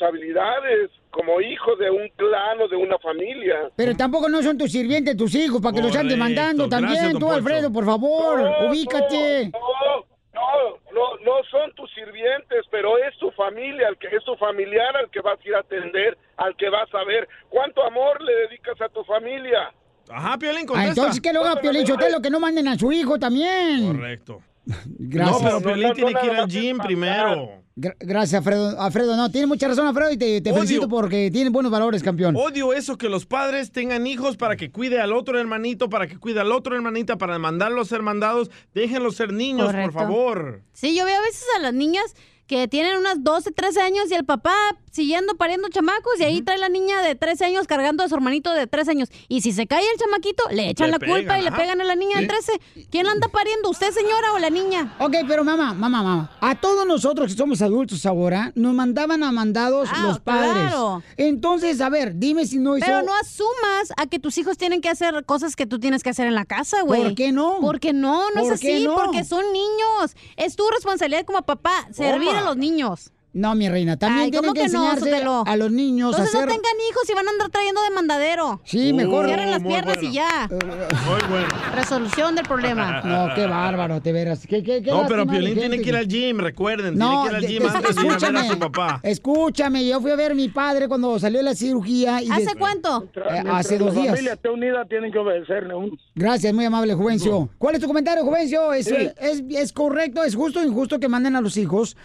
responsabilidades como hijo de un clan o de una familia.
Pero tampoco no son tus sirvientes, tus hijos, para que los andes
Correcto.
mandando
Gracias,
también.
don
Tú,
Poncho.
Alfredo, por favor,
No,
ubícate.
No, no, no, no son tus sirvientes, pero es tu familia, al que, es tu familiar al que vas a ir a atender, al que vas a ver. ¿Cuánto amor le dedicas a tu familia?
Ajá, Piolín,
Ah, entonces que lo haga Piolín Chotelo, que no manden a su hijo también.
Correcto.
Gracias.
No, pero Piolín
no,
tiene
no,
que ir
nada
al gym primero.
Gra- gracias, Alfredo. Alfredo, no, tienes mucha razón, Alfredo, y te, te
Odio. Oh.
felicito porque tienes buenos valores, campeón.
Odio eso, que los padres tengan hijos para que cuide al otro hermanito, para que cuide al otro hermanita, para mandarlos a ser mandados. Déjenlos ser niños,
Correcto.
por favor.
Sí, yo veo a veces a las niñas que tienen unas 12, 13 años y el papá siguiendo pariendo chamacos y ahí trae la niña de 13 años cargando a su hermanito de 13 años. Y si se cae el chamaquito, le echan
Le
la
pegan,
culpa y le
ajá.
pegan a la niña de
Sí.
13. ¿Quién la anda pariendo, usted señora o la niña?
Ok, pero mamá, mamá, mamá, a todos nosotros que somos adultos ahora, nos mandaban a mandados los padres.
Ah, claro.
Entonces, a ver, dime si no hizo...
Pero no asumas a que tus hijos tienen que hacer cosas que tú tienes que hacer en la casa, güey.
¿Por qué no?
Porque no, no
¿Por
es
qué
así,
no?
porque son niños. Es tu responsabilidad como papá servir a
Toma.
los niños.
No, mi reina, también
Ay,
tienen
¿cómo
que,
que no,
enseñarse
Sotelo?
a los niños
Entonces
a hacer...
no tengan hijos y van a andar trayendo de mandadero.
Sí, mejor.
Cierren las
Muy
piernas y
bueno.
ya.
Muy bueno.
Resolución del problema.
No, qué bárbaro, te verás. ¿Qué, qué, qué
No, pero
lástima de
Piolín tiene
gente
que ir al gym, recuerden. tiene
No,
que ir
de-
al gym
de-
antes de ir a ver a
escúchame.
su papá.
Escúchame, yo fui a ver a mi padre cuando salió de la cirugía. Y
¿Hace
des-
cuánto?
Eh, hace dos
La
días.
familia está unida, tienen que obedecerle un
Gracias, muy amable, Juvencio. ¿Cuál es tu comentario, Juvencio? ¿Es,
Sí.
es, es correcto, es justo o injusto que manden a los hijos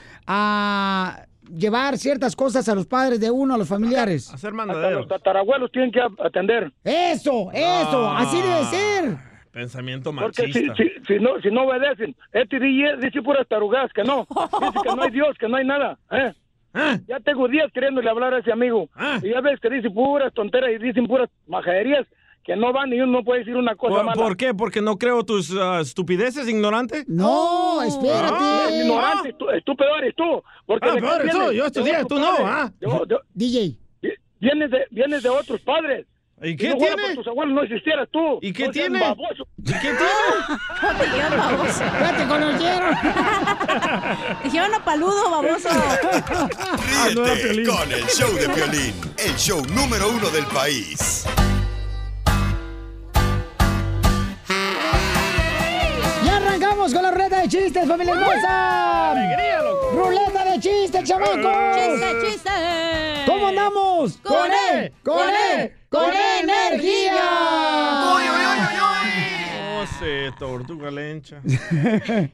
a llevar ciertas cosas a los padres de uno, a los familiares?
Hacer
Hasta
mandaderos.
los tatarabuelos tienen que atender.
Eso, Eh, eso,
Ah.
así debe
ser.
Pensamiento
Porque si,
machista.
si, si no, si no obedecen, este DJ dice puras tarugas, que no, dice que no hay Dios, que no hay nada. ¿eh? Ya tengo días queriéndole hablar a ese amigo.
¿Eh?
Y ya ves que dice puras tonteras y dicen puras majaderías que no van y uno no puede decir una cosa
¿Por,
mala.
por qué? ¿Porque no creo tus ah, estupideces, ignorante?
No,
espérate. Ah, ignorante, tú- estúpido eres tú. Porque
Ah,
de
peor
qué
eres tú, ah.
vienes?
yo
De
estudié,
otros
tú no,
padres.
¿ah?
De- de-
DJ.
Vienes de, vienes de otros padres.
¿Y
qué
qué
tiene?
tiene?
tus abuelos no existieras tú.
¿Y qué
No seas
tiene?
baboso.
¿Y qué tiene?
Ya te conocieron.
Dijeron a paludo, baboso.
Ríete con el show de Piolín, el show número uno del país.
Ya arrancamos con la ruleta de chistes, familia hermosa.
¡Alegría,
loco! ¡Ruleta de chistes, chamacos!
¡Chiste,
chiste!
¿Cómo andamos?
¡Con E!
¡Con E! ¡Con E energía!
¡Uy, uy, uy,
Eh.
uy, uy! No sé, Oh, tortuga lencha. ¿Qué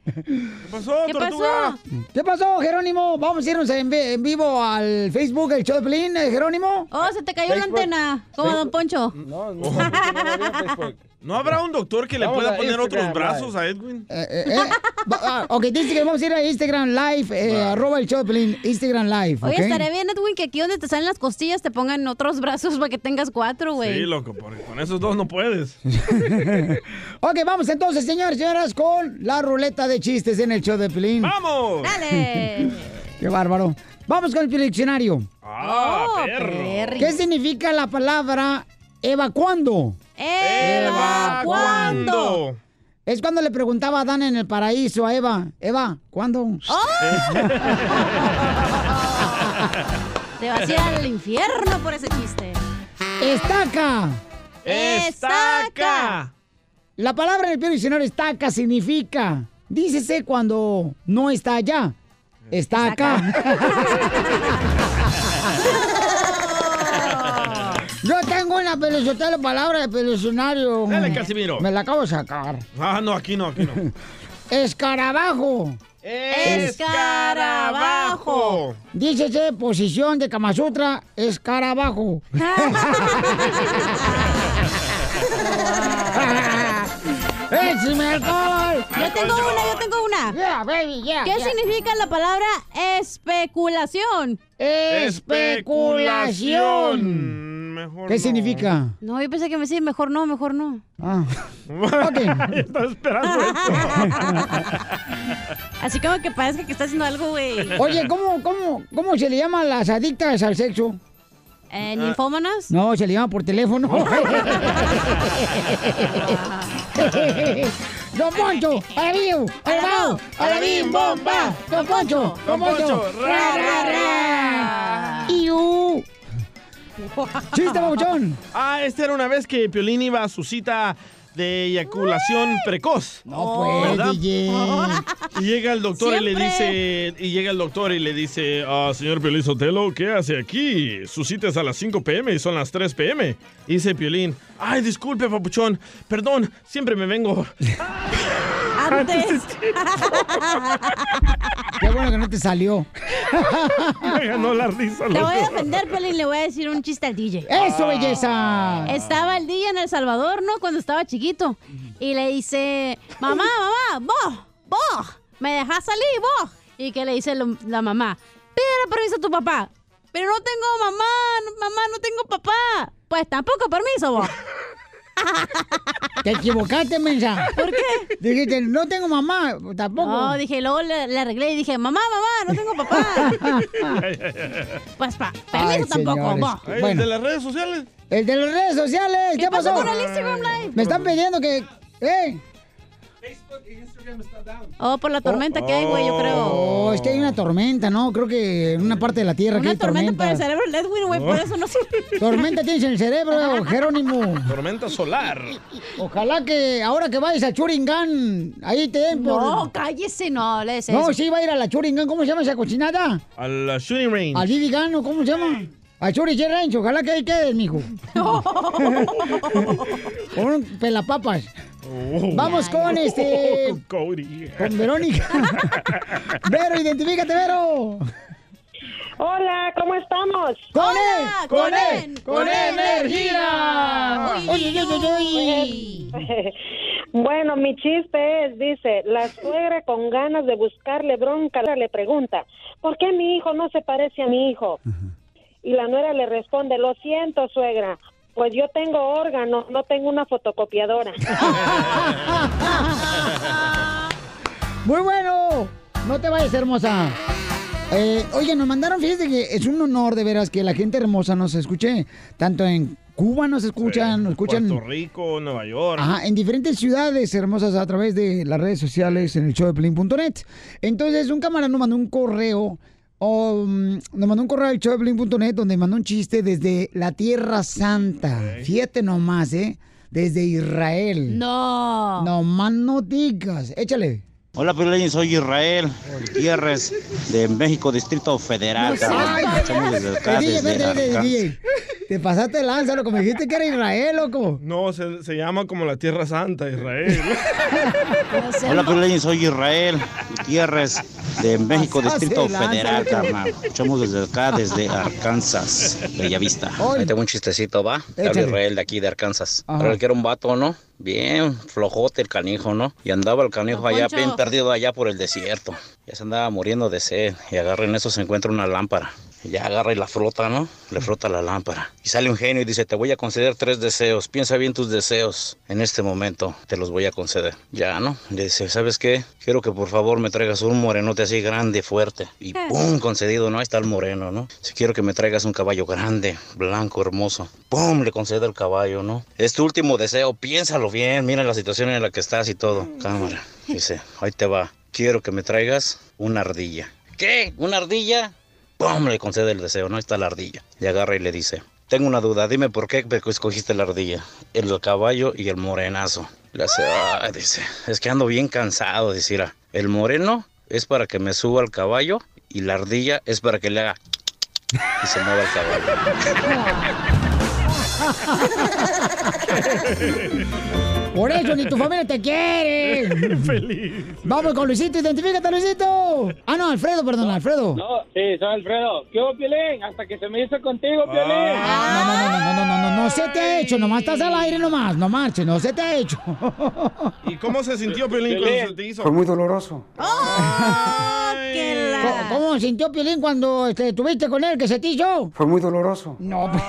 pasó, tortuga?
¿Qué pasó, Jerónimo? Vamos a irnos en, vi- en vivo al Facebook, el show de Pelín, eh, Jerónimo.
Oh, se te cayó la antena, como Don Poncho.
No, no, ¿No habrá un doctor que le
Vamos
pueda
a
poner
Instagram
otros brazos
Live.
a Edwin?
Eh, eh, eh, va- ah, ok, dice que vamos a ir a Instagram Live, eh, arroba el show de Pelín, Instagram Live.
Oye,
¿ok?
estaría bien, Edwin, que aquí donde te salen las costillas te pongan otros brazos para que tengas cuatro,
Pues.
güey.
Sí, loco, porque con esos dos no puedes.
Ok, vamos entonces, señores y señoras, con la ruleta de chistes en el show de Pelín.
¡Vamos!
¡Dale!
¡Qué bárbaro! Vamos con el diccionario.
¡Ah, perro!
¿Qué significa la palabra evacuando?
Evacuando.
Es cuando le preguntaba a Dan en el paraíso a Eva, Eva, ¿cuándo?
Ah. Te vas a ir al infierno por ese chiste.
¡Estaca!
¡Estaca!
La palabra en el Pío diccionario estaca significa, dícese cuando no está allá, está acá. Yo tengo una pelotera palabra de pelucionario.
Dale, Casimiro.
Me la acabo de sacar.
Ah, no, aquí no, aquí no.
Escarabajo.
Escarabajo.
Dícese posición de Kama Sutra, escarabajo. ¡Échame alcohol!
Yo tengo una, yo tengo una. ¿Qué
yeah.
significa la palabra especulación?
Especulación. Mejor
¿Qué
no.
significa?
No, yo pensé que me decía mejor no, mejor no.
Ah.
Estaba esperando
Así como que parece que está haciendo algo, güey.
Oye, ¿cómo, cómo, ¿cómo se le llama a las adictas al sexo?
Eh, ¿Ninfómanas?
No, se le llama por teléfono. Don Poncho, a la bio, a la bao, a la bim bomba. Don Poncho, Don Poncho, ra, ra, ra. Iu. Chiste, babuchón.
Ah, esta era una vez que Piolín iba a su cita de eyaculación precoz.
No pues, DJ.
Y llega el doctor y le
Siempre.
dice, y llega el doctor y le dice, "Ah, señor Piolín Sotelo, ¿qué hace aquí? Su cita es a las 5 p.m. y son las 3 p.m. Y dice Piolín, ay, disculpe, papuchón, perdón, siempre me vengo.
Antes.
Qué bueno que no te salió.
Me ganó la risa,
Te
loco.
voy a defender, Pelín, le voy a decir un chiste al DJ.
¡Eso, belleza!
Estaba el DJ en El Salvador, ¿no? Cuando estaba chiquito. Y le dice, mamá, mamá, vos, vos, me dejás salir, vos. Y que le dice lo- la mamá, pídele permiso a tu papá. Pero no tengo mamá, no- mamá, no tengo papá. Pues tampoco permiso, vos.
Te equivocaste, mensa.
¿Por qué?
Dijiste, no tengo mamá, tampoco.
No, Oh, dije, luego le, le arreglé y dije, mamá, mamá, no tengo papá. pues pa, permiso
Ay,
tampoco,
señores.
vos.
Ay,
Bueno.
¿De las redes sociales?
El de las redes sociales, ¿qué,
¿Qué pasó
pasó?
con el Instagram Live?
Me están pidiendo que. ¿Eh?
Oh, por la tormenta que hay, güey, yo creo.
Oh, es que hay una tormenta, ¿no? Creo que en una parte de la tierra que
Una
hay
tormenta,
tormenta.
para el cerebro de Edwin, güey, por eso no sé.
Tormenta tienes en el cerebro, Jerónimo.
Tormenta solar.
Ojalá que ahora que vayas a Churingán, ahí te den por...
No, cállese, no, le des
No,
eso.
sí, va a ir a la Churingán. ¿Cómo se llama esa cochinada?
A la shooting range.
Al Vivigan, ¿o ¿cómo
Mm.
se llama? Al Churigán Ranch. Ojalá que ahí quedes, mijo. Con un pelapapas.
Oh.
Vamos con este...
Cody.
Con Verónica. Vero, identifícate, Vero.
Hola, ¿cómo estamos?
¡Con él! ¡Con él! ¡Con
energía!
Oye,
Bueno, mi chiste es, dice, la suegra con ganas de buscarle bronca le pregunta, ¿por qué mi hijo no se parece a mi hijo? Y la nuera le responde, lo siento, suegra, pues yo tengo órgano, no tengo una fotocopiadora.
Muy bueno. No te vayas, hermosa. Eh, oye, nos mandaron, fíjate que es un honor de veras que la gente hermosa nos escuche, tanto en Cuba nos escuchan, nos escuchan
Puerto Rico, Nueva York.
Ajá, en diferentes ciudades hermosas a través de las redes sociales en el show de Piolín.net. Entonces, un camarada nos mandó un correo, o, mm, nos mandó un correo al show de Piolín.net donde mandó un chiste desde la Tierra Santa. Fíjate nomás, ¿eh? Desde Israel.
No.
Nomás no digas. Échale.
Hola, Piolín, soy Israel Gutiérrez de México, Distrito Federal.
Ay,
Te escuchamos desde
eh,
acá,
DJ,
desde
vete, vete,
Arca-
DJ. Te pasaste de lanza, loco. Me dijiste que era Israel, loco.
No, se, se llama como la Tierra Santa, Israel.
Hola, Piolín, soy Israel Gutiérrez de México,
Pasaste
Distrito
de lanza,
Federal,
loco.
carnal. Te Escuchamos desde acá, desde Arkansas, Bellavista.
Ay.
Ahí tengo un chistecito, ¿va? Te habla
Échale.
Israel de aquí, de Arkansas.
Ajá.
Pero el que era un vato, ¿no? Bien flojote el canijo, ¿no? Y andaba el canijo
Don
allá,
Poncho.
bien perdido allá por el desierto. Ya se andaba muriendo de sed. Y agarra en eso, se encuentra una lámpara. Y Ya agarra y la frota, ¿no? Le frota la lámpara. Y sale un genio y dice, te voy a conceder tres deseos. Piensa bien tus deseos. En este momento te los voy a conceder. Ya, ¿no? Le dice, ¿sabes qué? Quiero que por favor me traigas un morenote así grande, fuerte. Y ¡pum! Concedido, ¿no? Ahí está el moreno, ¿no? Si quiero que me traigas un caballo grande, blanco, hermoso. ¡Pum! Le concedo el caballo, ¿no? Es tu último deseo. Piénsalo bien. Mira la situación en la que estás y todo. Cámara. Dice, ahí te va. Quiero que me traigas una ardilla. ¿Qué? ¿Una ardilla? ¡Pum! Le concede el deseo, ¿no? Ahí Está la ardilla. Le agarra y le dice, tengo una duda, dime por qué pues, escogiste la ardilla, el caballo y el morenazo. Le hace, "Ah", dice, es que ando bien cansado, dice, "Mira, el moreno es para que me suba al caballo y la ardilla es para que le haga y se mueva el
Por eso ni tu familia te quiere.
Feliz.
Vamos con Luisito, identifícate, Luisito. Ah, no, Alfredo, perdón, Alfredo.
No, sí, soy Alfredo. ¿Qué hubo, Piolín? Hasta que se me hizo contigo,
Ah.
Piolín.
No, no, no, no, no, no se te ha hecho, nomás estás al aire nomás, no marches, no se te ha hecho.
¿Y pues, cómo se sintió Piolín cuando se te hizo?
Fue muy doloroso.
¿Cómo, cómo sintió Piolín cuando este, estuviste con él, que se te hizo?
Fue muy doloroso.
No, pues.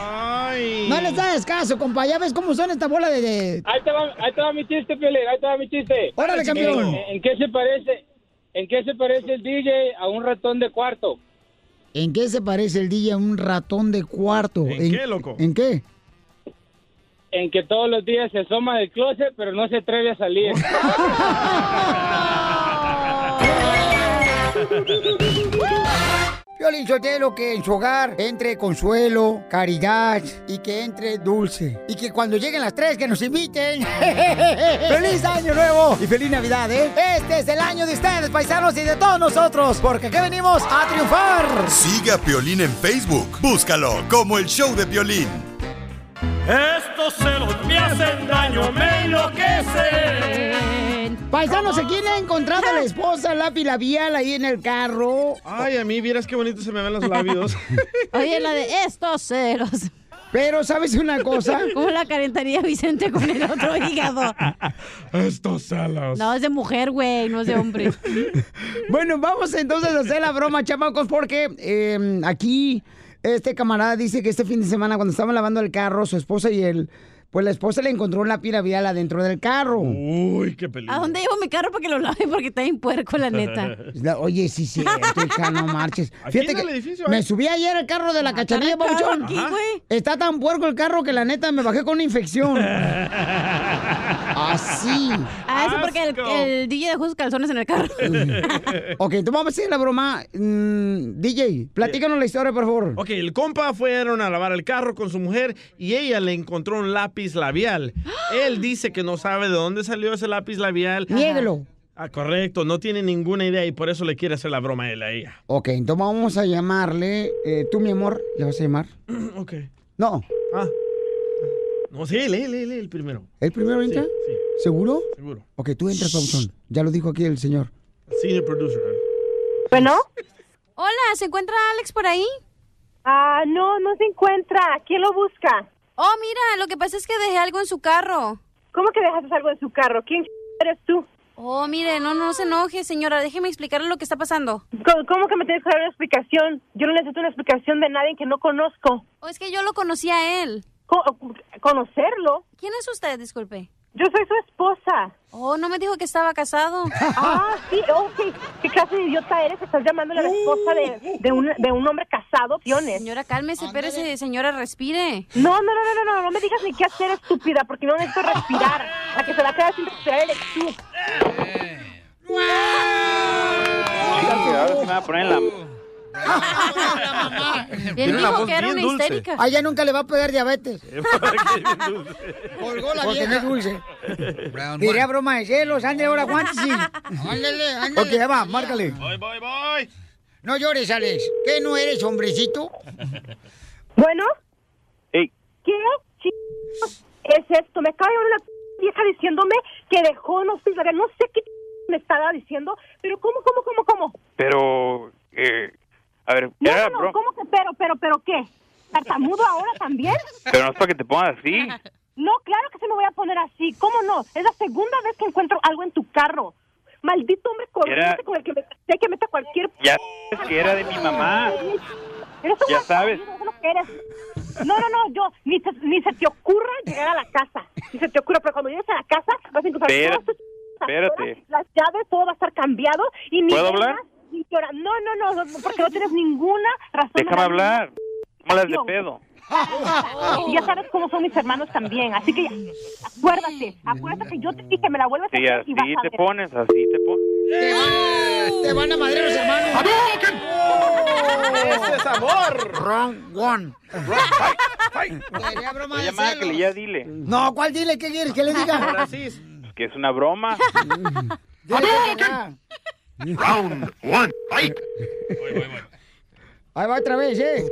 No les hagas caso, compa, ya ves cómo son esta bola de... de-
Ahí te, va, ahí te va mi chiste, Piolín. Ahí te va mi chiste.
Órale, campeón.
¿En, en qué se parece? ¿En qué se parece el DJ a un ratón de cuarto?
¿En qué se parece el DJ a un ratón de cuarto? ¿En,
qué, loco?
¿En qué?
En que todos los días se asoma del closet, pero no se atreve a salir.
Piolín Sotelo, que en su hogar entre consuelo, caridad y que entre dulce. Y que cuando lleguen las tres, que nos inviten. ¡Feliz Año Nuevo! Y feliz Navidad, ¿eh? Este es el año de ustedes, paisanos, y de todos nosotros, porque aquí venimos a triunfar.
Siga a Piolín en Facebook. Búscalo como el show de Piolín.
Estos celos me hacen daño, me enloquecen.
Paisanos, ¿quién ha encontrado a la esposa lápiz labial ahí en el carro?
Ay, a mí, vieras qué bonito se me ven los labios.
Oye, la de estos ceros.
Pero, ¿sabes una cosa?
¿Cómo la calentaría Vicente con el otro hígado?
Estos celos.
No, es de mujer, güey, no es de hombre.
Bueno, vamos entonces a hacer la broma, chamacos, porque eh, aquí este camarada dice que este fin de semana cuando estaban lavando el carro, su esposa y él, pues la esposa le encontró una pila vial adentro del carro.
Uy, qué peligro.
¿A dónde llevo mi carro para que lo lave? Porque está bien puerco, la neta.
La- Oye, sí, sí, hija, no marches.
Aquí
Fíjate
en el
que
edificio hay.
me subí ayer al carro de la cachanilla,
Ah, está el carro
Pabuchón.
aquí, güey.
Está tan puerco el carro que la neta me bajé con una infección. Así.
Ah, eso porque el, el DJ dejó sus calzones en el carro.
Ok, entonces vamos a hacer la broma. Mm, DJ, platícanos la historia, por favor.
Ok, el compa fueron a lavar el carro con su mujer y ella le encontró un lápiz labial. Él dice que no sabe de dónde salió ese lápiz labial.
Niéguelo.
Ah, correcto, no tiene ninguna idea y por eso le quiere hacer la broma a él a ella.
Ok, entonces vamos a llamarle. eh, tú, mi amor, ¿le vas a llamar?
Ok.
No.
Ah. No, sí, lee, lee, lee el primero.
¿El primero entra?
Sí, sí.
¿Seguro?
Seguro.
Ok, tú entras, Pabuchón. Ya lo dijo aquí el señor.
Senior producer.
Bueno. Hola, ¿se encuentra Alex por ahí? Ah, no, no se encuentra. ¿Quién lo busca? Oh, mira, lo que pasa es que dejé algo en su carro. ¿Cómo que dejaste algo en su carro? ¿Quién eres tú?
Oh, mire, no, no se enoje, señora. Déjeme explicarle lo que está pasando.
¿Cómo, cómo que me tienes que dar una explicación? Yo no necesito una explicación de nadie que no conozco.
Oh, es que yo lo conocí a él.
Co- ¿Conocerlo?
¿Quién es usted? Disculpe.
Yo soy su esposa. Oh, no me dijo que estaba casado. Ah, sí, oh, sí. ¿Qué clase de idiota eres? Estás llamando a la esposa de, de, un, de un hombre casado, opciones.
Señora, cálmese, espérese, señora, respire.
No, no, no, no, no, no, no me digas ni qué hacer, estúpida, porque no necesito respirar. La que se va a quedar sin respirar eres tú.
Cuidado que me va a poner en la...
Él
Tiene una dijo voz que era bien una dulce. histérica.
A ella Ah, nunca le va a pegar diabetes.
Colgó
la vieja. dulce. Diría broma de celos, ándale ahora, guantes. y- Ándale, ándale. Ok, ya va, márcale.
Voy, voy, voy.
No llores, Alex. ¿Qué no eres, hombrecito?
Bueno.
Ey.
¿Qué ch- es esto? Me acaba de hablar una vieja diciéndome que dejó, no sé, la verdad, no sé qué me estaba diciendo, pero ¿cómo, cómo, cómo, cómo?
Pero, eh, a ver,
No,
era
no, no,
broma,
¿cómo que pero, pero, pero qué? ¿Tartamudo ahora también?
pero no es para que te pongas así.
No, claro que se me voy a poner así, ¿cómo no? Es la segunda vez que encuentro algo en tu carro. Maldito hombre corriente
Era-
con el que me casé, que mete a cualquier...
Ya sabes que era de mi mamá.
Eres un
Ya sabes.
eso es lo que eres. No, no, no, yo, ni, se- ni se te ocurra llegar a la casa. Ni se te ocurra, pero cuando llegues a la casa vas a encontrar
Espera-
todas tus
Espérate.
las llaves, todo va a estar cambiado y ni
¿Puedo
velas,
hablar?
ni llora. No, no, no, no, porque no tienes ninguna razón. de
Déjame
la-
hablar. No las de
No.
pedo.
Y ya sabes cómo son mis hermanos también, así que ya, acuérdate, acuérdate que yo te dije que me la vuelvas
Si
a hacer
así
y vas a
te
ver.
pones, así te pones.
Te van, te van a madrear los hermanos.
¡Ese es amor!
Wrong one. Sería broma
Voy a
de celos.
marcarle, ya dile.
No, ¿cuál dile? ¿Qué quieres que le diga?
Pues que es una broma.
Ah,
Dile que acá.
Round one, fight.
Ahí va otra vez, ¿eh?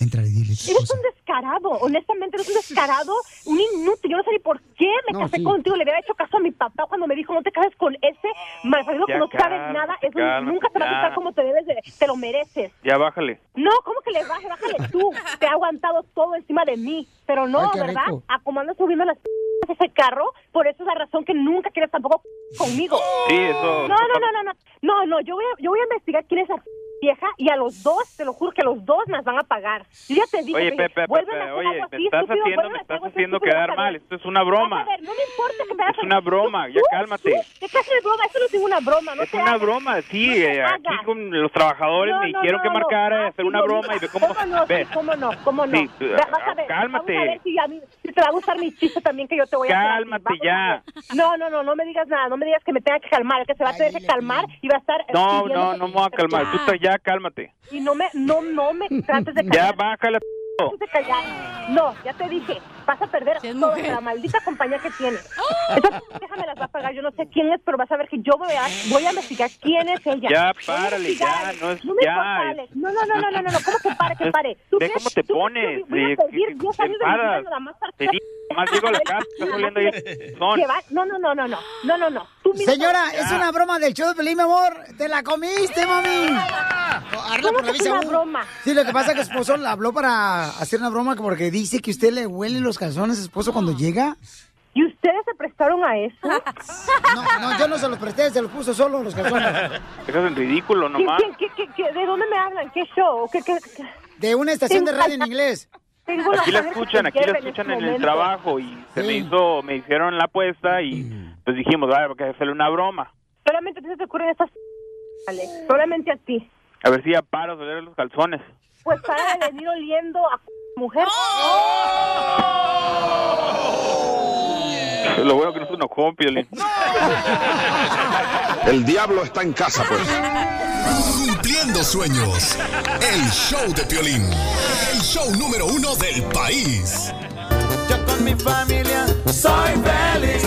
Eres un descarado, honestamente eres un descarado, un inútil. Yo no sé ni por qué me
No,
casé
sí.
contigo. Le hubiera hecho caso a mi papá cuando me dijo no te cases con ese malvado que
Ya
no sabes
cálmate,
nada. Es un-
cálmate,
nunca te va a gustar
ya.
como te debes, de- te lo mereces.
Ya bájale.
No, ¿cómo que le baje? Bájale tú. Te ha aguantado todo encima de mí. Pero no,
Ay, qué
¿verdad?
rico.
A como andas subiendo las p- ese carro, por eso es la razón que nunca quieres tampoco conmigo.
Sí, eso-
No, no, no, no, no. No, no, yo voy a, yo voy a investigar quién es la p- vieja y a los dos, te lo juro, que a los dos las van a pagar. Yo ya te dije, te
Oye,
dije,
Pepe, Pepe,
vuelven a hacer
oye,
algo así,
me estás
estúpido,
haciendo,
vuelven a
me
hacer
estás
algo así,
haciendo
estúpido, vas
quedar
a ver.
mal. Esto es una
Vas
broma.
a ver, no me importa que me hagas
Es una broma, ya cálmate.
¿Qué clase de broma? Eso no es ninguna broma, no
Es
te
una
hagas.
broma, sí, eh, aquí
hagas.
con los trabajadores
No,
me
no,
dijeron
no,
que
no.
marcara y
Ah,
hacer
sí,
una
no,
broma y ve cómo...
¿Cómo no?
ve.
Sí, ¿Cómo no? ¿Cómo no?
Sí, tú,
Ve, vas a
ah,
ver,
cálmate.
Vamos a ver si, a mí- si te va a gustar mi chiste también que yo te voy a hacer a ti.
Cálmate
Vamos a
ya.
ver. No, no, no, no me digas nada. No me digas que me tenga que calmar. El que se va a tener que calmar y va a estar...
No,
pidiendo-
no, no me voy a calmar. Tú estás ya, cálmate.
Y no me, no, no me trates de
Ya
callar.
bájale, p***.
Trates de callar. No, ya te dije. Vas a perder toda la maldita compañía que tienes. Esa pendeja me las va a pagar. Yo no sé quién es, pero vas a ver que yo voy a, voy a investigar quién es ella.
Ya,
Voy a
párale,
investigar.
ya, no es-
No me
ya,
importa,
es-
Alex. No, no, no, no, no, no, no. ¿Cómo que pare, que pare? ¿Tú
Ve
crees-
cómo te
tú crees que
pones.
Voy a
eh,
pedir
que-
10
que
años de mi vida
enfadas.
nada más para
Te digo, nomás llego a la casa, estás oliendo ahí el son.
que va- ah, No, no, no, no, no. No, no, no. Tú mismo-
Señora, es una broma del show de Pelín, mi amor. Te la comiste, mami.
¿Cómo
por la
que es
visa
una
U.
broma?
Sí, lo que pasa es que esposo la habló para hacer una broma porque dice que usted le huele los calzones a esposo cuando llega.
¿Y ustedes se prestaron a eso?
No, Ah, no, yo no se los presté, se los puso solo los calzones.
Dejas en ridículo
¿Quién-
nomás.
quién- qué- qué- qué- de dónde me hablan? ¿Qué show? ¿Qué, qué- qué?
De una estación de radio en inglés.
Tengo
Aquí la
sangre que
escuchan,
me
aquí la
hierve
escuchan
este
en el
momento.
trabajo y se me hizo, me hicieron la apuesta y pues dijimos, vaya, hay que hacerle una broma.
Solamente a ti se te ocurren estas... Alex. Solamente a ti.
A ver si ya paras de oler los calzones.
Pues para de venir oliendo a mujer.
Lo bueno que no se enojó, Piolín.
El diablo está en casa, pues.
Cumpliendo sueños. El show de Piolín. El show número uno del país.
Yo con mi familia soy feliz.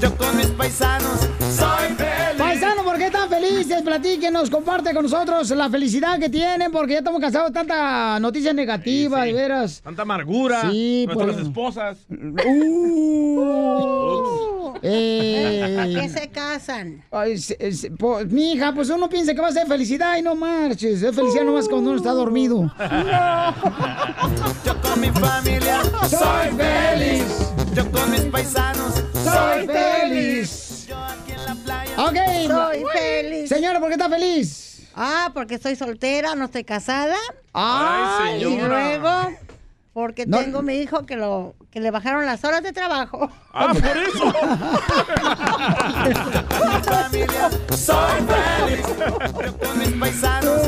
Yo con mis paisanos soy feliz.
Paisano, ¿por qué tan felices? Platíquenos, comparte con nosotros la felicidad que tienen porque ya estamos cansados de tanta noticia negativa, de veras.
Tanta amargura.
Sí,
nuestras
por-
esposas.
Eh,
¿Para qué se casan?
Ay, se- se- po- mija, pues uno piensa que va a ser felicidad y no marches. Es felicidad nomás cuando uno está dormido.
Yo con mi familia soy feliz. Yo con mis paisanos soy feliz.
Ok.
Soy feliz.
Señora, ¿por qué está feliz?
Ah, porque soy soltera, no estoy casada.
Ay,
Y
señora.
luego, Porque
No.
tengo mi hijo que lo que le bajaron las horas de trabajo.
Ah, por eso. Soy feliz. Yo con mis paisanos.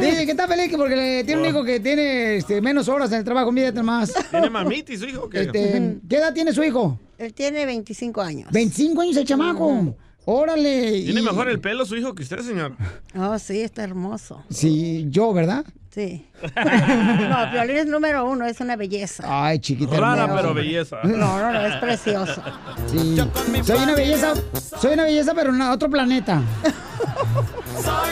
Dice que está feliz que porque le tiene un hijo que tiene este, menos horas en el trabajo, mírate más.
¿Tiene mamitis su hijo? o qué?
Este, ¿Qué edad tiene su hijo?
Él tiene 25 años.
25 años el chamaco. Órale.
Tiene
y-
mejor el pelo su hijo que usted, señor.
Oh, sí, está hermoso.
Sí, yo, ¿verdad?
Sí. No, Piolín es número uno, es una belleza.
Ay, chiquita.
Rara,
hermosa.
pero belleza.
No, no, no, es precioso.
Sí. Soy una belleza, soy una belleza, pero en otro planeta.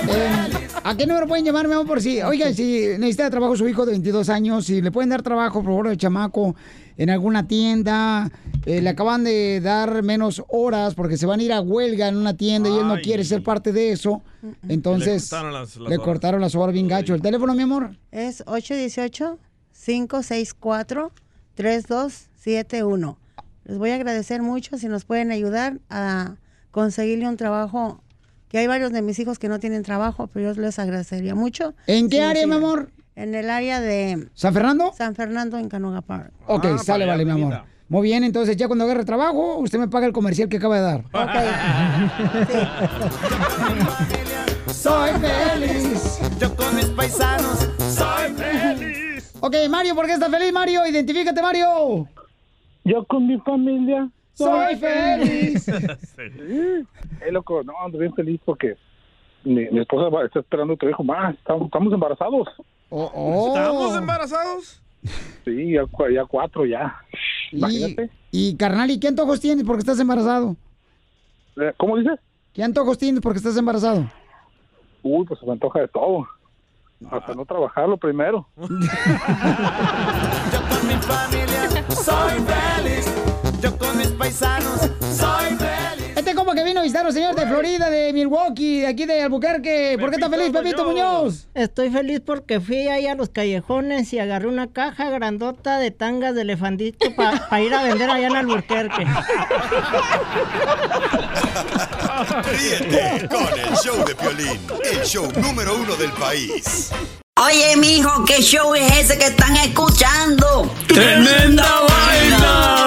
Eh, ¿A qué número pueden llamarme, amor, por si, oigan, si necesita trabajo su hijo de 22 años, si le pueden dar trabajo, por favor, al chamaco, en alguna tienda, eh, le acaban de dar menos horas porque se van a ir a huelga en una tienda y él no quiere ser parte de eso, entonces
Le cortaron las- las
le
horas.
cortaron las horas bien gacho. ¿El teléfono, mi amor?
Es 818-564-3271. Les voy a agradecer mucho si nos pueden ayudar a conseguirle un trabajo. Que hay varios de mis hijos que no tienen trabajo, pero yo les agradecería mucho.
¿En qué
si nos
área, mi
ayudan.
amor?
En el área de...
¿San Fernando?
San Fernando en Canoga Park.
Ok, sale, vale, mi amor. Muy bien, entonces ya cuando agarre trabajo, usted me paga el comercial que acaba de dar. Soy feliz.
Yo con mis paisanos. Soy feliz.
Ok, Mario, ¿por qué estás feliz, Mario? Identifícate, Mario.
Yo con mi familia.
Soy feliz.
Eh, loco, no, ando bien feliz porque mi, mi esposa va- está esperando otro hijo más. Estamos, estamos embarazados.
Oh,
¿Estamos embarazados?
Sí, ya, cu- ya cuatro ya.
Y,
Imagínate.
y, carnal, ¿y qué antojos tienes porque estás embarazado?
Eh, ¿Cómo dices?
¿Qué antojos tienes porque estás embarazado?
Uy, pues se me antoja de todo. Hasta no trabajarlo primero.
Mi familia. Soy feliz. Yo con mis paisanos. Soy feliz.
Este como que vino a visitarnos, señor, de Florida, de Milwaukee, de aquí de Albuquerque. ¿Por qué estás feliz, Pepito Muñoz?
Estoy feliz porque fui ahí a los callejones y agarré una caja grandota de tangas de elefantito para ir a vender allá en Alburquerque.
Ríete con el show de Piolín, el show número uno del país.
Oye, mijo, ¿qué show es ese que están escuchando?
¡Tremenda
vaina!